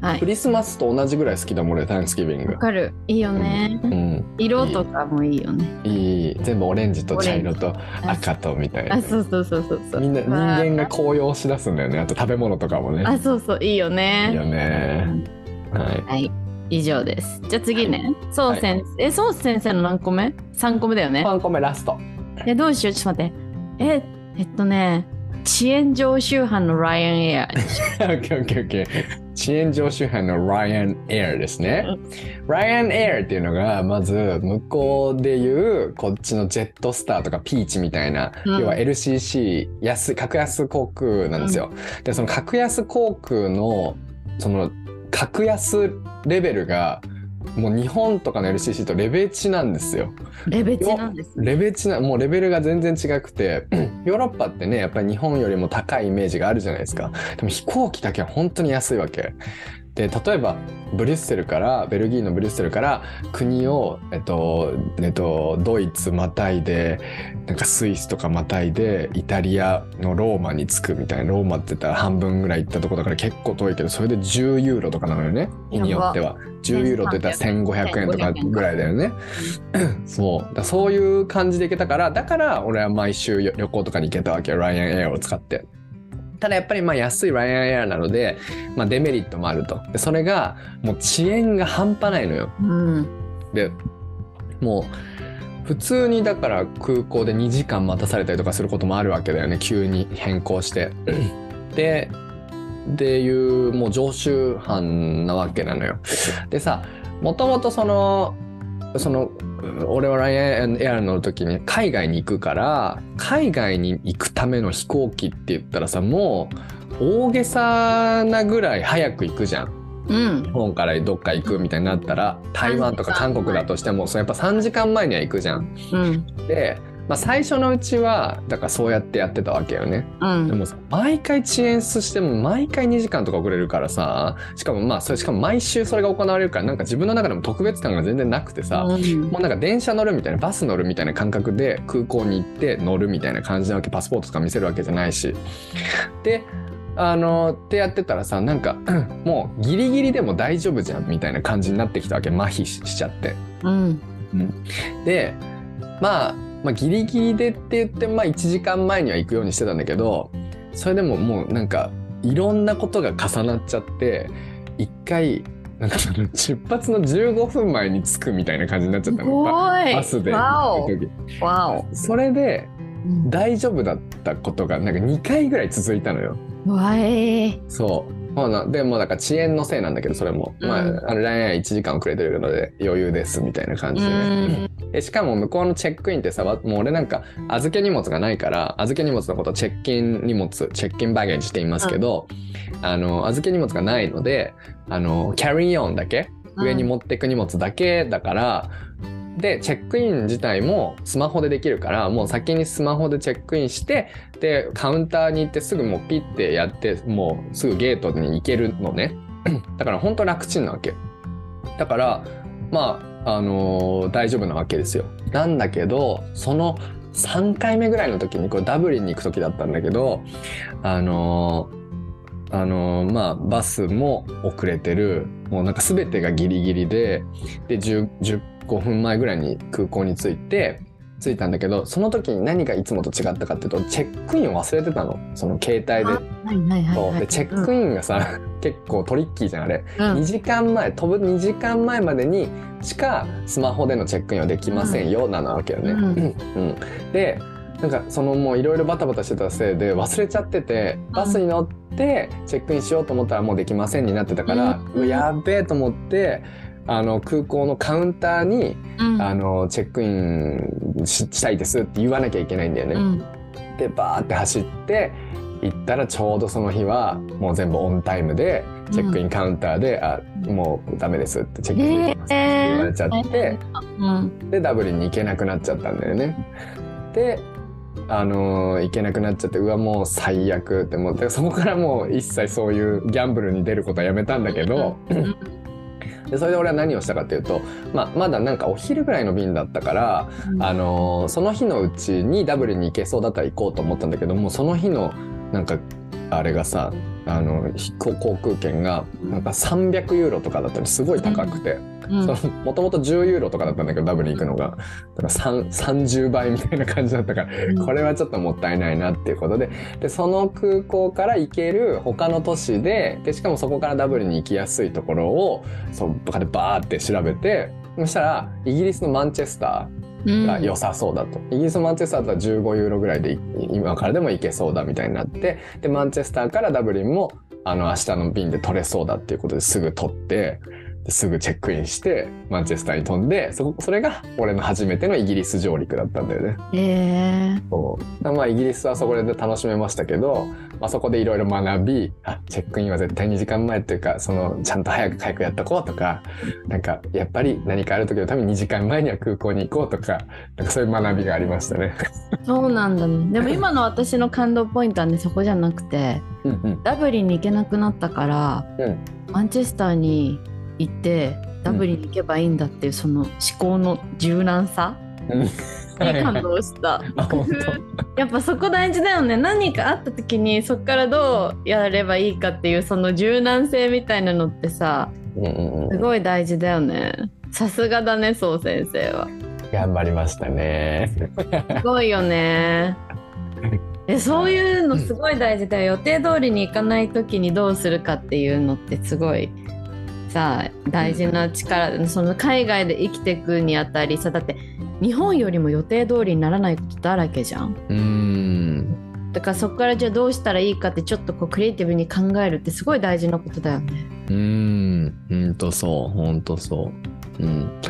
Speaker 2: は
Speaker 1: ク
Speaker 2: い
Speaker 1: リスマスと同じぐらい好きだもん俺タンクスギビング
Speaker 2: わ。かるいいよね、
Speaker 1: うん、
Speaker 2: 色とかもいいよね
Speaker 1: いい全部オレンジと茶色と
Speaker 2: あ
Speaker 1: 赤とみたいな
Speaker 2: あそうそうそうそうそう
Speaker 1: みんな人間が
Speaker 2: わ
Speaker 1: 紅葉しだすんだよねあと食べ物とかも
Speaker 2: あ
Speaker 1: ね
Speaker 2: そうそういいよね
Speaker 1: いいよねはい
Speaker 2: はい以上ですじゃあ次ね、そう先生、えそう先生の何個目3個目だよね
Speaker 1: 3個目ラスト
Speaker 2: えどうしようちょっと待ってええっとね遅延常習犯のライアンエア
Speaker 1: OKOKOK 遅延常習犯の Ryan Air ですね Ryan Air っていうのがまず向こうでいうこっちのジェットスターとかピーチみたいな、
Speaker 2: うん
Speaker 1: 要は LCC 安い格安航空なんですよ、でその格安航空のその格安レベルがもう日本とかの LCC とレベチなんですよ
Speaker 2: レベチなんですね
Speaker 1: レベチなもうレベルが全然違くて ヨーロッパってねやっぱり日本よりも高いイメージがあるじゃないですかでも飛行機だけは本当に安いわけで例えばブリュッセルからベルギーのブリュッセルから国をえっと、えっと、ドイツまたいでなんかスイスとかまたいでイタリアのローマに着くみたいなローマって言ったら半分ぐらい行ったとこだから結構遠いけどそれで10ユーロとかなのよね日によっては10ユーロって言ったら1500円とかぐらいだよねそうだからそういう感じで行けたからだから俺は毎週よ旅行とかに行けたわけよライアンエアを使ってただやっぱりまあ安いライアンエアなので、まあ、デメリットもあるとでそれがもう遅延が半端ないのよ
Speaker 2: うん
Speaker 1: でもう普通にだから空港で2時間待たされたりとかすることもあるわけだよね急に変更して。でっていうもう常習犯なわけなのよ。でさもともとそのその俺はライアンエア乗る時に海外に行くから海外に行くための飛行機って言ったらさもう大げさなぐらい早く行くじゃん。
Speaker 2: うん
Speaker 1: 日本からどっか行くみたいになったら台湾とか韓国だとしてもそうやっぱ3時間前には行くじゃん。
Speaker 2: うん
Speaker 1: で、まあ、最初のうちはだからそうやってやってたわけよね。
Speaker 2: うん
Speaker 1: でもさ毎回遅延しても毎回2時間とか遅れるからさしかもまあそれしかも毎週それが行われるからなんか自分の中でも特別感が全然なくてさ、
Speaker 2: うん
Speaker 1: もうなんか電車乗るみたいなバス乗るみたいな感覚で空港に行って乗るみたいな感じなわけパスポートとか見せるわけじゃないしであのってやってたらさなんか もうギリギリでも大丈夫じゃんみたいな感じになってきたわけ麻痺しちゃって
Speaker 2: うん
Speaker 1: で、まあ、まあギリギリでって言ってまあ1時間前には行くようにしてたんだけどそれでももうなんかいろんなことが重なっちゃって一回なんかその出発の15分前に着くみたいな感じになっちゃ
Speaker 2: す
Speaker 1: ったの。
Speaker 2: ごい
Speaker 1: バスで
Speaker 2: わ
Speaker 1: 行
Speaker 2: お
Speaker 1: く時
Speaker 2: わお
Speaker 1: それで
Speaker 2: うん
Speaker 1: 大丈夫だったことがなんか2回ぐらい続いたのよ
Speaker 2: うわえ
Speaker 1: そうまあなでもうなんか遅延のせいなんだけどそれも、
Speaker 2: うん
Speaker 1: まああの LINE1 時間遅れてるので余裕ですみたいな感じで、
Speaker 2: うん
Speaker 1: でしかも向こうのチェックインってさわもう俺なんか預け荷物がないから預け荷物のことをチェックイン荷物チェックインバゲージって言いますけど、あの預け荷物がないのであのキャリーオンだけ上に持ってく荷物だけだから、でチェックイン自体もスマホでできるからもう先にスマホでチェックインしてでカウンターに行ってすぐもうピッてやってもうすぐゲートに行けるのね だからほんと楽ちんなわけだからまああのー大丈夫なわけですよなんだけどその3回目ぐらいの時にこれダブリンに行く時だったんだけどあのーあのーまあバスも遅れてるもうなんか全てがギリギリでで10 15分前ぐらいに空港に着いて着いたんだけどその時に何がいつもと違ったかっていうとチェックインを忘れてたのその携帯で,、
Speaker 2: はいはいはい
Speaker 1: そう
Speaker 2: はい
Speaker 1: でチェックインがさ、結構トリッキーじゃんあれ
Speaker 2: うん
Speaker 1: 2時間前飛ぶ2時間前までにしかスマホでのチェックインはできませんよ、なのわけよね。
Speaker 2: う
Speaker 1: うんんでなんかそのもういろいろバタバタしてたせいで忘れちゃっててバスに乗ってチェックインしようと思ったらもうできませんになってたから、う
Speaker 2: うん
Speaker 1: わやっべえと思ってあの空港のカウンターに、
Speaker 2: うん
Speaker 1: あのチェックインししたいですって言わなきゃいけないんだよね。
Speaker 2: うん
Speaker 1: でバーって走って行ったらちょうどその日はもう全部オンタイムでチェックインカウンターで「あもうダメです」ってチェックインできますって言われちゃって、
Speaker 2: うん
Speaker 1: でダブリンに行けなくなっちゃったんだよね。であのー行けなくなっちゃってうわもう最悪って思ってそこからもう一切そういうギャンブルに出ることはやめたんだけど。
Speaker 2: うん
Speaker 1: でそれで俺は何をしたかっていうと、まあ、まだなんかお昼ぐらいの便だったから、あのーその日のうちにダブルに行けそうだったら行こうと思ったんだけどもうその日のなんかあれがさあの飛行航空券がなんか300ユーロとかだったりすごい高くて
Speaker 2: うん
Speaker 1: もともと10ユーロとかだったんだけどダブルに行くのがだから3 30倍みたいな感じだったから
Speaker 2: うん
Speaker 1: これはちょっともったいないなっていうことででその空港から行ける他の都市ででしかもそこからダブルに行きやすいところをそうバーって調べてそしたらイギリスのマンチェスター
Speaker 2: うん
Speaker 1: が良さそうだと、イギリスのマンチェスターだったら15ユーロぐらいでい今からでも行けそうだみたいになってでマンチェスターからダブリンもあの明日の便で取れそうだっていうことですぐ取ってですぐチェックインしてマンチェスターに飛んでそそれが俺の初めてのイギリス上陸だったんだよね。
Speaker 2: えー
Speaker 1: そうまあイギリスはそこで楽しめましたけど、まあ、そこでいろいろ学びあチェックインは絶対2時間前っていうかそのちゃんと早く早くやっとこうとかなんかやっぱり何かある時のために2時間前には空港に行こうとかなんかそういう学びがありましたね。
Speaker 2: そうなんだねでも今の私の感動ポイントはねそこじゃなくて
Speaker 1: うんうん
Speaker 2: ダブリンに行けなくなったから、
Speaker 1: うん
Speaker 2: マンチェスターに行ってダブリンに行けばいいんだっていうその思考の柔軟さ
Speaker 1: うん
Speaker 2: に感動した。
Speaker 1: あ本
Speaker 2: やっぱそこ大事だよね何かあった時にそこからどうやればいいかっていうその柔軟性みたいなのってさ
Speaker 1: 当、うんうんう
Speaker 2: す
Speaker 1: ん、
Speaker 2: ごい大事だよね。さすがだねそう先生は。
Speaker 1: 頑張りましたね。
Speaker 2: すごいよね。えそういうのすごい大事だよ予定通りに行かない時にどうするかっていうのってすごいさ大事な力、その海外で生きていくにあたりさだって日本よりも予定通りにならないことだらけじゃん
Speaker 1: うーん
Speaker 2: だからそこからじゃあどうしたらいいかってちょっとこうクリエイティブに考えるってすごい大事なことだよね
Speaker 1: うーんうんとそうほんとそううん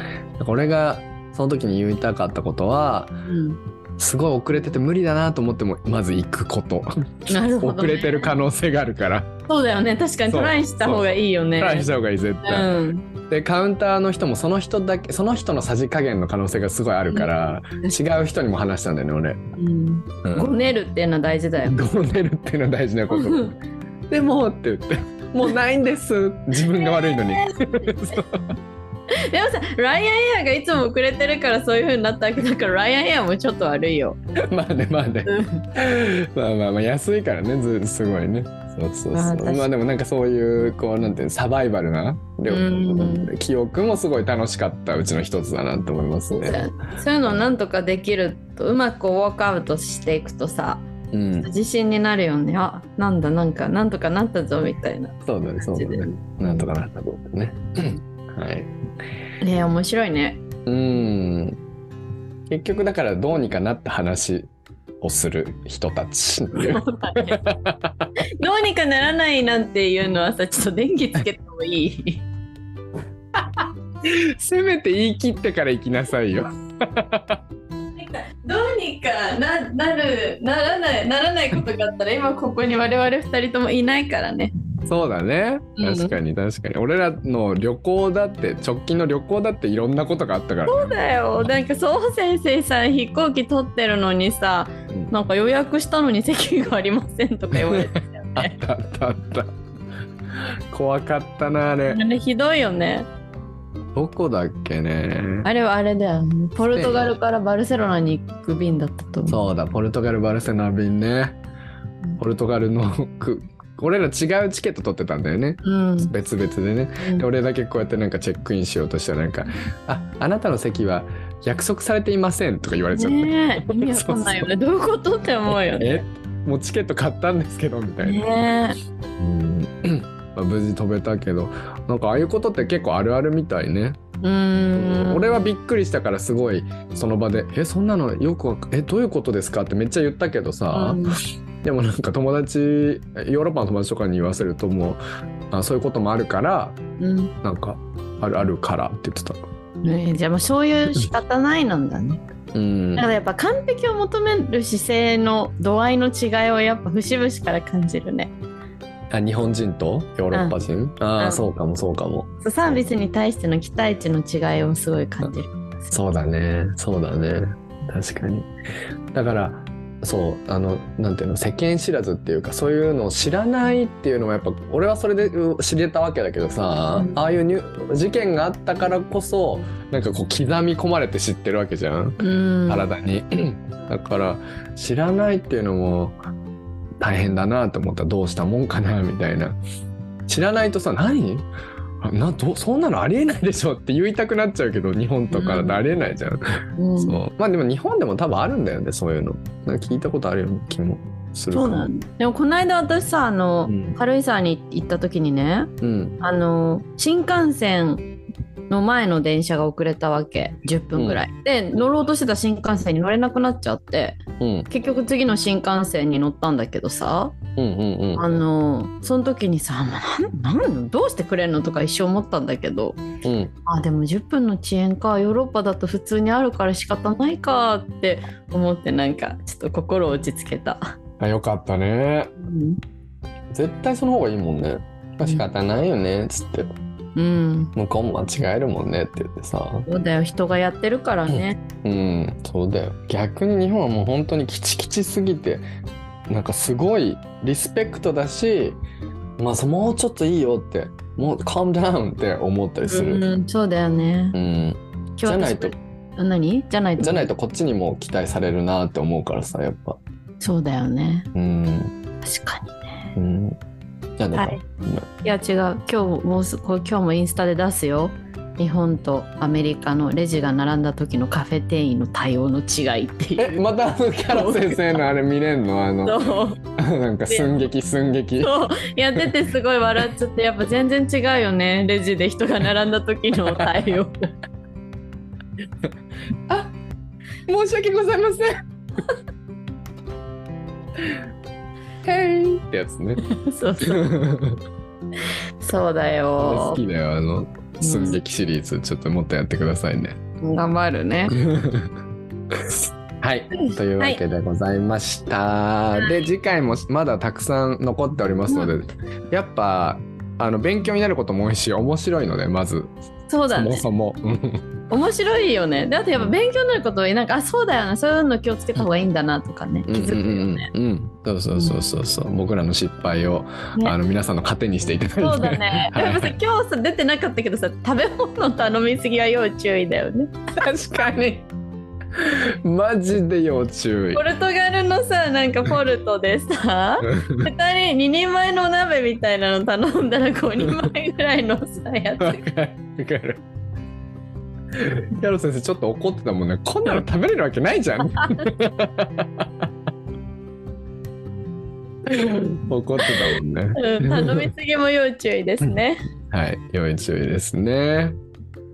Speaker 1: 俺がその時に言いたかったことは
Speaker 2: うん
Speaker 1: すごい遅れてて無理だなと思ってもまず行くこと
Speaker 2: なるほどね
Speaker 1: 遅れてる可能性があるから
Speaker 2: そうだよね確かに
Speaker 1: そ
Speaker 2: ト
Speaker 1: う
Speaker 2: ライした方がいいよね
Speaker 1: トライした方がいい絶対、
Speaker 2: うん
Speaker 1: でカウンターの人もその人だけその人のさじ加減の可能性がすごいあるから、違う人にも話したんだよね俺、
Speaker 2: うん
Speaker 1: うん
Speaker 2: ごねるっていうのは大事だよ
Speaker 1: ごねるっていうのは大事なこ
Speaker 2: う
Speaker 1: とでもって言ってもうないんです自分が悪いのにそう
Speaker 2: でもさライアンエアがいつも遅れてるからそういう風になったわけだからライアンエアもちょっと悪いよ
Speaker 1: まあねまあね
Speaker 2: う
Speaker 1: まあまあまあ安いからねずすごいねそうそうそう
Speaker 2: まあ確か
Speaker 1: まあ、
Speaker 2: に
Speaker 1: でもなんかそういうこうなんていうのサバイバルなで
Speaker 2: う
Speaker 1: 記憶もすごい楽しかったうちの一つだなと思いますね。
Speaker 2: そういうのをなんとかできるとうまくウォークアウトしていくとさ
Speaker 1: うん、
Speaker 2: 自信になるよねあなんだなんかなんとかなったぞみたいな
Speaker 1: そうだねそうだね
Speaker 2: 感。
Speaker 1: なんとかなったと思うね。はい
Speaker 2: ね面白いね
Speaker 1: うん結局だからどうにかなった話をする人たちっていう
Speaker 2: どうにかならないなんていうのはさちょっと電気つけてもいい
Speaker 1: せめて言い切ってから行きなさいよ。
Speaker 2: どうにかななるならないならないことがあったら今ここに我々2人ともいないからね
Speaker 1: そうだね
Speaker 2: うん
Speaker 1: 確かに確かに、俺らの旅行だって直近の旅行だっていろんなことがあったからね、
Speaker 2: だよなんかそう先生さ飛行機取ってるのにさ
Speaker 1: うん
Speaker 2: なんか予約したのに席がありませんとか言われ て
Speaker 1: あったあったあった怖かったなあ
Speaker 2: あ
Speaker 1: れ
Speaker 2: れひどいよね
Speaker 1: どこだっけね
Speaker 2: あれはあれだよねポルトガルからバルセロナに行く便だったと思う
Speaker 1: そうだポルトガルバルセロナ便ねポルトガルのく俺ら違うチケット取ってたんだよね
Speaker 2: うん、
Speaker 1: 別々でねで俺だけこうやってなんかチェックインしようとしたらなんか「ああなたの席は約束されていません」とか言われちゃって
Speaker 2: ねえ意味わかんないよねどういうことって思うよ
Speaker 1: 「
Speaker 2: ね
Speaker 1: えもうチケット買ったんですけど」みたいな、
Speaker 2: ね
Speaker 1: うんまあ、無事飛べたけどなんかああいうことって結構あるあるみたいね、
Speaker 2: えうん
Speaker 1: 俺はびっくりしたからすごいその場で「えそんなのよくわかえどういうことですか?」ってめっちゃ言ったけどさ、
Speaker 2: うん
Speaker 1: でもなんか友達ヨーロッパの友達とかに言わせるともうあそういうこともあるから
Speaker 2: うん
Speaker 1: なんかあるあるからって言ってた。
Speaker 2: ねえじゃあもうそういう仕方ないなんだね
Speaker 1: うん
Speaker 2: だからやっぱ完璧を求める姿勢の度合いの違いをやっぱ節々から感じるね
Speaker 1: あ日本人とヨーロッパ人、ああ、
Speaker 2: うん
Speaker 1: そうかもそうかも
Speaker 2: そうサービスに対しての期待値の違いをすごい感じる。
Speaker 1: そうだねそうだね確かにだからそうあのなんていうの世間知らずっていうかそういうのを知らないっていうのもやっぱ俺はそれでう知れたわけだけどさ、
Speaker 2: うん
Speaker 1: ああいうニュ事件があったからこそなんかこう刻み込まれて知ってるわけじゃん
Speaker 2: うん
Speaker 1: 体 に、だから知らないっていうのも大変だなと思ったどうしたもんかなみたいな知らないとさ何あなどそんなのありえないでしょって言いたくなっちゃうけど日本とかだとありえないじゃん、
Speaker 2: うん
Speaker 1: そうまあでも日本でも多分あるんだよねそういうのなんか聞いたことあるような気もする
Speaker 2: そうなんんだでもこの間私さあの、
Speaker 1: うん
Speaker 2: 軽井沢に行った時にね
Speaker 1: うん
Speaker 2: あの新幹線の前の電車が遅れたわけ10分ぐらい、で乗ろうとしてた新幹線に乗れなくなっちゃって
Speaker 1: うん
Speaker 2: 結局次の新幹線に乗ったんだけどさ
Speaker 1: うんうん
Speaker 2: あのその時にさ「まあなんなんどうしてくれんの?」とか一生思ったんだけど
Speaker 1: うんうん
Speaker 2: あでも10分の遅延かヨーロッパだと普通にあるから仕方ないかって思ってなんかちょっと心落ち着けた、
Speaker 1: あよかったね絶対その方がいいもんねまあ仕方ないよねっつって
Speaker 2: うん
Speaker 1: 向こうも間違えるもんねって言ってさ
Speaker 2: そうだよ人がやってるからね、
Speaker 1: うん、そうだよ。逆に日本はもう本当にキチキチすぎて、なんかすごいリスペクトだし、まあそもうちょっといいよって、もうカ a l m down って思ったりす
Speaker 2: う
Speaker 1: る。
Speaker 2: んそうだよね
Speaker 1: うん、じゃないと、
Speaker 2: あ何じゃないと
Speaker 1: じゃないとこっちにも期待されるなって思うからさ、やっぱ。
Speaker 2: そうだよね
Speaker 1: うん、
Speaker 2: 確かに
Speaker 1: うん。じゃあだから、
Speaker 2: はいいや違う今日もうすこう今日もインスタで出すよ日本とアメリカのレジが並んだ時のカフェ店員の対応の違いっていう
Speaker 1: え、またあのキャラ先生のあれ見れんのあの、
Speaker 2: そう
Speaker 1: なんか寸劇寸劇。
Speaker 2: そうやっててすごい笑っちゃってやっぱ全然違うよねレジで人が並んだ時の対応
Speaker 1: 申し訳ございません。ヘイってやつ ね。
Speaker 2: そうそうそうだ
Speaker 1: 好
Speaker 2: よ
Speaker 1: きだよ、あの、寸劇シリーズ、ちょっともっとやってくださいね。
Speaker 2: 頑張るね
Speaker 1: はい、というわけでございました。で次回もまだたくさん残っておりますので、やっぱあの勉強になることも多いし面白いのでまず
Speaker 2: そうだ
Speaker 1: そも
Speaker 2: ね
Speaker 1: そも。
Speaker 2: 面白いよねであとやっぱ勉強になることはなんかあそうだよなそういうの気をつけた方がいいんだなとかね気づくよね
Speaker 1: うんうんうんうんそうそうそうそうそう僕らの失敗を、
Speaker 2: ね
Speaker 1: あの皆さんの糧にしていただいて。。
Speaker 2: そうだね
Speaker 1: はい
Speaker 2: やっぱさ今日さ出てなかったけどさ食べ物頼みすぎは要注意だよね。
Speaker 1: 確かに。マジで要注意
Speaker 2: ポ。ルトガルのさなんかポルトでさ 二人二人前のお鍋みたいなの頼んだら五人前ぐらいのさやつ
Speaker 1: わかる。わかる。 ヤロ先生ちょっと怒ってたもんね。こんなの食べれるわけないじゃん。怒ってたもんね。
Speaker 2: うん、頼みすぎも要注意ですね。
Speaker 1: はい、要注意ですね。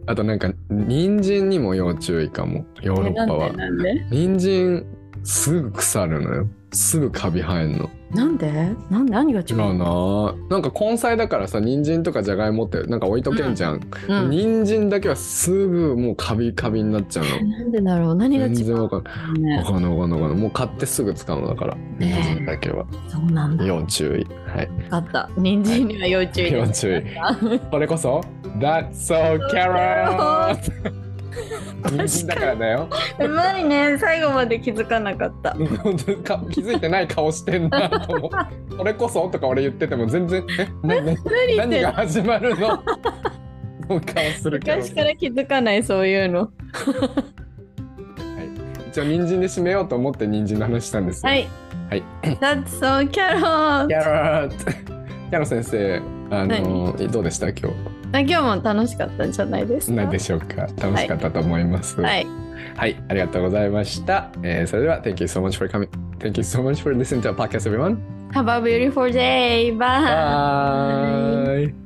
Speaker 1: あとなんか人参にも要注意かも。ヨーロ
Speaker 2: え
Speaker 1: ッ
Speaker 2: な
Speaker 1: パ
Speaker 2: ん
Speaker 1: は
Speaker 2: で。なんです
Speaker 1: 参すぐ腐るのよ。すぐカビ生えんの。
Speaker 2: なんでなんで何が違
Speaker 1: 違
Speaker 2: う
Speaker 1: う
Speaker 2: の、
Speaker 1: な。なんか根菜だからさ、人参とかじゃがいもってなんか置いとけんじゃん。
Speaker 2: うん、
Speaker 1: 人参だけはすぐもうカビカビになっちゃうの。
Speaker 2: なんでだろう何が違
Speaker 1: 全
Speaker 2: う
Speaker 1: 然
Speaker 2: の
Speaker 1: わかんない。
Speaker 2: かね
Speaker 1: わかんないわかんないわかんない。もう買ってすぐ使うのだから。
Speaker 2: ねえ
Speaker 1: 人参だけは。
Speaker 2: そうなんだ。
Speaker 1: 要注意。はい。
Speaker 2: 分かった。人参には要注意
Speaker 1: 要
Speaker 2: です。
Speaker 1: 注意。これこそ、That's so carrot! 人参だからだよ。
Speaker 2: うまいね。最後まで気づかなかった。
Speaker 1: 本当か気づいてない顔してんなと思う。これこそとか俺言ってても全然、え、な な
Speaker 2: 何言っ
Speaker 1: 何
Speaker 2: てん
Speaker 1: が
Speaker 2: の
Speaker 1: 始まる のもう顔するけど。
Speaker 2: 昔から気づかないそういうの。
Speaker 1: 一応人参で締めようと思って人参の話したんですよ。
Speaker 2: はい。
Speaker 1: はい。
Speaker 2: That's so carrot!
Speaker 1: キャロット。キャロ先生、あの、どうでした今日。
Speaker 2: あ今日も楽しかったんじゃないですか
Speaker 1: 何でしょうか。楽しかったと思います。、
Speaker 2: はいい。
Speaker 1: ありがとうございました。えーそれでは、Thank you so much for coming. Thank you so much for listening to our podcast, everyone.
Speaker 2: Have a beautiful day! Bye!
Speaker 1: Bye.